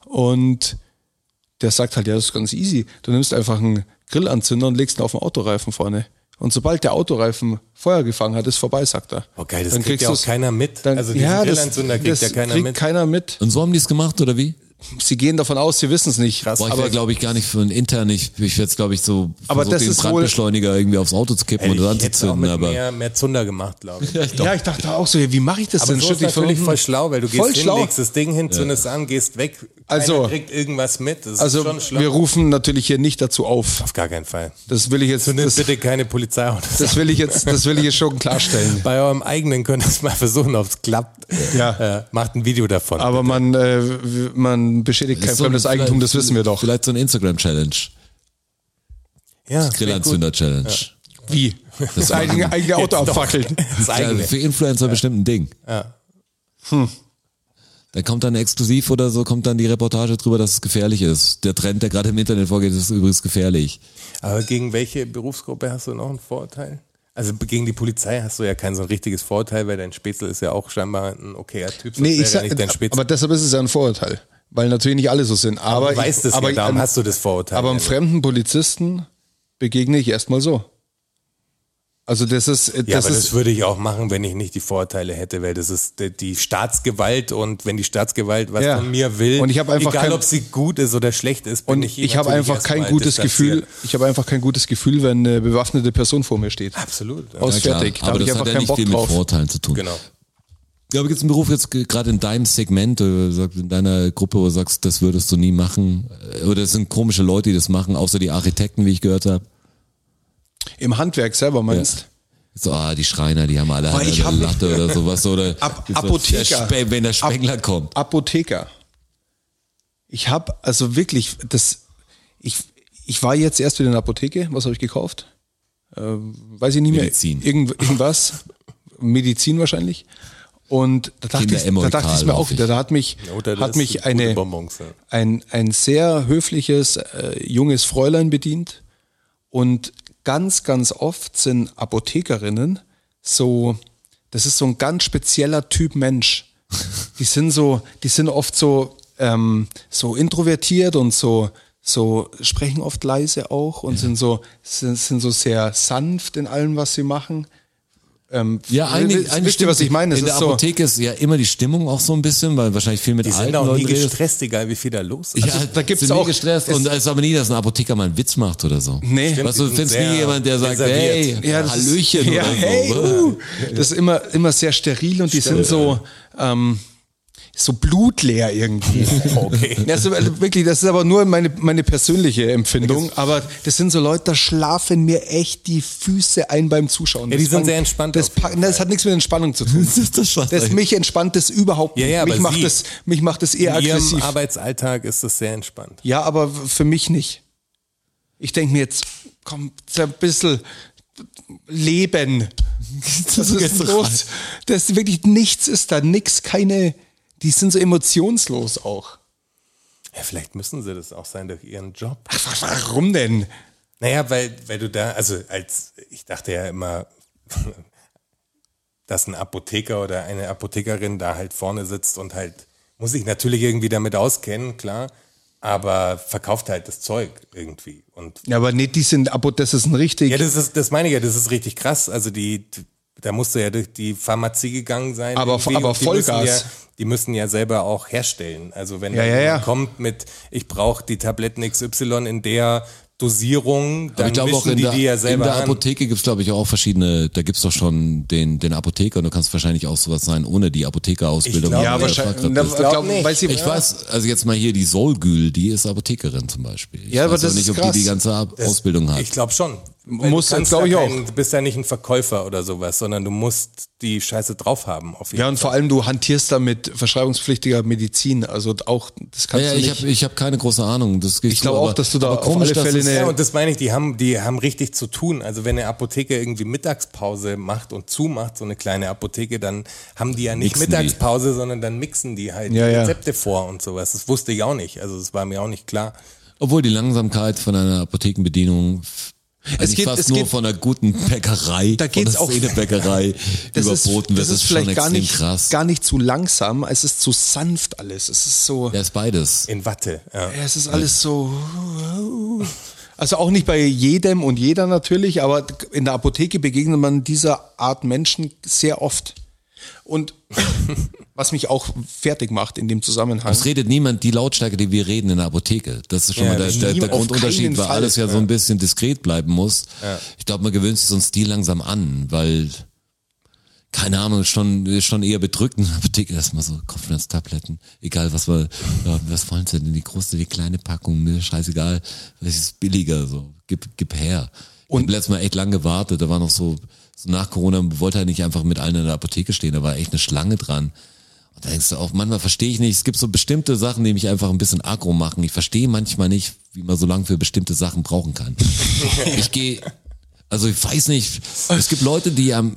Speaker 3: und der sagt halt, ja, das ist ganz easy. Du nimmst einfach einen Grillanzünder und legst ihn auf den Autoreifen vorne. Und sobald der Autoreifen Feuer gefangen hat, ist vorbei, sagt er.
Speaker 4: Oh, geil, das
Speaker 3: Dann
Speaker 4: kriegt ja
Speaker 3: kriegst
Speaker 4: auch
Speaker 3: du's-
Speaker 4: keiner mit.
Speaker 3: Dann,
Speaker 4: Also diesen
Speaker 3: ja, das,
Speaker 4: Grillanzünder kriegt
Speaker 3: das
Speaker 4: ja keiner
Speaker 3: kriegt
Speaker 4: mit.
Speaker 3: keiner mit.
Speaker 2: Und so haben die es gemacht, oder wie?
Speaker 3: Sie gehen davon aus, sie wissen es nicht.
Speaker 4: Krass.
Speaker 2: Boah, ich
Speaker 3: aber
Speaker 2: wäre, glaube ich, gar nicht für einen intern. Ich, ich werde jetzt, glaube ich, so
Speaker 3: Aber
Speaker 2: versucht,
Speaker 3: das
Speaker 2: den
Speaker 3: ist wohl-
Speaker 2: Brandbeschleuniger irgendwie aufs Auto zu kippen
Speaker 4: Ey,
Speaker 2: und
Speaker 4: ich hätte auch
Speaker 2: anzuzünden.
Speaker 4: mit
Speaker 2: Aber
Speaker 4: mehr, mehr Zunder gemacht, glaube ich.
Speaker 3: ja, ich dachte auch so, ja, wie mache ich das
Speaker 4: Aber
Speaker 3: denn?
Speaker 4: so ist
Speaker 3: Schüttel ich von
Speaker 4: natürlich
Speaker 3: unten?
Speaker 4: voll schlau, weil du gehst
Speaker 3: Voll
Speaker 4: hin,
Speaker 3: schlau.
Speaker 4: legst das Ding hin, zündest an, gehst weg. Keiner
Speaker 3: Also-
Speaker 4: kriegt irgendwas mit. Das ist
Speaker 3: Also
Speaker 4: schon schlau.
Speaker 3: wir rufen natürlich hier nicht dazu auf.
Speaker 4: Auf gar keinen Fall.
Speaker 3: Das will ich jetzt,
Speaker 4: Zündet
Speaker 3: das,
Speaker 4: bitte keine Polizeiautos.
Speaker 3: das will ich
Speaker 4: <laughs>
Speaker 3: jetzt, das will ich jetzt schon klarstellen.
Speaker 4: Bei eurem eigenen könnt ihr es mal versuchen, ob es klappt.
Speaker 3: Ja.
Speaker 4: Äh, macht ein Video davon.
Speaker 3: Aber man, äh, man beschädigt kein
Speaker 2: Ist so
Speaker 3: fremdes
Speaker 2: ein-
Speaker 3: Eigentum, das
Speaker 2: vielleicht-
Speaker 3: wissen wir doch.
Speaker 2: Vielleicht so ein Instagram-Challenge.
Speaker 4: ja,
Speaker 2: Grillanzünder-Challenge.
Speaker 3: Wie? <laughs> Das eigene, eigene Auto
Speaker 4: Jetzt
Speaker 3: <laughs>
Speaker 4: doch.
Speaker 3: abfackeln.
Speaker 4: Das
Speaker 2: Ja, also
Speaker 4: eigene.
Speaker 2: für Influencer bestimmt ein Ding. Ja. Hm. Da kommt dann exklusiv oder so, kommt dann die Reportage drüber, dass es gefährlich ist. Der Trend, der gerade im Internet vorgeht, ist übrigens gefährlich.
Speaker 4: Aber gegen welche Berufsgruppe hast du noch einen Vorteil? Also gegen die Polizei hast du ja kein so ein richtiges Vorteil, weil dein Spätzle ist ja auch scheinbar ein okayer Typ. sonst
Speaker 3: Nee,
Speaker 4: wäre
Speaker 3: ich
Speaker 4: er
Speaker 3: sag,
Speaker 4: nicht dein Spätzle.
Speaker 3: aber deshalb ist es ja ein Vorurteil. Weil natürlich nicht alle so sind. Aber,
Speaker 4: du weißt es
Speaker 3: ich, aber,
Speaker 4: ja, darum
Speaker 3: aber,
Speaker 4: hast du das Vorurteil.
Speaker 3: aber einem
Speaker 4: ja.
Speaker 3: fremden Polizisten begegne ich erstmal so. Also das ist, das
Speaker 4: ja, aber
Speaker 3: ist,
Speaker 4: das würde ich auch machen, wenn ich nicht die Vorurteile hätte, weil das ist die- die Staatsgewalt und wenn die Staatsgewalt was
Speaker 3: Ja.
Speaker 4: von mir will,
Speaker 3: Und ich habe einfach
Speaker 4: egal
Speaker 3: kein-
Speaker 4: ob sie gut ist oder schlecht ist, bin
Speaker 3: und
Speaker 4: ich
Speaker 3: ich,
Speaker 4: ihr
Speaker 3: habe
Speaker 4: natürlich
Speaker 3: einfach kein
Speaker 4: erstmal
Speaker 3: gutes Gefühl.
Speaker 4: distanziert.
Speaker 3: Ich habe einfach kein gutes Gefühl, wenn eine bewaffnete Person vor mir steht.
Speaker 4: Absolut. ja.
Speaker 3: Aus
Speaker 2: Ja, klar.
Speaker 3: fertig. Da
Speaker 2: aber
Speaker 3: habe ich
Speaker 2: das
Speaker 3: einfach
Speaker 2: hat ja
Speaker 3: keinen
Speaker 2: nicht
Speaker 3: Bock
Speaker 2: viel mit
Speaker 3: drauf.
Speaker 2: Vorurteilen zu tun.
Speaker 4: Genau.
Speaker 2: Ja, aber gibt's einen Beruf jetzt ge- gerade in deinem Segment, äh, sagt in deiner Gruppe, wo du sagst, das würdest du nie machen? Äh, Oder es sind komische Leute, die das machen, außer die Architekten, wie ich gehört habe.
Speaker 3: Im Handwerk selber meinst
Speaker 2: So, ah, die Schreiner, die haben alle
Speaker 3: Aber
Speaker 2: eine
Speaker 3: ich hab-
Speaker 2: Latte oder sowas. Oder
Speaker 3: Ap-
Speaker 2: so,
Speaker 3: Apotheker.
Speaker 2: der Spe- wenn der Spengler kommt.
Speaker 3: Apotheker. Ich habe also wirklich das. Ich, ich war jetzt erst wieder in der Apotheke. Was habe ich gekauft? Ähm, weiß ich nicht mehr.
Speaker 2: Medizin.
Speaker 3: Irgend, irgendwas. Medizin wahrscheinlich. Und da dachte ich, da
Speaker 2: Kinderemoral,
Speaker 3: dachte ich mir auch
Speaker 2: hoffe ich.
Speaker 3: wieder. Da hat mich,
Speaker 4: Oder das
Speaker 3: hat mich
Speaker 4: sind
Speaker 3: eine,
Speaker 4: gute Bonbons, ja.
Speaker 3: ein, ein sehr höfliches, äh, junges Fräulein bedient. Und ganz, ganz oft sind Apothekerinnen so, das ist so ein ganz spezieller Typ Mensch. Die sind so, die sind oft so, ähm, so introvertiert und so, so sprechen oft leise auch und sind so, sind, sind so sehr sanft in allem, was sie machen.
Speaker 2: Ja,
Speaker 3: Äh, Wisst
Speaker 2: eigentlich,
Speaker 3: ihr,
Speaker 2: eigentlich
Speaker 3: was ich meine? Das
Speaker 2: In der
Speaker 3: ist so-
Speaker 2: Apotheke ist ja immer die Stimmung auch so ein bisschen, weil wahrscheinlich viel mit
Speaker 4: Die
Speaker 2: alten
Speaker 4: sind auch nie
Speaker 2: Leuten redest.
Speaker 4: gestresst, egal wie viel da los ist. Also
Speaker 2: Ja,
Speaker 3: Also, da gibt's
Speaker 2: sind nie
Speaker 3: auch-
Speaker 2: gestresst
Speaker 3: es-
Speaker 2: und es ist aber nie, dass ein Apotheker mal einen Witz macht oder so.
Speaker 3: Nee. Stimmt,
Speaker 2: Was du
Speaker 4: die sind
Speaker 2: findest nie
Speaker 4: sehr
Speaker 2: jemand, der sagt,
Speaker 4: reserviert.
Speaker 2: hey,
Speaker 3: Ja, das ist-
Speaker 2: Hallöchen
Speaker 3: ja,
Speaker 2: oder
Speaker 3: hey,
Speaker 2: so. ne?
Speaker 3: uh, Das ist immer, immer sehr steril und die sind so, ähm, so blutleer irgendwie.
Speaker 4: <laughs> Okay.
Speaker 3: Das ist, also wirklich, das ist aber nur meine, meine persönliche Empfindung. Aber das sind so Leute, da schlafen mir echt die Füße ein beim Zuschauen.
Speaker 4: Ja, die
Speaker 3: Das
Speaker 4: sind
Speaker 3: fang-
Speaker 4: sehr entspannt
Speaker 3: Das,
Speaker 4: auf jeden
Speaker 3: pack- na, das hat nichts mit Entspannung zu tun.
Speaker 2: Das ist das Schwachste.
Speaker 3: Das mich entspannt das überhaupt
Speaker 4: Ja,
Speaker 3: nicht.
Speaker 4: ja,
Speaker 3: mich,
Speaker 4: aber
Speaker 3: macht
Speaker 4: Sie-
Speaker 3: das, mich macht das eher
Speaker 4: In ihrem
Speaker 3: aggressiv.
Speaker 4: Arbeitsalltag ist das sehr entspannt.
Speaker 3: ja, aber w- für mich nicht. Ich denke mir jetzt, komm, so ein bisschen
Speaker 2: <laughs>
Speaker 3: Leben. Was ist denn los? Das ist wirklich nichts ist da, nix, keine. Die sind so emotionslos auch.
Speaker 4: Ja, vielleicht müssen sie das auch sein durch ihren Job.
Speaker 3: Ach, warum denn?
Speaker 4: Naja, weil, weil du da, also als ich dachte ja immer, <laughs> dass ein Apotheker oder eine Apothekerin da halt vorne sitzt und halt, muss ich natürlich irgendwie damit auskennen, klar, aber verkauft halt das Zeug irgendwie. Und
Speaker 3: Ja, aber nee, die sind Abo, das ist ein richtig.
Speaker 4: ja, das ist, das meine ich ja, das ist richtig krass. Also die, die- da musst du ja durch die Pharmazie gegangen sein.
Speaker 3: Aber-
Speaker 4: irgendwie
Speaker 3: aber
Speaker 4: und die
Speaker 3: Vollgas.
Speaker 4: Müssen ja, die müssen ja selber auch herstellen. Also wenn
Speaker 3: Ja,
Speaker 4: da
Speaker 3: ja,
Speaker 4: jemand
Speaker 3: ja.
Speaker 4: kommt mit, ich brauche die Tabletten XY in der Dosierung,
Speaker 2: Aber
Speaker 4: dann
Speaker 2: ich glaube auch
Speaker 4: mischen
Speaker 2: in
Speaker 4: die
Speaker 2: der,
Speaker 4: die ja
Speaker 2: in
Speaker 4: selber
Speaker 2: der
Speaker 4: an.
Speaker 2: Apotheke gibt's glaube ich auch verschiedene, da gibt's doch schon den, den Apotheker und du kannst wahrscheinlich auch sowas sein ohne die Apothekerausbildung.
Speaker 4: Ich
Speaker 2: wenn
Speaker 4: glaube,
Speaker 3: Ja,
Speaker 2: du
Speaker 3: wahrscheinlich.
Speaker 2: Fachkraft
Speaker 3: Na,
Speaker 2: bist.
Speaker 4: glaub
Speaker 3: glaub-
Speaker 4: nicht.
Speaker 3: weiß ich-
Speaker 2: Ich weiß, also jetzt mal hier die Solgül, die ist Apothekerin zum Beispiel. Ich
Speaker 3: Ja, aber
Speaker 2: weiß
Speaker 3: das
Speaker 2: auch nicht,
Speaker 3: ist
Speaker 2: ob die die
Speaker 3: krass.
Speaker 2: ganze Ab- Ausbildung hat.
Speaker 4: Ich glaube schon. Weil
Speaker 3: Muss-
Speaker 4: du kannst
Speaker 3: glaub
Speaker 4: ja
Speaker 3: ich auch.
Speaker 4: kein- Du bist ja nicht ein Verkäufer oder sowas, sondern du musst die Scheiße drauf haben. Auf jeden
Speaker 3: Ja, und vor allem du hantierst da mit verschreibungspflichtiger Medizin. Also auch, das kannst
Speaker 2: ja, ja,
Speaker 3: du
Speaker 2: ich
Speaker 3: nicht.
Speaker 2: habe ich hab eh keine große Ahnung. Das ich
Speaker 3: glaub auch, dass du da auf alle Fälle eine-
Speaker 4: Ja, und das meine ich, die haben, die haben richtig zu tun. Also wenn eine Apotheke irgendwie Mittagspause macht und zumacht, so eine kleine Apotheke, dann haben die ja nicht
Speaker 2: Mixen
Speaker 4: Mittagspause, sondern dann mixen die halt
Speaker 3: Ja,
Speaker 4: die
Speaker 3: ja.
Speaker 4: Rezepte vor und sowas. Das wusste ich auch nicht. Also das war mir auch nicht klar.
Speaker 2: Obwohl die Langsamkeit von einer Apothekenbedienung f- eigentlich
Speaker 3: geht-
Speaker 2: fast
Speaker 3: es
Speaker 2: nur
Speaker 3: geht-
Speaker 2: von einer guten Bäckerei,
Speaker 3: Da geht's
Speaker 2: von
Speaker 3: auch-
Speaker 2: einer
Speaker 3: <laughs>
Speaker 2: Bäckerei überboten wird. Das ist schon
Speaker 3: gar
Speaker 2: extrem
Speaker 3: nicht,
Speaker 2: krass.
Speaker 3: gar nicht zu langsam. Es ist zu sanft alles. Es ist so,
Speaker 2: Ja, ist beides.
Speaker 4: In Watte. Ja.
Speaker 3: es ist alles so. Also auch nicht bei jedem und jeder natürlich, aber in der Apotheke begegnet man dieser Art Menschen sehr oft.
Speaker 4: <laughs>
Speaker 3: Und was mich auch fertig macht in dem Zusammenhang.
Speaker 2: Es redet niemand die Lautstärke, die wir reden in der Apotheke. Das ist schon
Speaker 4: Ja,
Speaker 2: mal der,
Speaker 4: das
Speaker 2: der, der
Speaker 3: stimmt. Auf
Speaker 2: Grundunterschied,
Speaker 3: keinen
Speaker 2: weil
Speaker 3: Fall.
Speaker 2: alles ja, so ein bisschen diskret bleiben muss. Ich glaube, man gewöhnt sich so einen Stil langsam an, weil, keine Ahnung, ist schon, ist schon eher bedrückt in der Apotheke. Erstmal so Kopfschmerztabletten, egal was wir, ja, was wollen sie denn, die große, die kleine Packung, mir scheißegal, das ist billiger, so, gib, gib her. Und ich hab letztes Mal echt lang gewartet, da war noch so, so nach Corona wollte er nicht einfach mit allen in der Apotheke stehen, da war echt eine Schlange dran. Und da denkst du auch, manchmal verstehe ich nicht, es gibt so bestimmte Sachen, die mich einfach ein bisschen aggro machen. Ich verstehe manchmal nicht, wie man so lange für bestimmte Sachen brauchen
Speaker 4: <laughs>
Speaker 2: kann. ich gehe, also ich weiß nicht, es gibt Leute, die am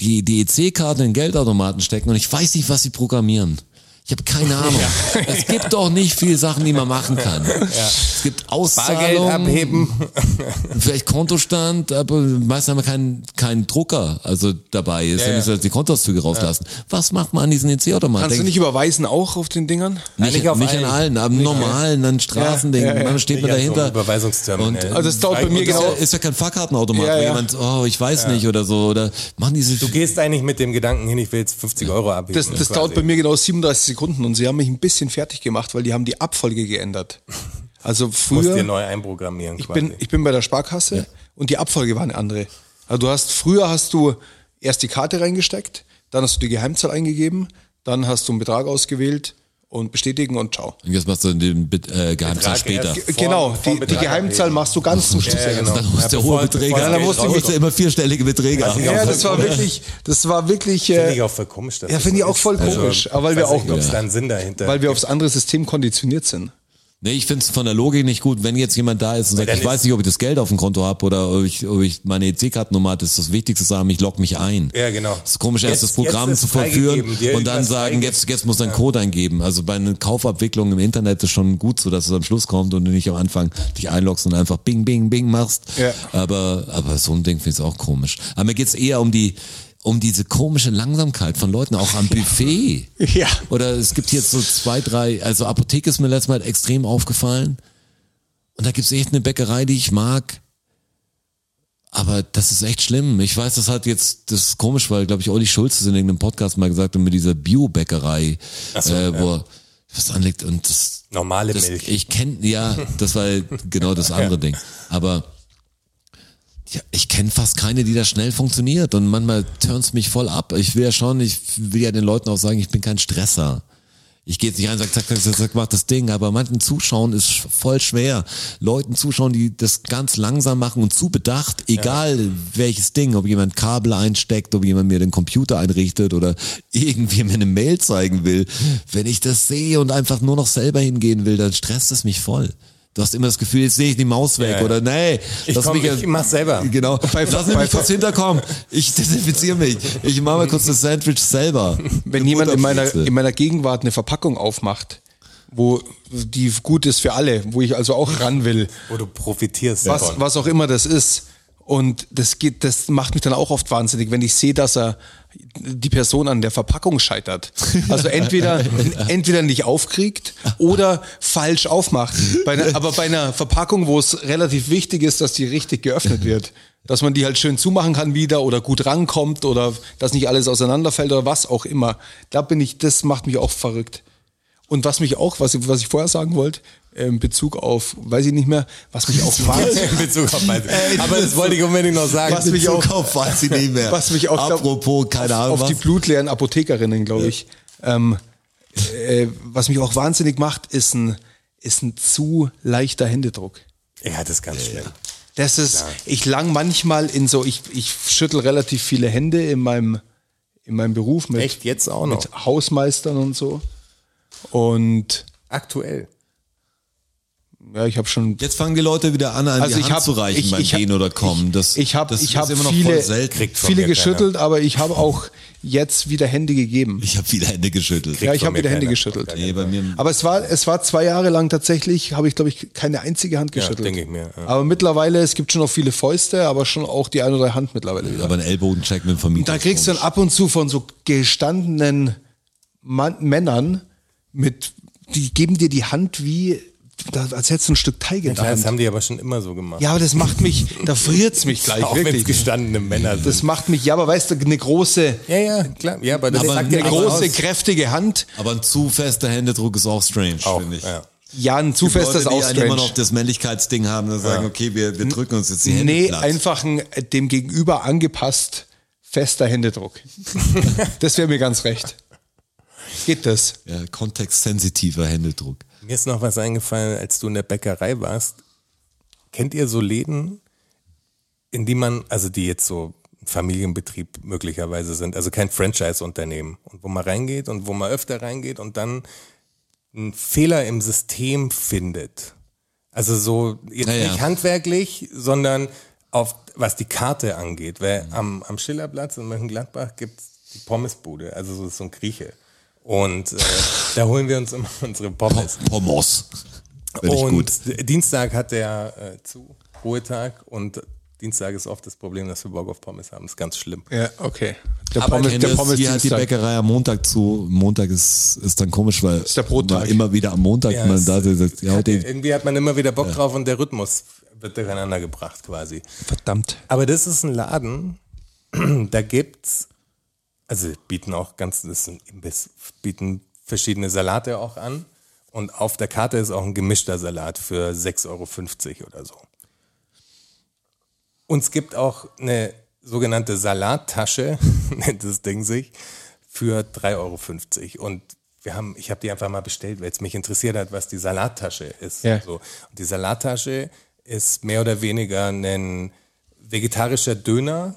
Speaker 2: die, die EC-Karte in Geldautomaten stecken und ich weiß nicht, was sie programmieren. Ich habe keine Ahnung. Es gibt doch nicht viele Sachen, die man machen kann. Es gibt
Speaker 4: Bargeld
Speaker 2: Auszahlungen,
Speaker 4: abheben.
Speaker 2: vielleicht Kontostand, aber meistens haben wir keinen, keinen Drucker also dabei. Ist ja,
Speaker 4: ja.
Speaker 2: nicht so, dass die Kontoauszüge rauslassen. Was macht man an diesen E EC-Automaten?
Speaker 3: Kannst du nicht überweisen auch auf den Dingern?
Speaker 2: Nicht,
Speaker 4: Nicht auf
Speaker 2: nicht
Speaker 4: allen.
Speaker 2: an allen, am normalen, an Straßendingen.
Speaker 3: ja, ja.
Speaker 2: Manchmal steht man
Speaker 4: Ja, so ein
Speaker 2: dahinter.
Speaker 4: Überweisungsterminal.
Speaker 2: Und-
Speaker 3: Also es dauert bei mir
Speaker 2: Ist ja,
Speaker 3: genau.
Speaker 2: ist ja kein Fahrkartenautomat,
Speaker 3: Ja,
Speaker 2: wo
Speaker 3: ja.
Speaker 2: jemand, oh, ich weiß nicht oder so, oder machen diese.
Speaker 4: Du gehst eigentlich mit dem Gedanken hin, ich will jetzt 50 Euro abheben.
Speaker 3: Das, das dauert bei mir genau 37 Sekunden und sie haben mich ein bisschen fertig gemacht, weil die haben die Abfolge geändert. Also
Speaker 4: Du musst dir
Speaker 3: früher,
Speaker 4: neu einprogrammieren
Speaker 3: ich
Speaker 4: quasi.
Speaker 3: bin, ich bin bei der Sparkasse und die Abfolge war eine andere. Also du hast, früher hast du erst die Karte reingesteckt, dann hast du die Geheimzahl eingegeben, dann hast du einen Betrag ausgewählt und bestätigen und ciao.
Speaker 2: Und jetzt machst du den Bit- äh, Geheimzahl
Speaker 4: Betrag
Speaker 2: später.
Speaker 4: erst-
Speaker 3: G-
Speaker 4: Vor-
Speaker 3: genau,
Speaker 4: vor
Speaker 3: die, die
Speaker 4: Betrag
Speaker 3: Geheimzahl
Speaker 4: abheben.
Speaker 3: machst du ganz zum Schluss.
Speaker 4: Ja, genau.
Speaker 2: Dann holst du
Speaker 4: Ja,
Speaker 2: hohe
Speaker 4: bevor-
Speaker 2: Beträge.
Speaker 4: bevor
Speaker 2: Ja,
Speaker 4: das
Speaker 2: dann musst
Speaker 4: Geld
Speaker 2: du
Speaker 4: rauskommt.
Speaker 2: musst du immer vierstellige Beträge
Speaker 4: Weiß
Speaker 2: haben.
Speaker 4: ich
Speaker 3: Ja,
Speaker 4: auch.
Speaker 3: das
Speaker 4: <laughs>
Speaker 3: war wirklich, das war wirklich, äh,
Speaker 4: Finde ich auch voll komisch. dass
Speaker 3: Ja,
Speaker 4: das
Speaker 3: finde ich
Speaker 4: so
Speaker 3: auch voll
Speaker 4: ist. Also,
Speaker 3: komisch, aber weil wir
Speaker 4: weiß
Speaker 3: auch-
Speaker 4: nicht, ob es da einen Sinn dahinter
Speaker 3: weil wir aufs andere System konditioniert sind.
Speaker 2: Nee, ich finde es von der Logik nicht gut, wenn jetzt jemand da ist und sagt,
Speaker 4: dann
Speaker 2: ich weiß
Speaker 4: ist-
Speaker 2: nicht, ob ich das Geld auf dem Konto habe oder ob ich, ob ich meine EC-Kartennummer hat, das ist das Wichtigste zu haben, ich log mich ein.
Speaker 4: Ja, genau.
Speaker 2: Das ist komisch, erst
Speaker 4: Jetzt-
Speaker 2: das Programm
Speaker 4: jetzt
Speaker 2: zu
Speaker 4: ist
Speaker 2: vollführen
Speaker 4: freigegeben, dir
Speaker 2: und dann
Speaker 4: irgendwas
Speaker 2: sagen,
Speaker 4: freigegeben.
Speaker 2: jetzt, jetzt muss dein Code eingeben. Also bei einer Kaufabwicklung im Internet ist schon gut so, dass es am Schluss kommt und du nicht am Anfang dich einloggst und einfach bing, bing, bing machst.
Speaker 3: Ja.
Speaker 2: Aber, aber so ein Ding finde ich auch komisch. Aber mir geht's eher um die, um diese komische Langsamkeit von Leuten,
Speaker 4: <laughs>
Speaker 2: auch am Buffet.
Speaker 3: Ja.
Speaker 2: Oder es gibt jetzt so zwei, drei, also Apotheke ist mir letztes Mal extrem aufgefallen. Und da gibt's echt eine Bäckerei, die ich mag. Aber das ist echt schlimm. Ich weiß, das hat jetzt, das ist komisch, weil, glaube ich, Olli Schulz ist in irgendeinem Podcast mal gesagt hat, mit dieser Bio-Bäckerei, äh, wo er was anlegt und das,
Speaker 4: Normale
Speaker 2: das,
Speaker 4: Milch.
Speaker 2: ich kenne, ja, das war genau das andere Ding. Aber ja, ich kenne fast keine, die da schnell funktioniert und manchmal turns mich voll ab. Ich will ja schon, ich will ja den Leuten auch sagen, ich bin kein Stresser. Ich gehe jetzt nicht rein und sag, zack, zack, zack, zack, mach das Ding. Aber manchen Zuschauen ist sch- voll schwer. Leuten zuschauen, die das ganz langsam machen und zu bedacht, egal welches Ding, ob jemand Kabel einsteckt, ob jemand mir den Computer einrichtet oder irgendwie mir eine Mail zeigen will. Wenn ich das sehe und einfach nur noch selber hingehen will, dann stresst es mich voll. Du hast immer das Gefühl, jetzt sehe ich die Maus weg
Speaker 4: Ja, ja.
Speaker 2: oder nee,
Speaker 4: Ich
Speaker 2: lass
Speaker 4: komm,
Speaker 2: mich
Speaker 4: ich mach's selber.
Speaker 2: Genau.
Speaker 3: Bei-
Speaker 2: Lass mich
Speaker 3: bei-
Speaker 2: kurz hinterkommen. Ich desinfiziere mich. Ich mache mal kurz das Sandwich selber.
Speaker 3: Wenn jemand in meiner, in meiner Gegenwart eine Verpackung aufmacht, wo die gut ist für alle, wo ich also auch ran will,
Speaker 4: wo du profitierst
Speaker 3: was,
Speaker 4: davon.
Speaker 3: was auch immer das ist, Und das geht, das macht mich dann auch oft wahnsinnig, wenn ich sehe, dass er die Person an der Verpackung scheitert. Also entweder, entweder nicht aufkriegt oder falsch aufmacht. Bei einer, aber bei einer Verpackung, wo es relativ wichtig ist, dass die richtig geöffnet wird, dass man die halt schön zumachen kann wieder oder gut rankommt oder dass nicht alles auseinanderfällt oder was auch immer. Da bin ich, das macht mich auch verrückt. Und was mich auch, was, was ich vorher sagen wollte, in Bezug auf, weiß ich nicht mehr, was mich auch wahnsinnig,
Speaker 4: <laughs> In Bezug auf Weizen. Aber das wollte ich unbedingt noch sagen.
Speaker 3: Was mich auch-
Speaker 2: Zukauf weiß ich nicht eh mehr.
Speaker 3: was mich auch glaub-
Speaker 2: Apropos, keine
Speaker 3: auf,
Speaker 2: Ahnung
Speaker 3: auf die
Speaker 2: was.
Speaker 3: blutleeren Apothekerinnen, glaube ich. Ähm, äh, was mich auch wahnsinnig macht, ist ein, ist ein zu leichter Händedruck.
Speaker 4: Ja, das ist ganz schlimm.
Speaker 3: Das ist, ich lang manchmal in so, ich, ich schüttel relativ viele Hände in meinem, in meinem Beruf mit,
Speaker 4: Echt jetzt auch noch?
Speaker 3: mit Hausmeistern und so. Und
Speaker 4: Aktuell.
Speaker 3: ja, ich habe schon
Speaker 2: Jetzt fangen die Leute wieder an, an
Speaker 3: Also
Speaker 2: die
Speaker 3: ich
Speaker 2: Hand
Speaker 3: hab-
Speaker 2: zu reichen
Speaker 3: ich-
Speaker 2: beim
Speaker 3: ich hab-
Speaker 2: Gehen oder Kommen. Das,
Speaker 3: Ich habe
Speaker 2: das
Speaker 3: ich
Speaker 2: ist
Speaker 3: hab
Speaker 2: immer noch
Speaker 3: viele,
Speaker 2: voll selten.
Speaker 4: von
Speaker 3: viele
Speaker 4: mir
Speaker 3: geschüttelt, aber ich habe auch jetzt wieder Hände gegeben.
Speaker 2: Ich habe viele Hände geschüttelt.
Speaker 3: ja, ich
Speaker 4: von
Speaker 3: habe
Speaker 4: mir
Speaker 3: wieder Hände
Speaker 4: keiner.
Speaker 3: geschüttelt.
Speaker 2: nee, bei mir
Speaker 3: Aber es war, es war zwei Jahre lang tatsächlich, habe ich glaube ich keine einzige Hand geschüttelt.
Speaker 4: denke ich mir, ja.
Speaker 3: Aber mittlerweile, es gibt schon noch viele Fäuste, aber schon auch die eine oder andere Hand mittlerweile wieder.
Speaker 2: aber ein Ellbogencheck mit dem Vermieter.
Speaker 3: Da kriegst du dann ab und zu von so gestandenen Mann, Männern mit, die geben dir die Hand wie, da- als hättest du ein Stück Teig in der
Speaker 4: Klar, das
Speaker 3: Hand.
Speaker 4: haben die aber schon immer so gemacht.
Speaker 3: Ja, aber das macht
Speaker 4: <laughs>
Speaker 3: mich, da friert's mich gleich,
Speaker 4: auch wenn es
Speaker 3: wirklich.
Speaker 4: gestandene Männer sind.
Speaker 3: Das macht mich, ja, aber weißt du, eine große,
Speaker 4: ja, ja, klar. Ja, aber das
Speaker 2: Aber
Speaker 4: sagt
Speaker 2: eine
Speaker 4: ja
Speaker 3: eine
Speaker 4: niemand
Speaker 3: große,
Speaker 4: aus.
Speaker 3: kräftige Hand.
Speaker 2: Aber ein zu fester Händedruck ist auch strange,
Speaker 4: auch,
Speaker 2: finde ich.
Speaker 4: ja.
Speaker 3: Ja, ein zu
Speaker 2: Leute,
Speaker 3: festes
Speaker 2: die einen immer
Speaker 3: Ausstrengen.
Speaker 2: noch das Männlichkeitsding haben und sagen, okay, wir, wir drücken uns jetzt die Hände
Speaker 3: Nee,
Speaker 2: platt.
Speaker 3: einfach ein äh, dem Gegenüber angepasst fester
Speaker 4: <laughs>
Speaker 3: Händedruck. das wäre mir ganz recht. Geht das?
Speaker 2: Ja, kontextsensitiver Händedruck.
Speaker 4: Mir ist noch was eingefallen, als du in der Bäckerei warst. Kennt ihr so Läden, in die man, also die jetzt so ein Familienbetrieb möglicherweise sind, also kein Franchise-Unternehmen und wo man reingeht und wo man öfter reingeht und dann einen Fehler im System findet. Also so jetzt
Speaker 2: Ja, ja.
Speaker 4: nicht handwerklich, sondern auf was die Karte angeht. Weil
Speaker 2: Mhm.
Speaker 4: am, am Schillerplatz in Mönchengladbach gibt's die Pommesbude, also so, so ein Grieche. Und äh,
Speaker 2: <laughs>
Speaker 4: da holen wir uns immer unsere Pommes.
Speaker 2: Pommes. Finde ich
Speaker 4: und
Speaker 2: gut.
Speaker 4: Dienstag hat der äh, zu, Ruhetag und Dienstag ist oft das Problem, dass wir Bock auf Pommes haben. Ist ganz schlimm.
Speaker 3: Ja, okay. Der
Speaker 4: Aber
Speaker 3: Pommes,
Speaker 2: Kennt
Speaker 3: der
Speaker 2: ihr das?
Speaker 3: Pommes
Speaker 4: halt
Speaker 2: Hier hat die
Speaker 3: Dienstag.
Speaker 2: Bäckerei am Montag zu. Montag ist, ist dann komisch, weil
Speaker 3: der Brottag.
Speaker 2: man immer wieder am Montag
Speaker 4: Ja,
Speaker 2: man
Speaker 4: es-
Speaker 2: da sitzt.
Speaker 3: Äh,
Speaker 2: Ja, heute,
Speaker 4: Irgendwie hat man immer wieder Bock drauf und der Rhythmus wird durcheinander gebracht quasi.
Speaker 3: Verdammt.
Speaker 4: Aber das ist ein Laden, da gibt's, also bieten auch ganz, das ist ein Imbiss, bieten verschiedene Salate auch an. Und auf der Karte ist auch ein gemischter Salat für 6,50 Euro oder so. Und es gibt auch eine sogenannte Salattasche, <laughs> nennt das Ding sich, für 3,50 Euro. Und wir haben, ich habe die einfach mal bestellt, weil es mich interessiert hat, was die Salattasche ist.
Speaker 3: Ja.
Speaker 4: So. Und die Salattasche ist mehr oder weniger ein vegetarischer Döner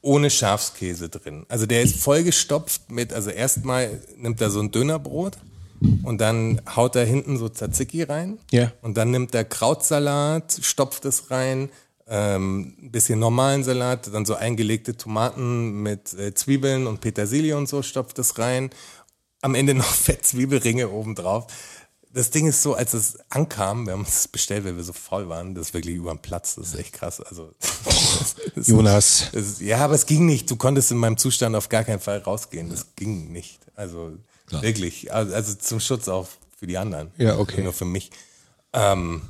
Speaker 4: ohne Schafskäse drin. Also der ist vollgestopft mit, also erstmal nimmt er so ein Dönerbrot und dann haut er hinten so Tzatziki rein.
Speaker 3: Ja.
Speaker 4: Und dann nimmt er Krautsalat, stopft es rein, ähm, ein bisschen normalen Salat, dann so eingelegte Tomaten mit äh, Zwiebeln und Petersilie und so stopft es rein. Am Ende noch <laughs> Fettzwiebelringe obendrauf. Das Ding ist so, als es ankam, wir haben es bestellt, weil wir so faul waren, das ist wirklich über den Platz, das ist echt krass. Also, <laughs> das ist-
Speaker 3: Jonas.
Speaker 4: das ist, ja, aber es ging nicht. Du konntest in meinem Zustand auf gar keinen Fall rausgehen. Das ging nicht. Also wirklich. Also, also zum Schutz auch für die anderen.
Speaker 3: Ja, okay.
Speaker 4: Nur für mich. Ähm,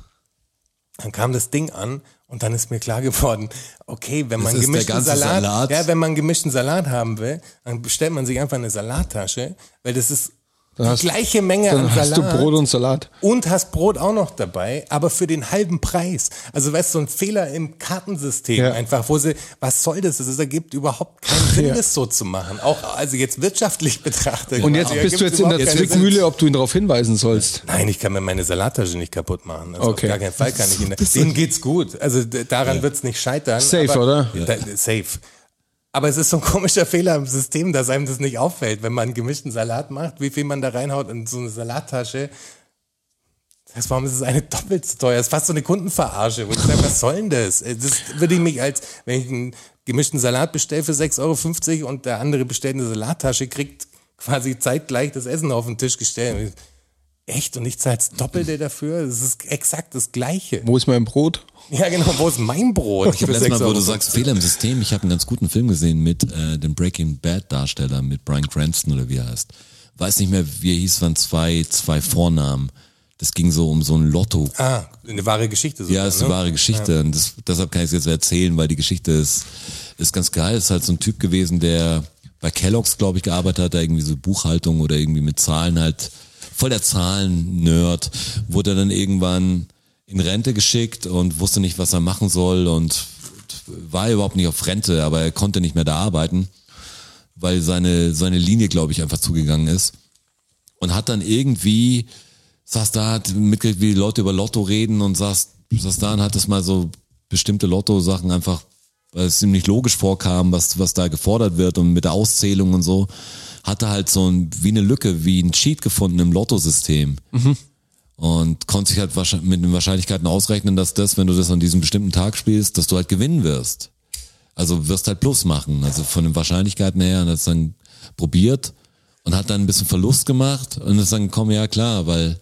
Speaker 4: dann kam das Ding an und dann ist mir klar geworden, okay, wenn man
Speaker 2: ist der
Speaker 4: gemischten
Speaker 2: ganze
Speaker 4: Salat,
Speaker 2: Salat.
Speaker 4: Ja, wenn man gemischten Salat haben will, dann bestellt man sich einfach eine Salattasche, weil das ist die
Speaker 3: hast-
Speaker 4: gleiche Menge
Speaker 3: Dann
Speaker 4: an
Speaker 3: hast
Speaker 4: Salat
Speaker 3: du Brot und Salat.
Speaker 4: und hast Brot auch noch dabei, aber für den halben Preis. Also weißt du, so ein Fehler im Kartensystem
Speaker 3: Ja.
Speaker 4: einfach, wo sie, was soll das? Es ergibt überhaupt keinen Sinn,
Speaker 3: Ja.
Speaker 4: das so zu machen. Auch also jetzt wirtschaftlich <laughs> betrachtet.
Speaker 3: Und jetzt
Speaker 4: Ja,
Speaker 3: bist du
Speaker 4: gibt's
Speaker 3: jetzt in der
Speaker 4: überhaupt keinen Sinn.
Speaker 3: Zwickmühle, ob du ihn darauf hinweisen sollst.
Speaker 4: Nein, ich kann mir meine Salattasche nicht kaputt machen. Also
Speaker 3: Okay.
Speaker 4: Auf gar keinen Fall kann ich ihn. Denen geht's gut. Also d- daran wird's nicht scheitern.
Speaker 3: Safe,
Speaker 4: aber,
Speaker 3: oder?
Speaker 4: Da, safe. Aber es ist so ein komischer Fehler im System, dass einem das nicht auffällt, wenn man einen gemischten Salat macht, wie viel man da reinhaut in so eine Salattasche. Das, warum ist es eine <laughs> doppelt so teuer? Das ist fast so eine Kundenverarsche. Wo ich sage, was soll denn das? Äh, Das würde ich mich als, wenn ich einen gemischten Salat bestelle für 6,50 Euro und der andere bestellt eine Salattasche, kriegt quasi zeitgleich das Essen auf den Tisch gestellt. Echt? Und ich zahle das Doppelte dafür? Das ist exakt das Gleiche.
Speaker 3: Wo ist mein Brot?
Speaker 4: Ja, genau. Wo ist mein Brot?
Speaker 2: Ich habe letztes Mal, wo du sagst, Fehler im System, ich habe einen ganz guten Film gesehen mit äh, dem Breaking Bad Darsteller, mit Brian Cranston oder wie er heißt. Weiß nicht mehr, wie er hieß, waren zwei, zwei Vornamen. Das ging so um so ein Lotto.
Speaker 4: Ah, eine wahre Geschichte.
Speaker 2: ja, ist eine
Speaker 4: ne?
Speaker 2: wahre Geschichte. Und das, deshalb kann ich es jetzt erzählen, weil die Geschichte ist, ist ganz geil. Ist halt so ein Typ gewesen, der bei Kellogg's, glaube ich, gearbeitet hat, der irgendwie so Buchhaltung oder irgendwie mit Zahlen halt, voll der Zahlen-Nerd, wurde er dann irgendwann in Rente geschickt und wusste nicht, was er machen soll und war überhaupt nicht auf Rente, aber er konnte nicht mehr da arbeiten, weil seine, seine Linie, glaube ich, einfach zugegangen ist. Und hat dann irgendwie saß da, hat mitgekriegt, wie die Leute über Lotto reden und saß, saß da und hat das mal so bestimmte Lotto-Sachen einfach, weil es ihm nicht logisch vorkam, was, was da gefordert wird und mit der Auszählung und so, hatte halt so ein, wie eine Lücke, wie ein Cheat gefunden im Lottosystem. Und konnte sich halt wahrscheinlich- mit den Wahrscheinlichkeiten ausrechnen, dass das, wenn du das an diesem bestimmten Tag spielst, dass du halt gewinnen wirst. Also wirst halt Plus machen. Also von den Wahrscheinlichkeiten her und hat es dann probiert und hat dann ein bisschen Verlust gemacht und ist dann gekommen, ja klar, weil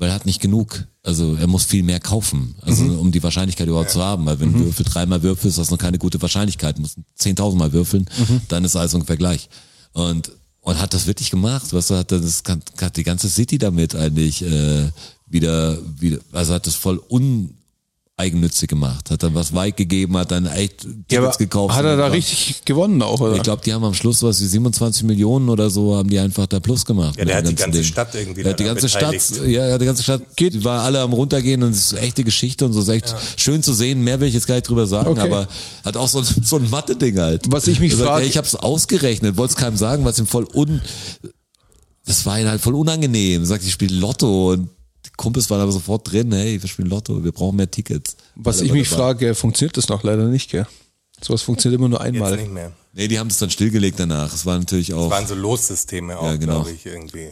Speaker 2: weil er hat nicht genug. Also er muss viel mehr kaufen, also
Speaker 3: Mhm.
Speaker 2: um die Wahrscheinlichkeit überhaupt zu haben. Weil wenn du Würfel dreimal würfelst, hast du noch keine gute Wahrscheinlichkeit. Du musst 10.000 Mal würfeln,
Speaker 3: Mhm.
Speaker 2: dann ist alles ungefähr gleich. Und, und hat das wirklich gemacht. Weißt du, hat das hat die ganze City damit eigentlich äh, wieder, wieder, also hat das voll uneigennützig gemacht. Hat dann was weit gegeben, hat dann echt Tickets gekauft.
Speaker 3: hat er da
Speaker 2: Und-
Speaker 3: richtig gewonnen auch, oder?
Speaker 2: ich glaube, die haben am Schluss was wie 27 Millionen oder so, haben die einfach da Plus gemacht.
Speaker 4: der
Speaker 2: mit
Speaker 4: hat die
Speaker 2: dem ganzen
Speaker 4: ganze Stadt irgendwie
Speaker 2: Der hat die
Speaker 4: daran
Speaker 2: ganze Stadt,
Speaker 4: beteiligt.
Speaker 2: ja, er hat die ganze Stadt, die war alle am runtergehen und es ist echte Geschichte und so, ist echt schön zu sehen. Mehr will ich jetzt gar nicht drüber sagen,
Speaker 3: Okay.
Speaker 2: aber hat auch so, ein- so ein Mathe-Ding halt.
Speaker 3: Was ich mich
Speaker 2: Er sagt,
Speaker 3: frag-
Speaker 2: ey, Ich hab's ausgerechnet, wollte es keinem sagen, was ihm voll un, das war ihm halt voll unangenehm. Er Sagt, ich spiele Lotto und die Kumpels waren aber sofort drin, hey, wir spielen Lotto, wir brauchen mehr Tickets.
Speaker 3: Was
Speaker 2: Alle
Speaker 3: ich
Speaker 2: waren
Speaker 3: mich
Speaker 2: dabei.
Speaker 3: frage, funktioniert das noch leider nicht, gell? Sowas funktioniert immer nur
Speaker 4: Jetzt
Speaker 3: einmal.
Speaker 4: nicht mehr.
Speaker 2: Nee, die haben es dann stillgelegt danach. Es war natürlich auch.
Speaker 4: Waren so Lossysteme auch,
Speaker 2: genau.
Speaker 4: glaube ich, irgendwie.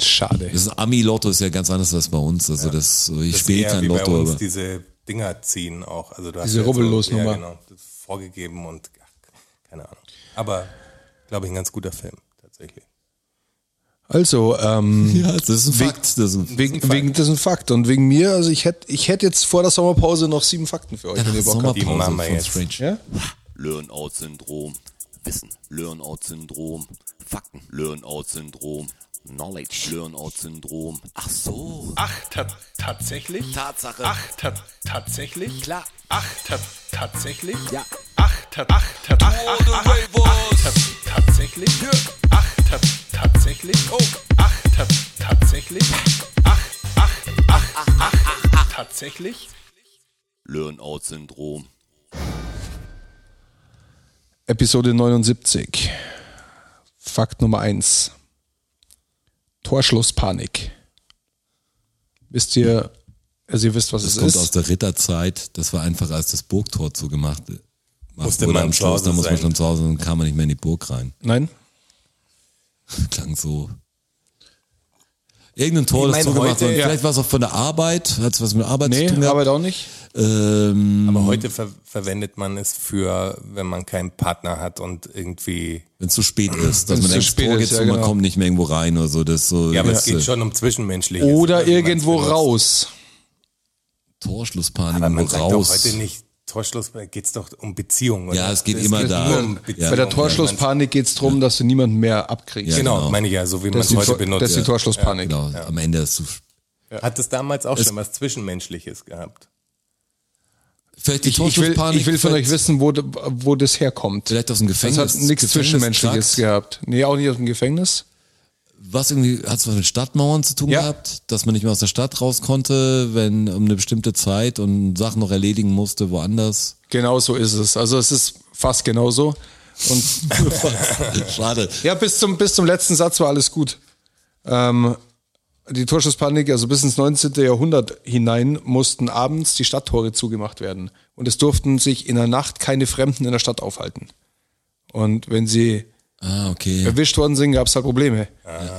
Speaker 3: Schade.
Speaker 2: Das Ami-Lotto ist ja ganz anders als bei uns. Also das, ich
Speaker 4: Das ist
Speaker 2: spiele
Speaker 4: eher
Speaker 2: kein
Speaker 4: wie bei
Speaker 2: Lotto,
Speaker 4: uns
Speaker 2: aber
Speaker 4: diese Dinger ziehen auch. Also du hast
Speaker 3: Diese
Speaker 4: ja jetzt so-
Speaker 3: Rubbellos-Nummer.
Speaker 4: Ja, genau. Das ist vorgegeben und ach, keine Ahnung. Aber, glaube ich, ein ganz guter Film, tatsächlich.
Speaker 3: Also,
Speaker 4: <laughs>
Speaker 3: ähm,
Speaker 2: ja, das ist ein Fakt. Das ist ein
Speaker 3: wegen, wegen das ist ein Fakt. Und wegen mir, also ich hätte ich hätt jetzt vor der Sommerpause noch sieben Fakten für euch. wenn ihr Bock habt.
Speaker 4: die
Speaker 2: Sommerpause
Speaker 4: machen wir
Speaker 2: von
Speaker 4: jetzt.
Speaker 2: Strange.
Speaker 3: Ja?
Speaker 5: Learn-out-Syndrom. Wissen. Learn-out-Syndrom. Fakten. Learn-out-Syndrom. Knowledge. Learn-out-Syndrom. Ach so.
Speaker 6: Ach, ta tatsächlich?
Speaker 5: Tatsache.
Speaker 6: Ach, ta tatsächlich?
Speaker 5: Klar.
Speaker 6: Ach, ta tatsächlich?
Speaker 5: Ja.
Speaker 6: Ach, ta ach, ta ach, ach, ach, ach, ta tatsächlich? Ach, ta tatsächlich? Oh. Ach, ta tatsächlich? Ach, ach, ach, ach, ach, ach, tatsächlich?
Speaker 5: Learn-out-Syndrom.
Speaker 3: Episode 79. Fakt Nummer 1. Torschlusspanik. Wisst ihr, also ihr wisst, was
Speaker 2: Das
Speaker 3: es
Speaker 2: kommt
Speaker 3: ist.
Speaker 2: aus der Ritterzeit. Das war einfach, als das Burgtor zugemacht äh,
Speaker 4: Musste
Speaker 2: wurde
Speaker 4: man
Speaker 2: am
Speaker 4: zu
Speaker 2: Schluss,
Speaker 4: Hause
Speaker 2: da muss man
Speaker 4: sein.
Speaker 2: schon zu Hause und kam man nicht mehr in die Burg rein. <laughs>
Speaker 3: Nein?
Speaker 2: Klang so. Irgendein Tor,
Speaker 4: Ich
Speaker 2: das
Speaker 4: meine,
Speaker 2: zugemacht
Speaker 4: heute-
Speaker 2: wurde.
Speaker 4: ja.
Speaker 2: Vielleicht war es auch von der Arbeit, hat es was mit Arbeit
Speaker 3: Nee,
Speaker 2: zu tun gehabt.
Speaker 3: Arbeit auch nicht.
Speaker 2: Ähm,
Speaker 4: Aber heute ver verwendet man es für, wenn man keinen Partner hat und irgendwie.
Speaker 2: wenn es zu spät ist, dass
Speaker 3: Wenn's
Speaker 2: man
Speaker 3: zu
Speaker 2: denkt,
Speaker 3: spät
Speaker 2: Tor
Speaker 3: ist,
Speaker 2: geht's
Speaker 3: ja,
Speaker 2: zu, man
Speaker 3: genau.
Speaker 2: kommt nicht mehr irgendwo rein oder so. Das so
Speaker 4: Ja, aber es
Speaker 2: das,
Speaker 4: geht
Speaker 2: äh,
Speaker 4: schon um Zwischenmenschliches.
Speaker 3: Oder
Speaker 4: Also, wenn man's
Speaker 3: irgendwo
Speaker 4: benutzt.
Speaker 3: raus.
Speaker 2: Torschlusspanik
Speaker 4: Aber man
Speaker 2: irgendwo
Speaker 4: sagt
Speaker 2: raus.
Speaker 4: doch heute nicht Torschluss, geht es doch um Beziehungen. oder?
Speaker 2: Ja, es geht
Speaker 4: Das
Speaker 2: immer
Speaker 4: geht
Speaker 2: da.
Speaker 4: nur um
Speaker 2: genau. Ja.
Speaker 4: Beziehungen.
Speaker 3: Bei der
Speaker 4: Wenn man's-
Speaker 3: Torschlusspanik geht es darum, dass du niemanden mehr abkriegst.
Speaker 2: Ja,
Speaker 4: Genau,
Speaker 2: genau.
Speaker 4: meine ich ja, so wie man
Speaker 3: Das
Speaker 4: es
Speaker 3: ist die,
Speaker 4: heute
Speaker 3: Tor das
Speaker 4: benutzt.
Speaker 3: ist die Torschlusspanik.
Speaker 2: Genau, am Ende ist es zu
Speaker 4: Hat es damals auch schon was Zwischenmenschliches gehabt?
Speaker 2: Vielleicht die
Speaker 3: Ich, ich, will,
Speaker 2: Torschlusspanik.
Speaker 3: ich will von
Speaker 2: vielleicht,
Speaker 3: euch wissen, wo, d- wo das herkommt.
Speaker 2: Vielleicht aus dem
Speaker 3: Das
Speaker 2: Gefängnis.
Speaker 3: hat nichts
Speaker 2: Gefängnis-
Speaker 3: Zwischenmenschliches
Speaker 2: Trakt.
Speaker 3: gehabt. Nee, auch nicht aus dem Gefängnis.
Speaker 2: Was irgendwie, hat es was mit Stadtmauern zu tun
Speaker 3: Ja.
Speaker 2: gehabt? Dass man nicht mehr aus der Stadt raus konnte, wenn um eine bestimmte Zeit und Sachen noch erledigen musste,
Speaker 3: <laughs>
Speaker 2: woanders.
Speaker 3: Genau so ist es. Also es ist fast genauso. Und
Speaker 2: Schade.
Speaker 3: ja, bis zum, bis zum letzten Satz war alles gut. Ähm, die Torschusspanik, also bis ins 19. Jahrhundert hinein, mussten abends die Stadttore zugemacht werden. Und es durften sich in der Nacht keine Fremden in der Stadt aufhalten. Und wenn sie
Speaker 2: Ah, okay.
Speaker 3: erwischt worden sind, gab es halt Probleme.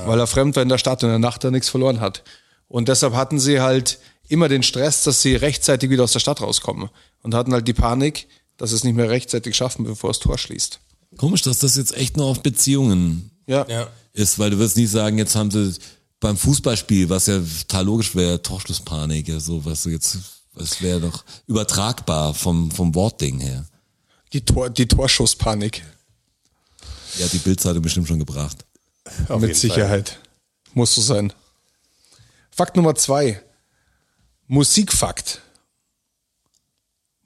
Speaker 3: Weil er fremd war in der Stadt und in der Nacht da nichts verloren hat. Und deshalb hatten sie halt immer den Stress, dass sie rechtzeitig wieder aus der Stadt rauskommen. Und hatten halt die Panik, dass sie es nicht mehr rechtzeitig schaffen, bevor das Tor schließt.
Speaker 2: Komisch, dass das jetzt echt nur auf Beziehungen
Speaker 3: Ja.
Speaker 4: Ja.
Speaker 2: ist, weil du wirst nicht sagen, jetzt haben sie beim Fußballspiel, was ja total logisch wäre, Torschlusspanik, ja, so, was jetzt, das wäre doch übertragbar vom, vom Wortding her.
Speaker 3: Die, Tor, die Torschusspanik.
Speaker 2: Die hat die Bildzeitung bestimmt schon gebracht.
Speaker 4: Auf jeden
Speaker 3: Mit Sicherheit. Muss so sein. Fakt Nummer zwei. Musikfakt.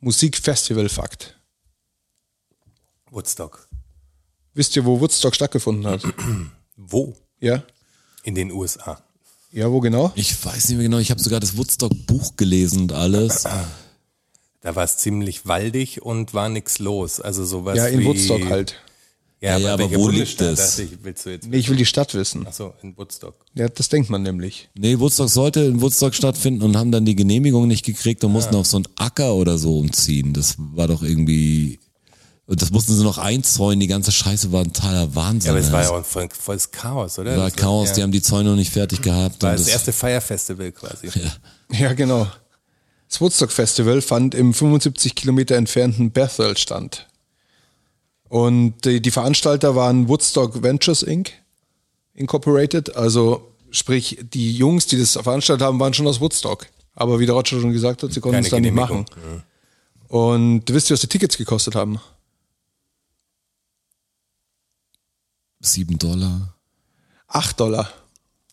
Speaker 3: Musikfestivalfakt.
Speaker 4: Fall. Woodstock.
Speaker 3: Wisst ihr, wo Woodstock stattgefunden
Speaker 4: <clears throat>
Speaker 3: hat?
Speaker 4: Wo?
Speaker 3: ja?
Speaker 4: In den USA.
Speaker 3: Ja, wo genau?
Speaker 2: Ich weiß nicht mehr genau, ich habe sogar das Woodstock-Buch gelesen und alles.
Speaker 4: Da war es ziemlich waldig und war nix los. Also sowas
Speaker 3: Ja, in
Speaker 4: wie,
Speaker 3: Woodstock halt.
Speaker 2: Ja,
Speaker 4: Ja,
Speaker 2: ja, aber
Speaker 4: welcher
Speaker 2: wo
Speaker 4: Bundesstaat
Speaker 2: liegt es?
Speaker 4: dachte Ich, willst du jetzt?
Speaker 3: Nee, ich will die Stadt wissen.
Speaker 4: Achso, in Woodstock.
Speaker 3: Ja, das denkt man nämlich.
Speaker 2: Nee, Woodstock sollte in Woodstock stattfinden und haben dann die Genehmigung nicht gekriegt und mussten auf so einen Acker oder so umziehen. Das war doch irgendwie. Und das mussten sie noch einzäunen, die ganze Scheiße war ein totaler Wahnsinn.
Speaker 4: Ja, aber es war ja
Speaker 2: Das
Speaker 4: auch ein voll, volles Chaos, oder?
Speaker 2: war
Speaker 4: Das
Speaker 2: Chaos,
Speaker 4: ja,
Speaker 2: die haben die Zäune noch nicht fertig gehabt.
Speaker 4: war
Speaker 2: und
Speaker 4: das
Speaker 2: das-
Speaker 4: erste Feierfestival quasi.
Speaker 3: Ja, genau. Das Woodstock Festival fand im 75 Kilometer entfernten Bethel stand. Und die, die Veranstalter waren Woodstock Ventures Inc. Incorporated. Also sprich, die Jungs, die das veranstaltet haben, waren schon aus Woodstock. Aber wie der Roger schon gesagt hat, sie konnten
Speaker 4: Keine
Speaker 3: es dann nicht
Speaker 4: Genehmigung.
Speaker 3: machen. Und wisst ihr, was die Tickets gekostet haben?
Speaker 2: Sieben Dollar.
Speaker 3: 8 Dollar.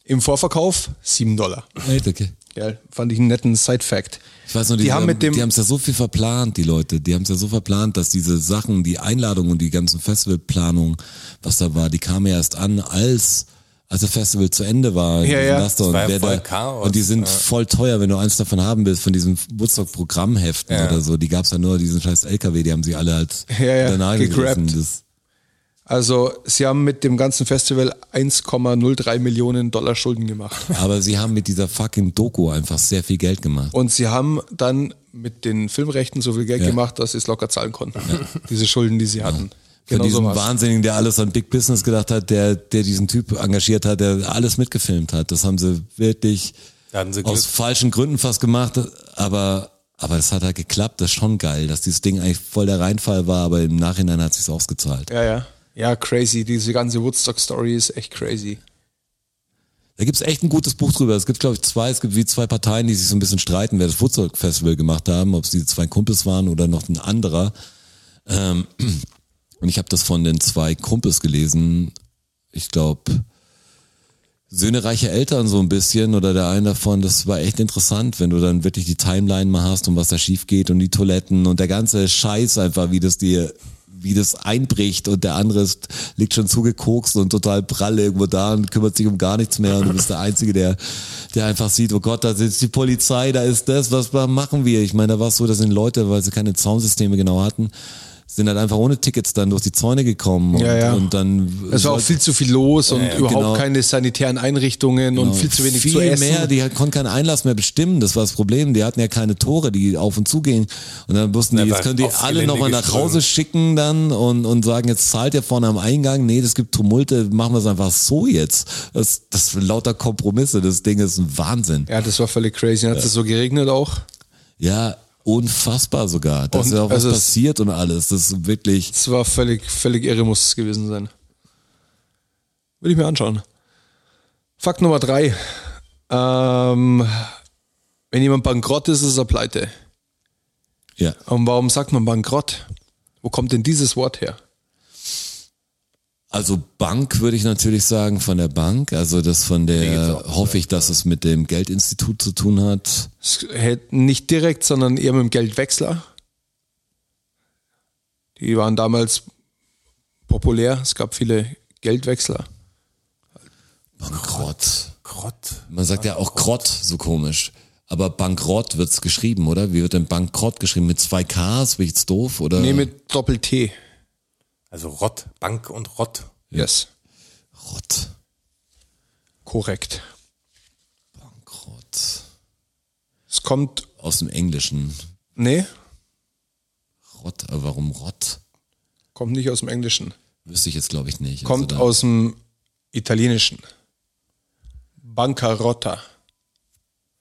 Speaker 3: Im Vorverkauf 7 Dollar.
Speaker 2: Echt, okay.
Speaker 3: Ja, fand ich einen netten Side-Fact.
Speaker 2: Ich weiß nur, die,
Speaker 3: Die haben mit dem-
Speaker 2: die haben's ja so viel verplant, die Leute. Die haben es ja so verplant, dass diese Sachen, die Einladungen und die ganzen Festivalplanungen, was da war, die kamen ja erst an, als als das Festival zu Ende war.
Speaker 3: Ja, ja.
Speaker 2: Das und,
Speaker 4: war ja
Speaker 2: wer
Speaker 4: voll
Speaker 2: da,
Speaker 4: Chaos,
Speaker 2: und die sind
Speaker 4: ja.
Speaker 2: voll teuer, wenn du eins davon haben willst, von diesen Woodstock-Programmheften
Speaker 4: Ja.
Speaker 2: oder so. Die gab's ja nur, diesen scheiß LKW, die haben sie alle halt
Speaker 3: Ja, ja,
Speaker 2: danach gegriffen.
Speaker 3: gegrabt.
Speaker 2: Das,
Speaker 3: Also, sie haben mit dem ganzen Festival 1,03 Millionen Dollar Schulden gemacht.
Speaker 2: <laughs> aber sie haben mit dieser fucking Doku einfach sehr viel Geld gemacht.
Speaker 3: Und sie haben dann mit den Filmrechten so viel Geld
Speaker 2: Ja.
Speaker 3: gemacht, dass sie es locker zahlen konnten. Diese Schulden, die sie hatten.
Speaker 2: Von
Speaker 3: Genau so
Speaker 2: diesem
Speaker 3: was.
Speaker 2: Wahnsinnigen, der alles an Big Business gedacht hat, der, der diesen Typ engagiert hat, der alles mitgefilmt hat. Das haben sie wirklich
Speaker 4: Da hatten sie Glück.
Speaker 2: aus falschen Gründen fast gemacht, aber, aber das hat halt geklappt. Das ist schon geil, dass dieses Ding eigentlich voll der Reinfall war, aber im Nachhinein hat sich's ausgezahlt.
Speaker 3: Ja, ja. Ja, crazy. Diese ganze Woodstock-Story ist echt crazy.
Speaker 2: Da gibt's echt ein gutes Buch drüber. Es gibt, glaube ich, zwei, es gibt wie zwei Parteien, die sich so ein bisschen streiten, wer das Woodstock-Festival gemacht haben, ob es diese zwei Kumpels waren oder noch ein anderer. Ähm, <clears throat> und ich habe das von den zwei Kumpels gelesen. Ich glaube, Söhne reicher Eltern so ein bisschen oder der eine davon, das war echt interessant, wenn du dann wirklich die Timeline mal hast und was da schief geht und die Toiletten und der ganze Scheiß einfach, wie das dir, wie das einbricht und der andere ist, liegt schon zugekokst und total prall irgendwo da und kümmert sich um gar nichts mehr und du bist der Einzige, der, der einfach sieht, oh Gott, da sitzt die Polizei, da ist das, was machen wir? Ich meine, da war es so, da sind Leute, weil sie keine Zaun-Systeme genau hatten, sind halt einfach ohne Tickets dann durch die Zäune gekommen und,
Speaker 3: Ja, ja.
Speaker 2: und dann
Speaker 3: Es war auch viel zu viel los und überhaupt
Speaker 2: genau.
Speaker 3: keine sanitären Einrichtungen und viel zu wenig
Speaker 2: viel
Speaker 3: zu essen.
Speaker 2: mehr, die konnten keinen Einlass mehr bestimmen, das war das Problem. Die hatten ja keine Tore, die auf und zu gehen. Und dann wussten die,
Speaker 4: Ja,
Speaker 2: jetzt
Speaker 4: war
Speaker 2: können die
Speaker 4: aufs
Speaker 2: alle
Speaker 4: Gelände
Speaker 2: nochmal nach
Speaker 4: geströmt.
Speaker 2: Hause schicken dann und, und sagen, jetzt zahlt ihr vorne am Eingang. Nee, das gibt Tumulte, machen wir es einfach so jetzt. Das, das sind lauter Kompromisse, das Ding ist ein Wahnsinn.
Speaker 3: ja, das war völlig crazy. Dann hat es so geregnet auch.
Speaker 2: Ja, unfassbar sogar. Da ist
Speaker 3: Und
Speaker 2: ja auch was
Speaker 3: also es-
Speaker 2: passiert und alles. Das ist wirklich,
Speaker 3: Es war völlig, völlig irre, muss es gewesen sein. Würde ich mir anschauen. Fakt Nummer drei. Ähm, wenn jemand bankrott ist, ist er pleite.
Speaker 2: ja.
Speaker 3: Und warum sagt man bankrott? Wo kommt denn dieses Wort her?
Speaker 2: Also Bank würde ich natürlich sagen von der Bank, also das von der hoffe ich, dass es mit dem Geldinstitut zu tun hat.
Speaker 3: Es hätte nicht direkt, sondern eher mit dem Geldwechsler. Die waren damals populär. Es gab viele Geldwechsler.
Speaker 2: Bankrott.
Speaker 4: Krott.
Speaker 2: Man sagt ja auch Krott, so komisch. Aber Bankrott wird's geschrieben, oder? Wie wird denn Bankrott geschrieben? Mit zwei Ks? Bin ich jetzt doof? Oder?
Speaker 3: Nee, mit Doppel-T.
Speaker 4: Also Rott, Bank und Rott.
Speaker 3: Yes.
Speaker 2: Rott.
Speaker 3: Korrekt.
Speaker 2: Bankrott.
Speaker 3: Es kommt,
Speaker 2: Aus dem Englischen.
Speaker 3: nee,
Speaker 2: Rott. Aber warum Rott?
Speaker 3: kommt nicht aus dem Englischen.
Speaker 2: Wüsste ich jetzt, glaube ich, nicht.
Speaker 3: Kommt
Speaker 2: also da-
Speaker 3: aus dem Italienischen. Bancarotta.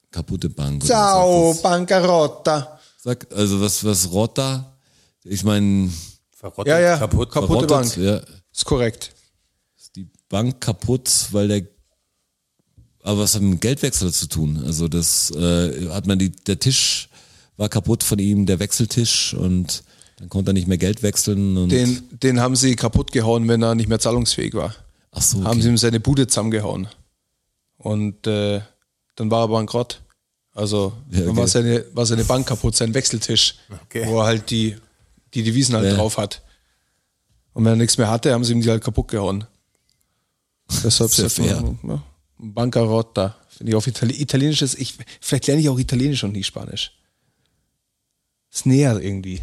Speaker 2: Kaputte Bank. oder
Speaker 3: Ciao,
Speaker 2: was
Speaker 3: Bancarotta.
Speaker 2: sagt das? Sag, also was, was Rotta? Ich meine,
Speaker 4: Verrottet,
Speaker 3: Ja, ja,
Speaker 4: kaputt.
Speaker 3: kaputt. Kaputte
Speaker 2: verrottet, Ja,
Speaker 3: Ist korrekt.
Speaker 2: ist die Bank kaputt, weil der Aber was hat mit dem Geldwechsel zu tun? Also das äh, hat man die, der Tisch war kaputt von ihm, der Wechseltisch und dann konnte er nicht mehr Geld wechseln und
Speaker 3: Den, den haben sie kaputt gehauen, wenn er nicht mehr zahlungsfähig war.
Speaker 2: ach so,
Speaker 3: Haben
Speaker 2: okay.
Speaker 3: sie ihm seine Bude zusammengehauen. Und äh, dann war er bankrott. Also
Speaker 2: Ja,
Speaker 3: dann
Speaker 2: okay.
Speaker 3: war seine, war seine Bank kaputt, sein Wechseltisch,
Speaker 4: Okay.
Speaker 3: wo er halt die, die Devisen halt
Speaker 2: Ja.
Speaker 3: drauf hat. Und wenn er nichts mehr hatte, haben sie ihm die halt kaputt gehauen. Deshalb
Speaker 2: Sehr
Speaker 3: sagt man, ja, Bancarotta. Finde ich auf Itali Italienisches, ich, vielleicht lerne ich auch Italienisch und nicht Spanisch. Ist näher irgendwie.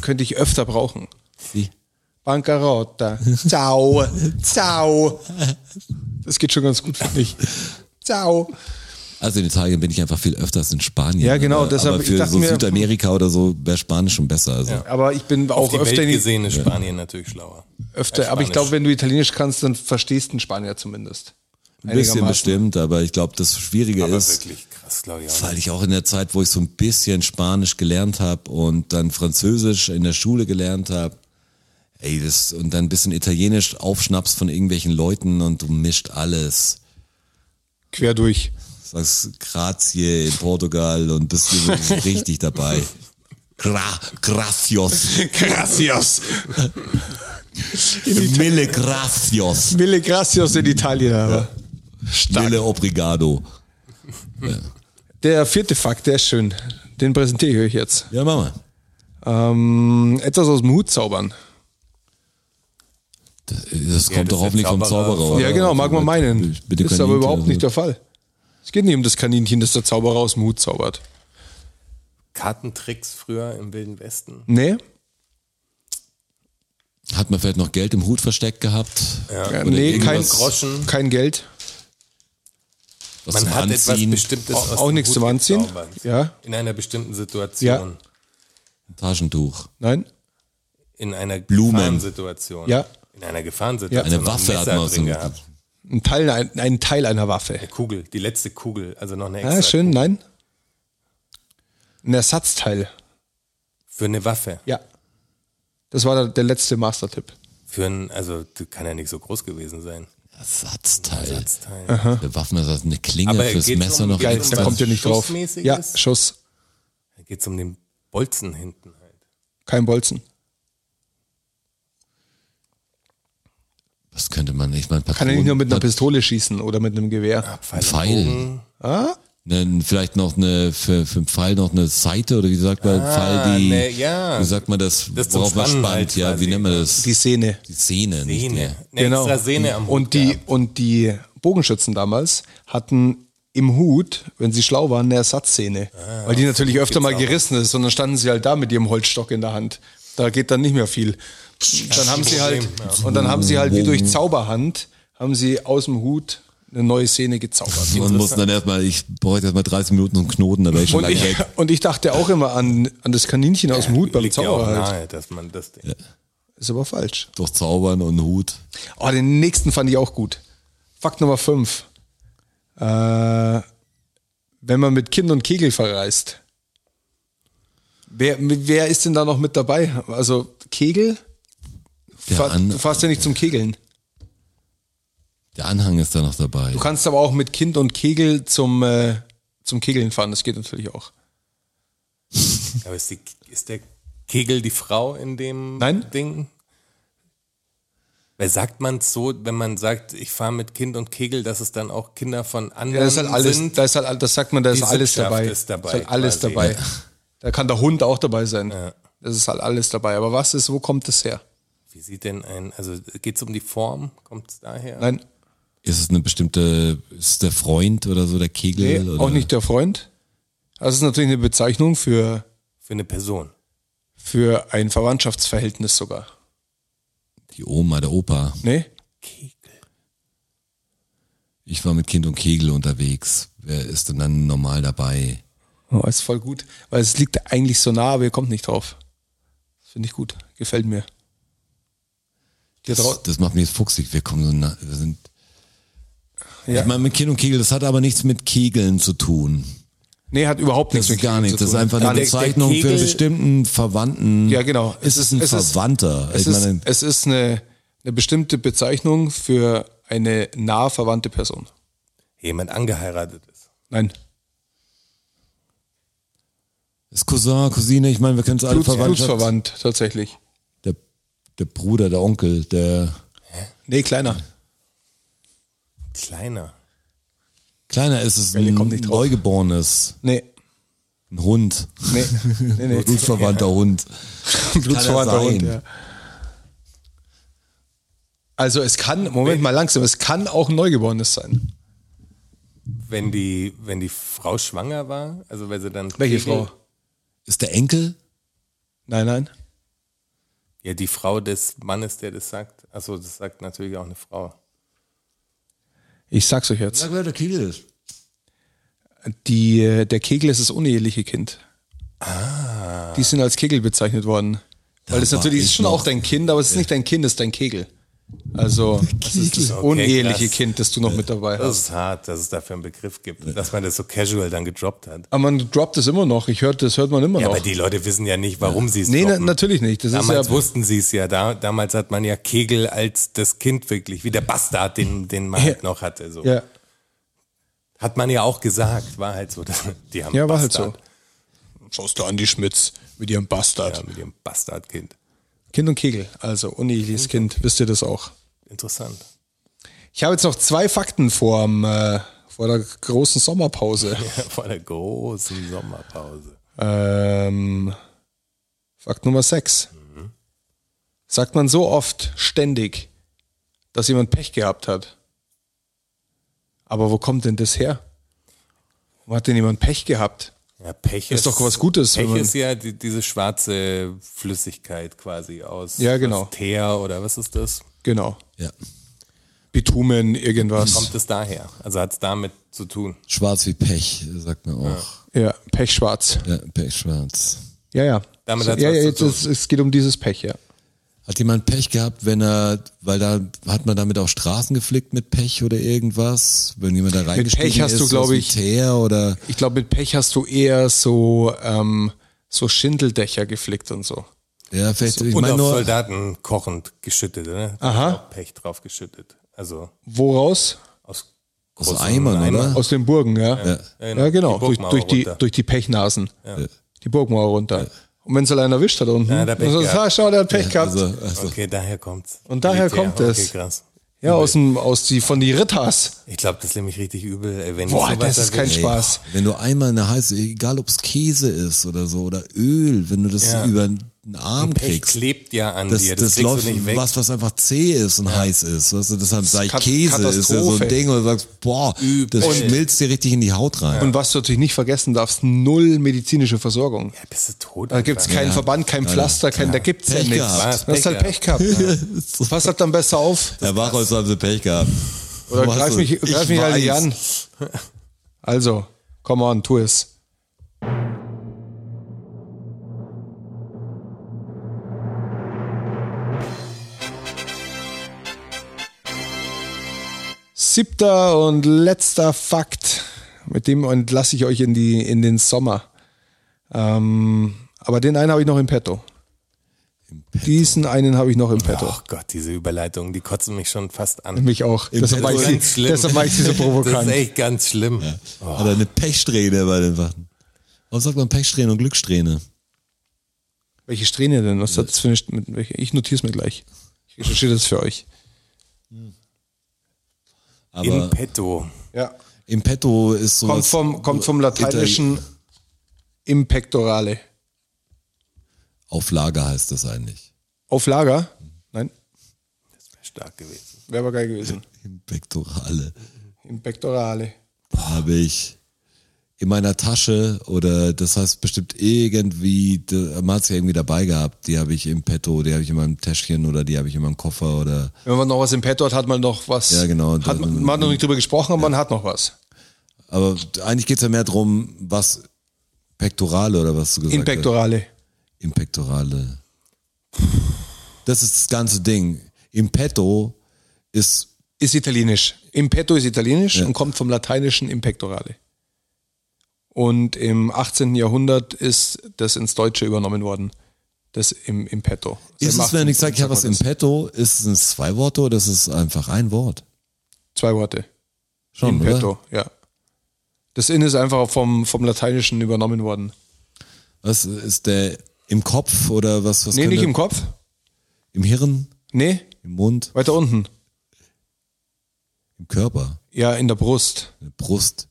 Speaker 3: Könnte ich öfter brauchen.
Speaker 2: Wie?
Speaker 3: Bancarotta. Ciao. Ciao. Das geht schon ganz gut für mich. Ciao.
Speaker 2: also in Italien bin ich einfach viel öfters in Spanien.
Speaker 3: Ja, genau,
Speaker 2: aber,
Speaker 3: deshalb-
Speaker 2: aber
Speaker 3: ich
Speaker 2: für
Speaker 3: dachte
Speaker 2: so
Speaker 3: mir-
Speaker 2: Südamerika oder so wäre Spanisch schon besser. Also
Speaker 3: Aber ich bin
Speaker 4: Auf
Speaker 3: auch
Speaker 4: die
Speaker 3: öfter,
Speaker 4: Welt
Speaker 3: in,
Speaker 4: gesehen ist Spanien natürlich schlauer.
Speaker 3: öfter aber ich
Speaker 4: Spanisch.
Speaker 3: glaube, wenn du Italienisch kannst, dann verstehst du einen Spanier zumindest.
Speaker 2: ein bisschen
Speaker 3: Einigermaßen.
Speaker 2: bestimmt, aber ich glaube, das Schwierige
Speaker 4: Aber
Speaker 2: ist,
Speaker 4: wirklich krass, glaube ich. Auch.
Speaker 2: weil ich auch in der Zeit, wo ich so ein bisschen Spanisch gelernt habe und dann Französisch in der Schule gelernt habe, ey, das und dann ein bisschen Italienisch aufschnappst von irgendwelchen Leuten und du mischt alles.
Speaker 3: Quer durch.
Speaker 2: Sagst Grazie in Portugal und bist du so richtig dabei. Gra gracios.
Speaker 3: Gracias.
Speaker 2: Mille gracios.
Speaker 3: Mille gracias in Italien. Aber.
Speaker 2: Mille obrigado.
Speaker 3: Der vierte Fakt, der ist schön. Den präsentiere ich euch jetzt.
Speaker 2: Ja, mach mal.
Speaker 3: Ähm, etwas aus dem Hut zaubern.
Speaker 2: Das kommt
Speaker 4: das
Speaker 2: doch
Speaker 4: ist
Speaker 2: hoffentlich vom
Speaker 4: Zauberer.
Speaker 2: Zauberer. oder?
Speaker 3: Ja, genau, mag man meinen.
Speaker 2: Bitte
Speaker 3: ist aber
Speaker 2: also Kaninchen,
Speaker 3: überhaupt
Speaker 2: also.
Speaker 3: nicht der Fall. Es geht nicht um das Kaninchen, das der Zauberer aus dem Hut zaubert.
Speaker 4: Kartentricks früher im Wilden Westen.
Speaker 3: Nee?
Speaker 2: Hat man vielleicht noch Geld im Hut versteckt gehabt?
Speaker 3: Ja,
Speaker 2: Oder
Speaker 3: nee, kein,
Speaker 2: irgendwas,
Speaker 4: Groschen.
Speaker 3: kein Geld.
Speaker 2: was
Speaker 4: Man
Speaker 2: zum
Speaker 4: hat
Speaker 2: Anziehen?
Speaker 4: etwas Bestimmtes
Speaker 3: Auch-
Speaker 4: aus
Speaker 3: auch
Speaker 4: dem
Speaker 3: nichts
Speaker 4: Hut
Speaker 3: zum Anziehen?
Speaker 4: gezaubert.
Speaker 3: Ja.
Speaker 4: In einer bestimmten Situation.
Speaker 2: Taschentuch.
Speaker 3: Nein?
Speaker 4: In einer
Speaker 2: Blumen.
Speaker 4: Gefahrensituation.
Speaker 3: Ja.
Speaker 4: In einer Gefahrensituation.
Speaker 2: Eine
Speaker 4: Noch ein
Speaker 2: Waffe hat
Speaker 4: Messer
Speaker 2: man aus
Speaker 4: drin
Speaker 2: dem-
Speaker 4: gehabt.
Speaker 3: Ein Teil, ein, ein Teil einer Waffe.
Speaker 4: Kugel, die letzte Kugel, also noch eine extra.
Speaker 3: Ah, schön,
Speaker 4: Kugel.
Speaker 3: nein? Ein Ersatzteil.
Speaker 4: Für eine Waffe.
Speaker 3: Ja. Das war der, der letzte Mastertipp.
Speaker 4: Für ein, also die kann ja nicht so groß gewesen sein.
Speaker 2: Ersatzteil.
Speaker 4: Teil.
Speaker 2: Der Waffenersatz, eine Klinge
Speaker 4: Aber
Speaker 2: fürs
Speaker 4: geht's
Speaker 2: Messer
Speaker 4: um-
Speaker 2: noch.
Speaker 4: geht's
Speaker 3: Geil,
Speaker 4: um
Speaker 3: da
Speaker 4: was
Speaker 3: kommt ihr nicht drauf.
Speaker 4: Schussmäßiges?
Speaker 3: Ja, Schuss,
Speaker 4: Da geht's um den Bolzen hinten halt.
Speaker 3: kein Bolzen.
Speaker 2: Was könnte man nicht mal
Speaker 3: Kann er nicht nur mit einer Pistole schießen oder mit einem Gewehr.
Speaker 4: Pfeil.
Speaker 2: Pfeil. Ne, vielleicht noch eine, für, für einen Pfeil noch eine Seite oder wie sagt man, Pfeil, die,
Speaker 4: ne, ja.
Speaker 2: wie sagt man das,
Speaker 4: Das zum
Speaker 2: worauf man
Speaker 4: Spannen
Speaker 2: spannt,
Speaker 4: halt
Speaker 2: ja,
Speaker 4: quasi.
Speaker 2: wie nennt man das?
Speaker 3: Die Sehne.
Speaker 2: Die Szene, nicht
Speaker 4: Sehne.
Speaker 2: mehr.
Speaker 4: Eine extra Sehne am
Speaker 3: Genau.
Speaker 4: Hut
Speaker 3: und die
Speaker 4: gehabt.
Speaker 3: Und die Bogenschützen damals hatten im Hut, wenn sie schlau waren, eine Ersatzszene.
Speaker 4: Ah,
Speaker 3: weil die natürlich öfter mal gerissen ist und dann standen sie halt da mit ihrem Holzstock in der Hand. Da geht dann nicht mehr viel. Dann haben sie halt, und dann haben sie halt wie durch Zauberhand, haben sie aus dem Hut eine neue Szene gezaubert.
Speaker 2: Man muss dann erstmal, ich bräuchte erstmal 30 Minuten zum Knoten, da wäre ich schon
Speaker 3: Und
Speaker 2: lange
Speaker 3: ich,
Speaker 2: weg.
Speaker 3: und ich dachte auch immer an, an das Kaninchen aus dem Hut beim
Speaker 4: Liegt ja auch
Speaker 3: Zauberer. halt.
Speaker 4: nahe, dass man das Ding.
Speaker 3: Ist aber falsch.
Speaker 2: Durch Zaubern und Hut.
Speaker 3: Oh, den nächsten fand ich auch gut. Fakt Nummer 5. Äh, wenn man mit Kind und Kegel verreist. Wer, wer ist denn da noch mit dabei? Also Kegel?
Speaker 2: Der,
Speaker 3: Fa
Speaker 2: An,
Speaker 3: du fährst ja nicht zum Kegeln.
Speaker 2: der Anhang ist da noch dabei.
Speaker 3: Du kannst aber auch mit Kind und Kegel zum, äh, zum Kegeln fahren. Das geht natürlich auch.
Speaker 4: Aber ist, die, ist der Kegel die Frau in dem
Speaker 3: Nein.
Speaker 4: Ding? Weil sagt man so, wenn man sagt, ich fahre mit Kind und Kegel, dass es dann auch Kinder von anderen
Speaker 3: Ja, da ist halt alles,
Speaker 4: sind?
Speaker 3: da ist halt, all- das sagt man, da ist
Speaker 4: Die
Speaker 3: alles
Speaker 4: Sippschaft
Speaker 3: dabei.
Speaker 4: ist dabei,
Speaker 3: Ist halt alles
Speaker 4: quasi.
Speaker 3: dabei.
Speaker 4: Ja.
Speaker 3: Da kann der Hund auch dabei sein. Das ist halt alles dabei. Aber was ist, wo kommt das her?
Speaker 4: Wie sieht denn ein, also geht's um die Form? Kommt's daher?
Speaker 3: Nein,
Speaker 2: Ist es eine bestimmte, ist der Freund oder so, der Kegel?
Speaker 3: Nee,
Speaker 2: oder?
Speaker 3: auch nicht der Freund. Das ist natürlich eine Bezeichnung für,
Speaker 4: Für eine Person.
Speaker 3: für ein Verwandtschaftsverhältnis sogar.
Speaker 2: Die Oma, der Opa.
Speaker 3: Nee?
Speaker 4: Kegel.
Speaker 2: Ich war mit Kind und Kegel unterwegs. Wer ist denn dann normal dabei?
Speaker 3: Oh, ist voll gut. Weil es liegt eigentlich so nah, aber ihr kommt nicht drauf. Finde ich gut. Gefällt mir. Dir
Speaker 2: Das,
Speaker 3: trau-
Speaker 2: das macht mich jetzt fuchsig. Wir kommen so nah. Wir sind.
Speaker 3: Ja.
Speaker 2: Ich meine, mit Kind und Kegel, das hat aber nichts mit Kegeln zu tun.
Speaker 3: nee, hat überhaupt nichts
Speaker 2: Das ist gar
Speaker 3: Kindern
Speaker 2: nichts.
Speaker 3: zu
Speaker 2: Das ist
Speaker 3: tun.
Speaker 2: einfach
Speaker 3: Gar
Speaker 2: eine
Speaker 3: nichts.
Speaker 2: Bezeichnung
Speaker 4: Der
Speaker 2: für einen
Speaker 4: Kegel-
Speaker 2: bestimmten Verwandten.
Speaker 3: Ja, genau.
Speaker 2: Es ist ein
Speaker 3: es
Speaker 2: Verwandter.
Speaker 3: Es
Speaker 2: ich
Speaker 3: ist,
Speaker 2: meine,
Speaker 3: es ist eine, eine bestimmte Bezeichnung für eine nah verwandte Person.
Speaker 4: jemand angeheiratet ist.
Speaker 3: Nein.
Speaker 2: Ist Cousin, Cousine, ich meine, wir können es alle
Speaker 3: Bluts,
Speaker 2: verwandt.
Speaker 3: Blutsverwandt, tatsächlich.
Speaker 2: Der, der Bruder, der Onkel, der
Speaker 3: Nee, kleiner.
Speaker 4: Kleiner.
Speaker 2: Kleiner ist es,
Speaker 3: Welle
Speaker 2: ein
Speaker 3: kommt nicht drauf.
Speaker 2: Neugeborenes,
Speaker 3: Nee.
Speaker 2: ein
Speaker 3: <laughs>
Speaker 2: Hund,
Speaker 3: Nee.
Speaker 2: <laughs>
Speaker 3: Nee, nee.
Speaker 2: blutverwandter Hund.
Speaker 3: Blutsverwandter
Speaker 2: Kann er
Speaker 3: Hund,
Speaker 2: sein.
Speaker 3: ja. Also es kann, Moment mal langsam, es kann auch ein Neugeborenes sein.
Speaker 4: Wenn die, wenn die Frau schwanger war, also weil sie dann.
Speaker 3: Welche
Speaker 4: Kegel-
Speaker 3: Frau?
Speaker 2: Ist der Enkel?
Speaker 3: Nein, nein.
Speaker 4: Ja, die Frau des Mannes, der das sagt. Achso, das sagt natürlich auch eine Frau.
Speaker 3: Ich sag's euch jetzt.
Speaker 2: wer der Kegel ist.
Speaker 3: Die, äh, der Kegel ist das uneheliche Kind. Ah. Die sind als Kegel bezeichnet worden. Weil das
Speaker 2: war
Speaker 3: natürlich
Speaker 2: ich
Speaker 3: ist schon
Speaker 2: noch-
Speaker 3: auch dein Kind, aber es ist nicht dein Kind, es ist dein Kegel. Also das ist das
Speaker 4: Okay,
Speaker 3: uneheliche
Speaker 4: krass.
Speaker 3: Kind, das du noch mit dabei
Speaker 4: Das
Speaker 3: hast.
Speaker 4: ist hart, dass es dafür einen Begriff gibt, und dass man das so casual dann gedroppt hat.
Speaker 3: Aber man droppt es immer noch. Ich hört, das hört man immer
Speaker 4: Ja,
Speaker 3: noch.
Speaker 4: aber die Leute wissen ja nicht, warum sie es
Speaker 3: nee, na,
Speaker 4: droppen.
Speaker 3: natürlich nicht. Das
Speaker 4: Damals
Speaker 3: ist ja
Speaker 4: wussten sie es ja. Da, damals hat man ja Kegel als das Kind wirklich, wie der Bastard, den, den man halt noch hatte. So.
Speaker 3: ja,
Speaker 4: Hat man ja auch gesagt, war halt so. <laughs> dass- Die haben
Speaker 3: ja, war halt
Speaker 4: Bastard.
Speaker 3: so. Schaust du an die Schmitz mit ihrem Bastard.
Speaker 4: Ja, mit dem Bastardkind.
Speaker 3: Kind und Kegel, also uneheliches Kind, wisst ihr das auch.
Speaker 4: Interessant.
Speaker 3: Ich habe jetzt noch zwei Fakten vor, dem, äh, vor der großen Sommerpause.
Speaker 4: Vor der großen Sommerpause.
Speaker 3: Ähm, Fakt Nummer 6. Sagt man so oft, ständig, dass jemand Pech gehabt hat. Aber wo kommt denn das her? Wo hat denn jemand Pech gehabt?
Speaker 4: Ja, Pech
Speaker 3: Ist doch was Gutes, wenn
Speaker 4: Pech
Speaker 3: man-
Speaker 4: ist ja die, diese schwarze Flüssigkeit quasi aus,
Speaker 3: Ja, genau.
Speaker 4: aus Teer oder was ist das?
Speaker 3: Genau.
Speaker 2: Ja.
Speaker 3: Bitumen, irgendwas.
Speaker 4: Kommt es daher? Also hat es damit zu tun.
Speaker 2: Schwarz wie Pech, sagt man auch.
Speaker 3: Ja, Pechschwarz.
Speaker 2: Ja, Pech schwarz.
Speaker 3: Ja, ja.
Speaker 4: Damit
Speaker 3: ja,
Speaker 4: hat's
Speaker 3: ja,
Speaker 4: was zu
Speaker 3: jetzt,
Speaker 4: tun.
Speaker 3: es, es geht um dieses Pech, ja.
Speaker 2: Hat jemand Pech gehabt, wenn er, weil da hat man damit auch Straßen geflickt mit Pech oder irgendwas? Wenn jemand da reingestiegen
Speaker 3: Pech hast
Speaker 2: ist,
Speaker 3: du, glaub
Speaker 2: aus dem
Speaker 3: ich-
Speaker 2: Teer oder
Speaker 3: Ich glaube, mit Pech hast du eher so, ähm, so Schindeldächer geflickt und so.
Speaker 2: ja, vielleicht, ich
Speaker 4: Und
Speaker 2: meine
Speaker 4: auf
Speaker 2: nur,
Speaker 4: Soldaten kochend geschüttet, ne? Da
Speaker 3: Aha.
Speaker 4: ist auch Pech drauf geschüttet. Also
Speaker 3: Woraus?
Speaker 4: aus,
Speaker 2: aus
Speaker 4: großen
Speaker 2: Eimern,
Speaker 4: Eimern.
Speaker 2: oder?
Speaker 3: Aus den Burgen, ja. Ja, genau.
Speaker 4: genau. Die
Speaker 3: durch,
Speaker 4: Burgmauer
Speaker 3: durch, die,
Speaker 4: runter.
Speaker 3: durch die Pechnasen. Die Burgmauer runter. Und wenn es allein erwischt hat unten,
Speaker 4: Ja,
Speaker 3: ja,
Speaker 4: der
Speaker 3: dann
Speaker 4: Pech
Speaker 3: sagst du,
Speaker 4: gehabt.
Speaker 3: ah, schau, der hat Pech gehabt.
Speaker 2: Also, also,
Speaker 4: Okay, daher kommt's.
Speaker 3: Und daher
Speaker 4: Militär.
Speaker 3: kommt
Speaker 4: okay,
Speaker 3: es.
Speaker 4: Krass.
Speaker 3: ja, aus, dem, aus die, von die Ritters.
Speaker 4: Ich glaube, das ist nämlich richtig übel. ey, Wenn
Speaker 3: Boah,
Speaker 4: sowas
Speaker 3: das ist kein
Speaker 4: erwischt.
Speaker 3: Spaß.
Speaker 2: wenn du einmal eine heiße, egal ob es Käse ist oder so oder Öl, wenn du das
Speaker 4: Ja.
Speaker 2: über den Arm
Speaker 4: Pech
Speaker 2: kriegst,
Speaker 4: klebt ja an
Speaker 2: das,
Speaker 4: dir.
Speaker 2: das,
Speaker 4: kriegst
Speaker 2: läuft
Speaker 4: du nicht weg.
Speaker 2: was, was einfach zäh ist und heiß ist. Weißt du, deshalb sei
Speaker 3: Kat-
Speaker 2: Käse ist ja so
Speaker 3: Katastrophe.
Speaker 2: ein Ding, wo du sagst, boah, das schmilzt dir richtig in die Haut rein.
Speaker 3: Und was du natürlich nicht vergessen darfst, null medizinische Versorgung.
Speaker 4: ja, bist du tot?
Speaker 3: Da gibt's keinen
Speaker 2: Ja.
Speaker 3: Verband, kein Pflaster, kein, da gibt's
Speaker 2: Pech
Speaker 3: ja
Speaker 2: gehabt.
Speaker 3: nichts. Du hast halt Pech
Speaker 4: Pech
Speaker 3: gehabt.
Speaker 2: <laughs>
Speaker 3: Pass halt dann besser auf.
Speaker 2: Der Wachholz haben sie Pech gehabt.
Speaker 3: Oder
Speaker 2: Weißt
Speaker 3: greif
Speaker 2: du,
Speaker 3: mich,
Speaker 2: ich
Speaker 3: greif mich halt nicht
Speaker 2: weiß.
Speaker 3: an. <laughs> Also, come on, tu es. Siebter und letzter Fakt. Mit dem entlasse ich euch in, die, in den Sommer. Ähm, aber den einen habe ich noch im Petto. Diesen einen habe ich noch im Petto.
Speaker 4: Oh Gott, diese Überleitungen, die kotzen mich schon fast an.
Speaker 3: Mich auch.
Speaker 2: Petto
Speaker 3: Deshalb mache
Speaker 2: ist
Speaker 3: ich,
Speaker 4: ganz
Speaker 3: sie-
Speaker 4: schlimm.
Speaker 3: deshalb mache ich
Speaker 2: <laughs>
Speaker 3: sie so
Speaker 4: Das
Speaker 3: provokant.
Speaker 4: ist echt ganz schlimm.
Speaker 2: Oder eine Pechsträhne bei den Wachen. Warum sagt man Pechsträhne und Glücksträhne?
Speaker 3: Welche Strähne denn? Was hat das für eine St- mit welcher? Ich notiere es mir gleich. Ich recherchiere das für euch.
Speaker 4: In
Speaker 2: Aber
Speaker 4: petto.
Speaker 3: Ja.
Speaker 2: im Petto ist so.
Speaker 3: Kommt vom, kommt vom lateinischen Impectorale.
Speaker 2: Auf Lager heißt das eigentlich.
Speaker 3: Auf Lager? Nein,
Speaker 4: Stark gewesen.
Speaker 3: wäre aber geil gewesen.
Speaker 2: Im Pektorale.
Speaker 3: Impectorale.
Speaker 2: Habe ich in meiner Tasche oder das heißt bestimmt irgendwie, da- man hat sie ja irgendwie dabei gehabt. Die habe ich im Petto, die habe ich in meinem Täschchen oder die habe ich in meinem Koffer oder.
Speaker 3: Wenn man noch was im Petto hat, hat man noch was.
Speaker 2: Ja, genau.
Speaker 3: Hat, man man hat noch nicht drüber gesprochen, aber man hat noch was.
Speaker 2: Aber eigentlich geht es ja mehr darum, was Pektorale oder was du gesagt hast.
Speaker 3: Impectorale.
Speaker 2: Im Pektorale. Das ist das ganze Ding. Im Petto ist,
Speaker 3: Ist italienisch. Impetto ist italienisch und kommt vom lateinischen Impectorale. Und im 18. Jahrhundert ist das ins Deutsche übernommen worden. Das im Impetto.
Speaker 2: ist es, wenn ich sage, ich habe was im
Speaker 3: Impetto?
Speaker 2: Petto, ist es ein zwei Worte oder ist es einfach ein Wort?
Speaker 3: Zwei Worte.
Speaker 2: Schon,
Speaker 3: in
Speaker 2: oder?
Speaker 3: petto, ja. Das In ist einfach vom, vom Lateinischen übernommen worden.
Speaker 2: Was ist der im Kopf oder was? was
Speaker 3: Nee,
Speaker 2: könnte-
Speaker 3: nicht im Kopf.
Speaker 2: Im Hirn,
Speaker 3: Nee,
Speaker 2: im Mund,
Speaker 3: weiter unten.
Speaker 2: im Körper,
Speaker 3: Ja, in der Brust.
Speaker 2: in der Brust.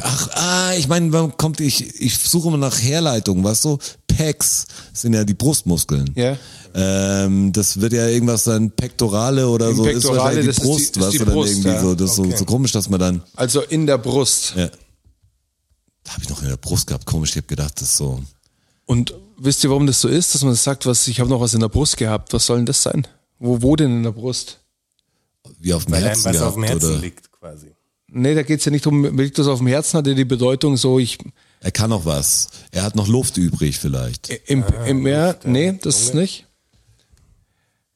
Speaker 2: Ach, ah, ich meine, man kommt, ich, ich suche immer nach Herleitung, weißt du? Pecs sind ja die Brustmuskeln.
Speaker 3: Ja.
Speaker 2: Ähm, das wird ja irgendwas dann Pektorale oder
Speaker 3: Im
Speaker 2: so. ist
Speaker 3: Pektorale,
Speaker 2: wahrscheinlich
Speaker 3: das
Speaker 2: die
Speaker 3: ist die-
Speaker 2: Brust,
Speaker 3: ist
Speaker 2: weißt
Speaker 3: die
Speaker 2: du, dann
Speaker 3: Brust,
Speaker 2: irgendwie
Speaker 3: ja.
Speaker 2: so. Das ist so,
Speaker 4: Okay.
Speaker 2: so komisch, dass man dann,
Speaker 3: Also in der Brust.
Speaker 2: ja. Da habe ich noch in der Brust gehabt, komisch, ich habe gedacht, das ist so.
Speaker 3: Und wisst ihr, warum das so ist, dass man sagt, was, ich habe noch was in der Brust gehabt? Was soll denn das sein? Wo, wo denn in der Brust?
Speaker 2: wie auf dem
Speaker 4: Weil
Speaker 2: Herzen
Speaker 4: einem was
Speaker 2: gehabt,
Speaker 4: auf dem Herzen
Speaker 2: oder
Speaker 4: liegt quasi.
Speaker 3: Nee, da geht's ja nicht um, liegt das auf dem Herzen, hat ja die Bedeutung so, ich,
Speaker 2: er kann noch was. Er hat noch Luft übrig vielleicht.
Speaker 3: im, im ja, nee, das ist nicht.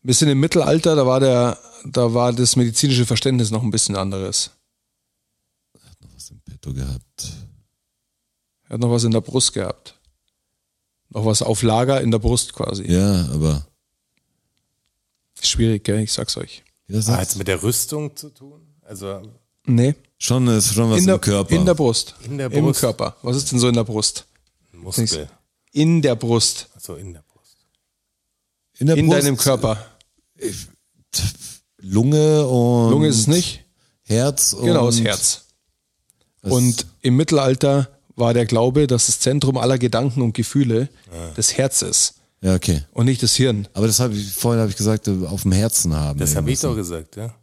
Speaker 3: Wir sind im Mittelalter, da war der, da war das medizinische Verständnis noch ein bisschen anderes.
Speaker 2: Was im Petto gehabt.
Speaker 3: Er hat noch was in der Brust gehabt. Noch was auf Lager in der Brust quasi.
Speaker 2: Ja, aber
Speaker 3: Ist Schwierig, gell? Ich sag's euch.
Speaker 2: ja, das
Speaker 4: Hat
Speaker 2: ist
Speaker 4: es mit der Rüstung zu tun? Also
Speaker 3: Nee.
Speaker 2: schon ist schon was
Speaker 3: In der,
Speaker 2: im Körper.
Speaker 3: in der Brust.
Speaker 4: In der
Speaker 3: Im
Speaker 4: Brust.
Speaker 3: Körper. Was ist denn so in der Brust?
Speaker 4: ein Muskel.
Speaker 3: Nichts. In der Brust.
Speaker 4: Also in der Brust.
Speaker 2: in, der
Speaker 3: In
Speaker 2: Brust, äh,
Speaker 3: deinem Körper.
Speaker 2: Lunge und
Speaker 3: Lunge ist es nicht.
Speaker 2: Herz und
Speaker 3: Genau, das Herz. Und im Mittelalter war der Glaube, dass das Zentrum aller Gedanken und Gefühle
Speaker 2: Ah.
Speaker 3: das Herz ist
Speaker 2: Ja, okay.
Speaker 3: und nicht das Hirn.
Speaker 2: Aber das habe ich vorhin habe ich gesagt, äh, auf dem Herzen haben.
Speaker 4: Das habe ich
Speaker 2: irgendwas.
Speaker 4: doch gesagt, ja.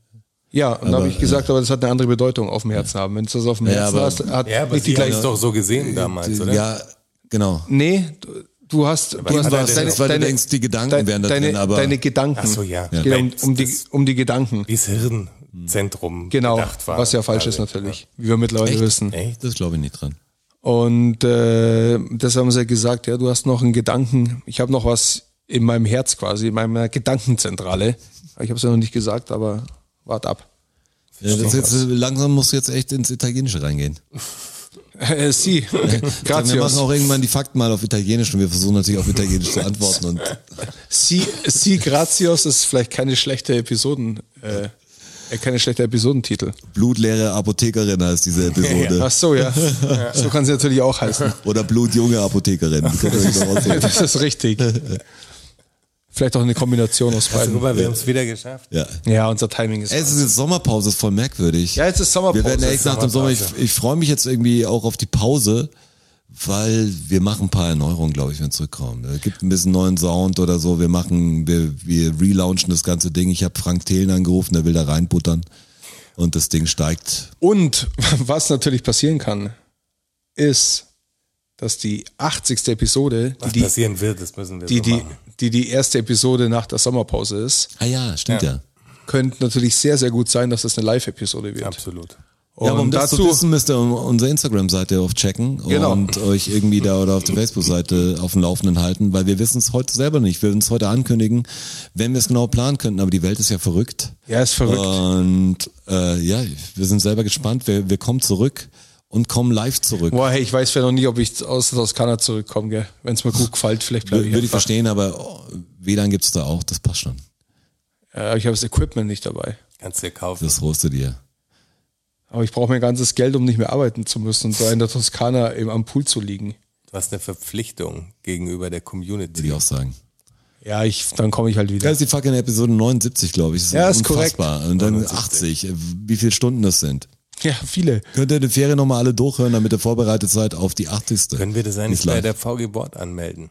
Speaker 3: Ja, und da habe ich gesagt, aber das hat eine andere Bedeutung auf dem Herzen haben. Wenn du das auf dem
Speaker 2: äh, Ja,
Speaker 3: Herzen
Speaker 2: aber-
Speaker 3: hast, hat
Speaker 4: Ja, aber
Speaker 3: nicht die
Speaker 4: die haben
Speaker 3: gleiche.
Speaker 4: es doch so gesehen damals, oder?
Speaker 2: Äh, Ja, genau.
Speaker 3: Nee, du, du hast, du hast
Speaker 4: was war das?
Speaker 2: Weil du denkst, die Gedanken
Speaker 3: dein-
Speaker 2: wären da
Speaker 3: deine,
Speaker 2: drin, aber-
Speaker 3: deine Gedanken.
Speaker 4: Ach so, ja.
Speaker 3: Es geht um, um, die,
Speaker 4: Das-
Speaker 3: um die Gedanken.
Speaker 4: Wie das Hirnzentrum
Speaker 3: Genau,
Speaker 4: gedacht war.
Speaker 3: was ja falsch
Speaker 4: quasi.
Speaker 3: ist natürlich, wie wir mittlerweile wissen.
Speaker 4: Echt?
Speaker 2: Das glaube ich nicht dran.
Speaker 3: Und äh, das haben sie ja gesagt, ja, du hast noch einen Gedanken, ich habe noch was in meinem Herz quasi, in meiner Gedankenzentrale. Ich habe es ja noch nicht gesagt, aber wart ab. <laughs>
Speaker 2: Ja, das jetzt, äh, langsam musst du jetzt echt ins Italienische reingehen.
Speaker 3: Äh, Sie,
Speaker 2: Wir machen
Speaker 3: grazios.
Speaker 2: auch irgendwann die Fakten mal auf Italienisch und wir versuchen natürlich auf Italienisch zu antworten und
Speaker 3: Sie, Sie, grazios ist vielleicht keine schlechte Episoden, äh, äh, keine schlechte Episodentitel.
Speaker 2: Blutleere Apothekerin heißt diese Episode.
Speaker 3: Ach
Speaker 2: <laughs>
Speaker 3: so, <laughs> ja. So kann sie natürlich auch heißen.
Speaker 2: Oder blutjunge Apothekerin. Das
Speaker 3: <laughs>
Speaker 2: könnte ich noch aussuchen.
Speaker 3: Das ist richtig. Vielleicht auch eine Kombination aus
Speaker 4: Also,
Speaker 3: beiden.
Speaker 4: guck mal, wir haben es wieder geschafft.
Speaker 2: ja.
Speaker 3: Ja, unser Timing ist.
Speaker 2: Ey, Es ist jetzt Sommerpause, ist voll merkwürdig.
Speaker 3: ja, jetzt ist Sommerpause.
Speaker 2: wir werden echt nach dem Sommer, ich, ich freue mich jetzt irgendwie auch auf die Pause, weil wir machen ein paar Erneuerungen, glaube ich, wenn wir zurückkommen. Es gibt ein bisschen neuen Sound oder so. Wir machen, wir, wir relaunchen das ganze Ding. Ich habe Frank Thelen angerufen, der will da reinbuttern. Und das Ding steigt.
Speaker 3: Und <laughs> was natürlich passieren kann, ist, dass die 80. Episode,
Speaker 4: Was
Speaker 3: die
Speaker 4: passieren wird, das müssen wir
Speaker 3: die, die,
Speaker 4: so
Speaker 3: die,
Speaker 4: machen.
Speaker 3: die, die erste Episode nach der Sommerpause ist,
Speaker 2: Ah ja, stimmt ja.
Speaker 4: Ja.
Speaker 2: ja.
Speaker 3: könnte natürlich sehr, sehr gut sein, dass das eine Live-Episode wird.
Speaker 4: Absolut.
Speaker 3: Und
Speaker 2: aber um das zu wissen, müsst ihr unsere Instagram-Seite auch checken
Speaker 3: Genau.
Speaker 2: und euch irgendwie da oder auf der Facebook-Seite auf dem Laufenden halten, weil wir wissen es heute selber nicht. Wir würden es heute ankündigen, wenn wir es genau planen könnten, aber die Welt ist ja verrückt.
Speaker 3: ja, ist verrückt.
Speaker 2: Und äh, ja, wir sind selber gespannt. Wir, wir kommen zurück und kommen live zurück.
Speaker 3: Boah, hey, ich weiß ja noch nie, ob ich aus, aus Kanada zurückkomme, gell? Wenn es mir gut gefällt, vielleicht bleibe
Speaker 2: Wür-
Speaker 3: ich.
Speaker 2: Würde ich
Speaker 3: einfach.
Speaker 2: verstehen, aber oh, WLAN gibt's da auch, das passt schon.
Speaker 3: Äh, ich habe das Equipment nicht dabei.
Speaker 4: Kannst dir kaufen.
Speaker 2: Das rostet ihr.
Speaker 3: Aber ich brauche mein ganzes Geld, um nicht mehr arbeiten zu müssen und da in der Toskana eben am Pool zu liegen.
Speaker 4: Du hast eine Verpflichtung gegenüber
Speaker 2: würde
Speaker 4: der
Speaker 2: ich
Speaker 4: Community.
Speaker 2: auch sagen.
Speaker 3: Ja, ich, dann komme ich halt wieder.
Speaker 2: Das ist die fucking Episode 79, glaube ich. Das
Speaker 3: Ja, ist
Speaker 2: unfassbar. Und dann 80, wie viele Stunden das sind.
Speaker 3: Ja, viele.
Speaker 2: Könnt ihr die Ferien nochmal alle durchhören, damit ihr vorbereitet seid auf die 80.
Speaker 4: Können wir das eigentlich
Speaker 2: Ist live.
Speaker 4: bei der VG Board anmelden?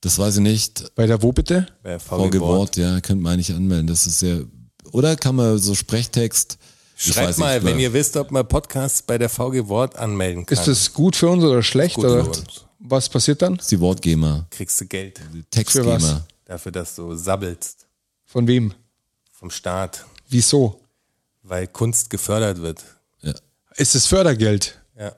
Speaker 2: Das weiß ich nicht.
Speaker 3: Bei der wo bitte?
Speaker 4: Bei der VG,
Speaker 2: VG
Speaker 4: Board.
Speaker 2: Wort, ja, könnt man eigentlich anmelden. Das ist sehr. Oder kann man so Sprechtext. Ich
Speaker 4: Schreibt
Speaker 2: weiß
Speaker 4: mal,
Speaker 2: nicht,
Speaker 4: wenn
Speaker 2: weil-
Speaker 4: ihr wisst, ob man Podcasts bei der VG Wort anmelden kann.
Speaker 3: Ist das gut für uns oder schlecht?
Speaker 4: gut
Speaker 3: Oder
Speaker 4: für uns.
Speaker 3: was passiert dann?
Speaker 2: ist die Wortgeber,
Speaker 4: Kriegst du Geld
Speaker 2: die
Speaker 3: Für was?
Speaker 2: Textgeber.
Speaker 4: dafür, dass du sabbelst
Speaker 3: Von wem?
Speaker 4: vom Staat,
Speaker 3: Wieso?
Speaker 4: weil Kunst gefördert wird.
Speaker 2: Ja.
Speaker 3: Ist es Fördergeld?
Speaker 4: Ja,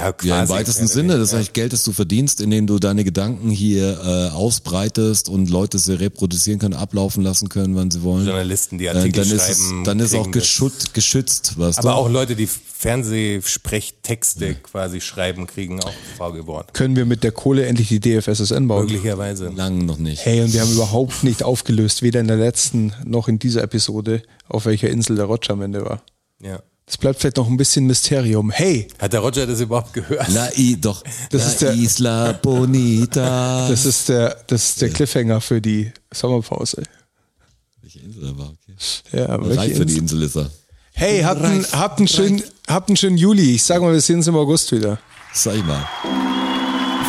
Speaker 4: ja quasi.
Speaker 2: ja, im weitesten Sinne. Das ist eigentlich Geld, das du verdienst, indem du deine Gedanken hier äh, ausbreitest und Leute sie reproduzieren können, ablaufen lassen können, wann sie wollen.
Speaker 4: Journalisten, die
Speaker 2: Äh,
Speaker 4: Artikel
Speaker 2: dann ist, es,
Speaker 4: schreiben.
Speaker 2: dann ist auch
Speaker 4: kriegen das.
Speaker 2: geschützt, geschützt, was
Speaker 4: Aber
Speaker 2: du.
Speaker 4: auch Leute, die Fernsehsprechtexte quasi schreiben, kriegen auch VG Wort.
Speaker 3: Können wir mit der Kohle endlich die DFSSN bauen?
Speaker 4: Möglicherweise.
Speaker 2: lang noch nicht.
Speaker 3: Hey, und wir haben überhaupt nicht aufgelöst, weder in der letzten noch in dieser Episode, auf welcher Insel der Rotsch am Ende war.
Speaker 4: Ja.
Speaker 3: Das bleibt vielleicht noch ein bisschen Mysterium. Hey,
Speaker 4: Hat der Roger das überhaupt gehört?
Speaker 2: La I, doch.
Speaker 3: Das
Speaker 2: La
Speaker 3: ist der-
Speaker 2: Isla Bonita.
Speaker 3: <laughs> das ist der, das ist der Cliffhanger für die Sommerpause.
Speaker 2: Welche Insel aber, okay.
Speaker 3: Ja,
Speaker 2: Reich für
Speaker 3: welche
Speaker 2: die
Speaker 3: Ins-
Speaker 2: Insel ist er.
Speaker 3: Hey, habt einen, habt, einen schönen, habt einen schönen Juli. Ich sag mal, wir sehen uns im August wieder.
Speaker 2: Sag ich mal.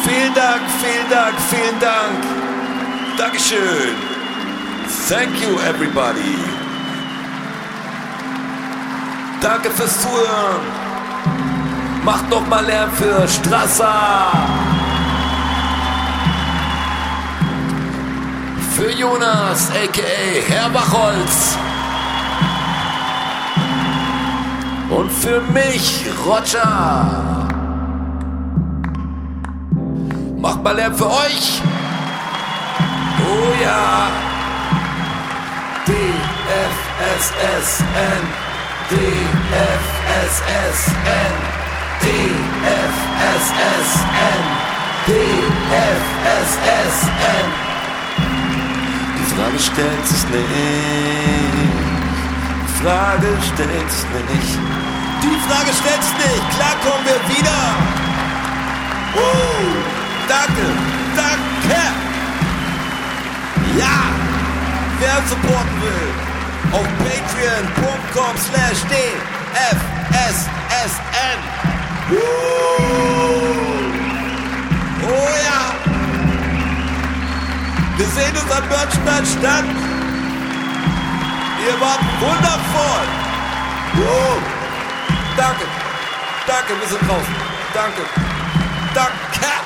Speaker 1: Vielen Dank, vielen Dank, vielen Dank. Dankeschön. Thank you, everybody. Danke fürs Zuhören. Macht noch mal Lärm für Strasser. Für Jonas, a.k.a. Herr Bachholz. Und für mich, Roger. Macht mal Lärm für euch. Oh ja. DFSSN. DFSSN. DFSSN. DFSSN. Die Frage stellt sich nicht. Die Frage stellt sich nicht. Die Frage stellt sich nicht. Klar kommen wir wieder. Uh, danke, danke. Ja, wer uns supporten will, auf patreon.com slash dfssn. Uh, oh ja. Wir sehen uns am Börnstein statt. Ihr wart wundervoll. Uh, danke, danke, wir sind draußen. Danke. Danke.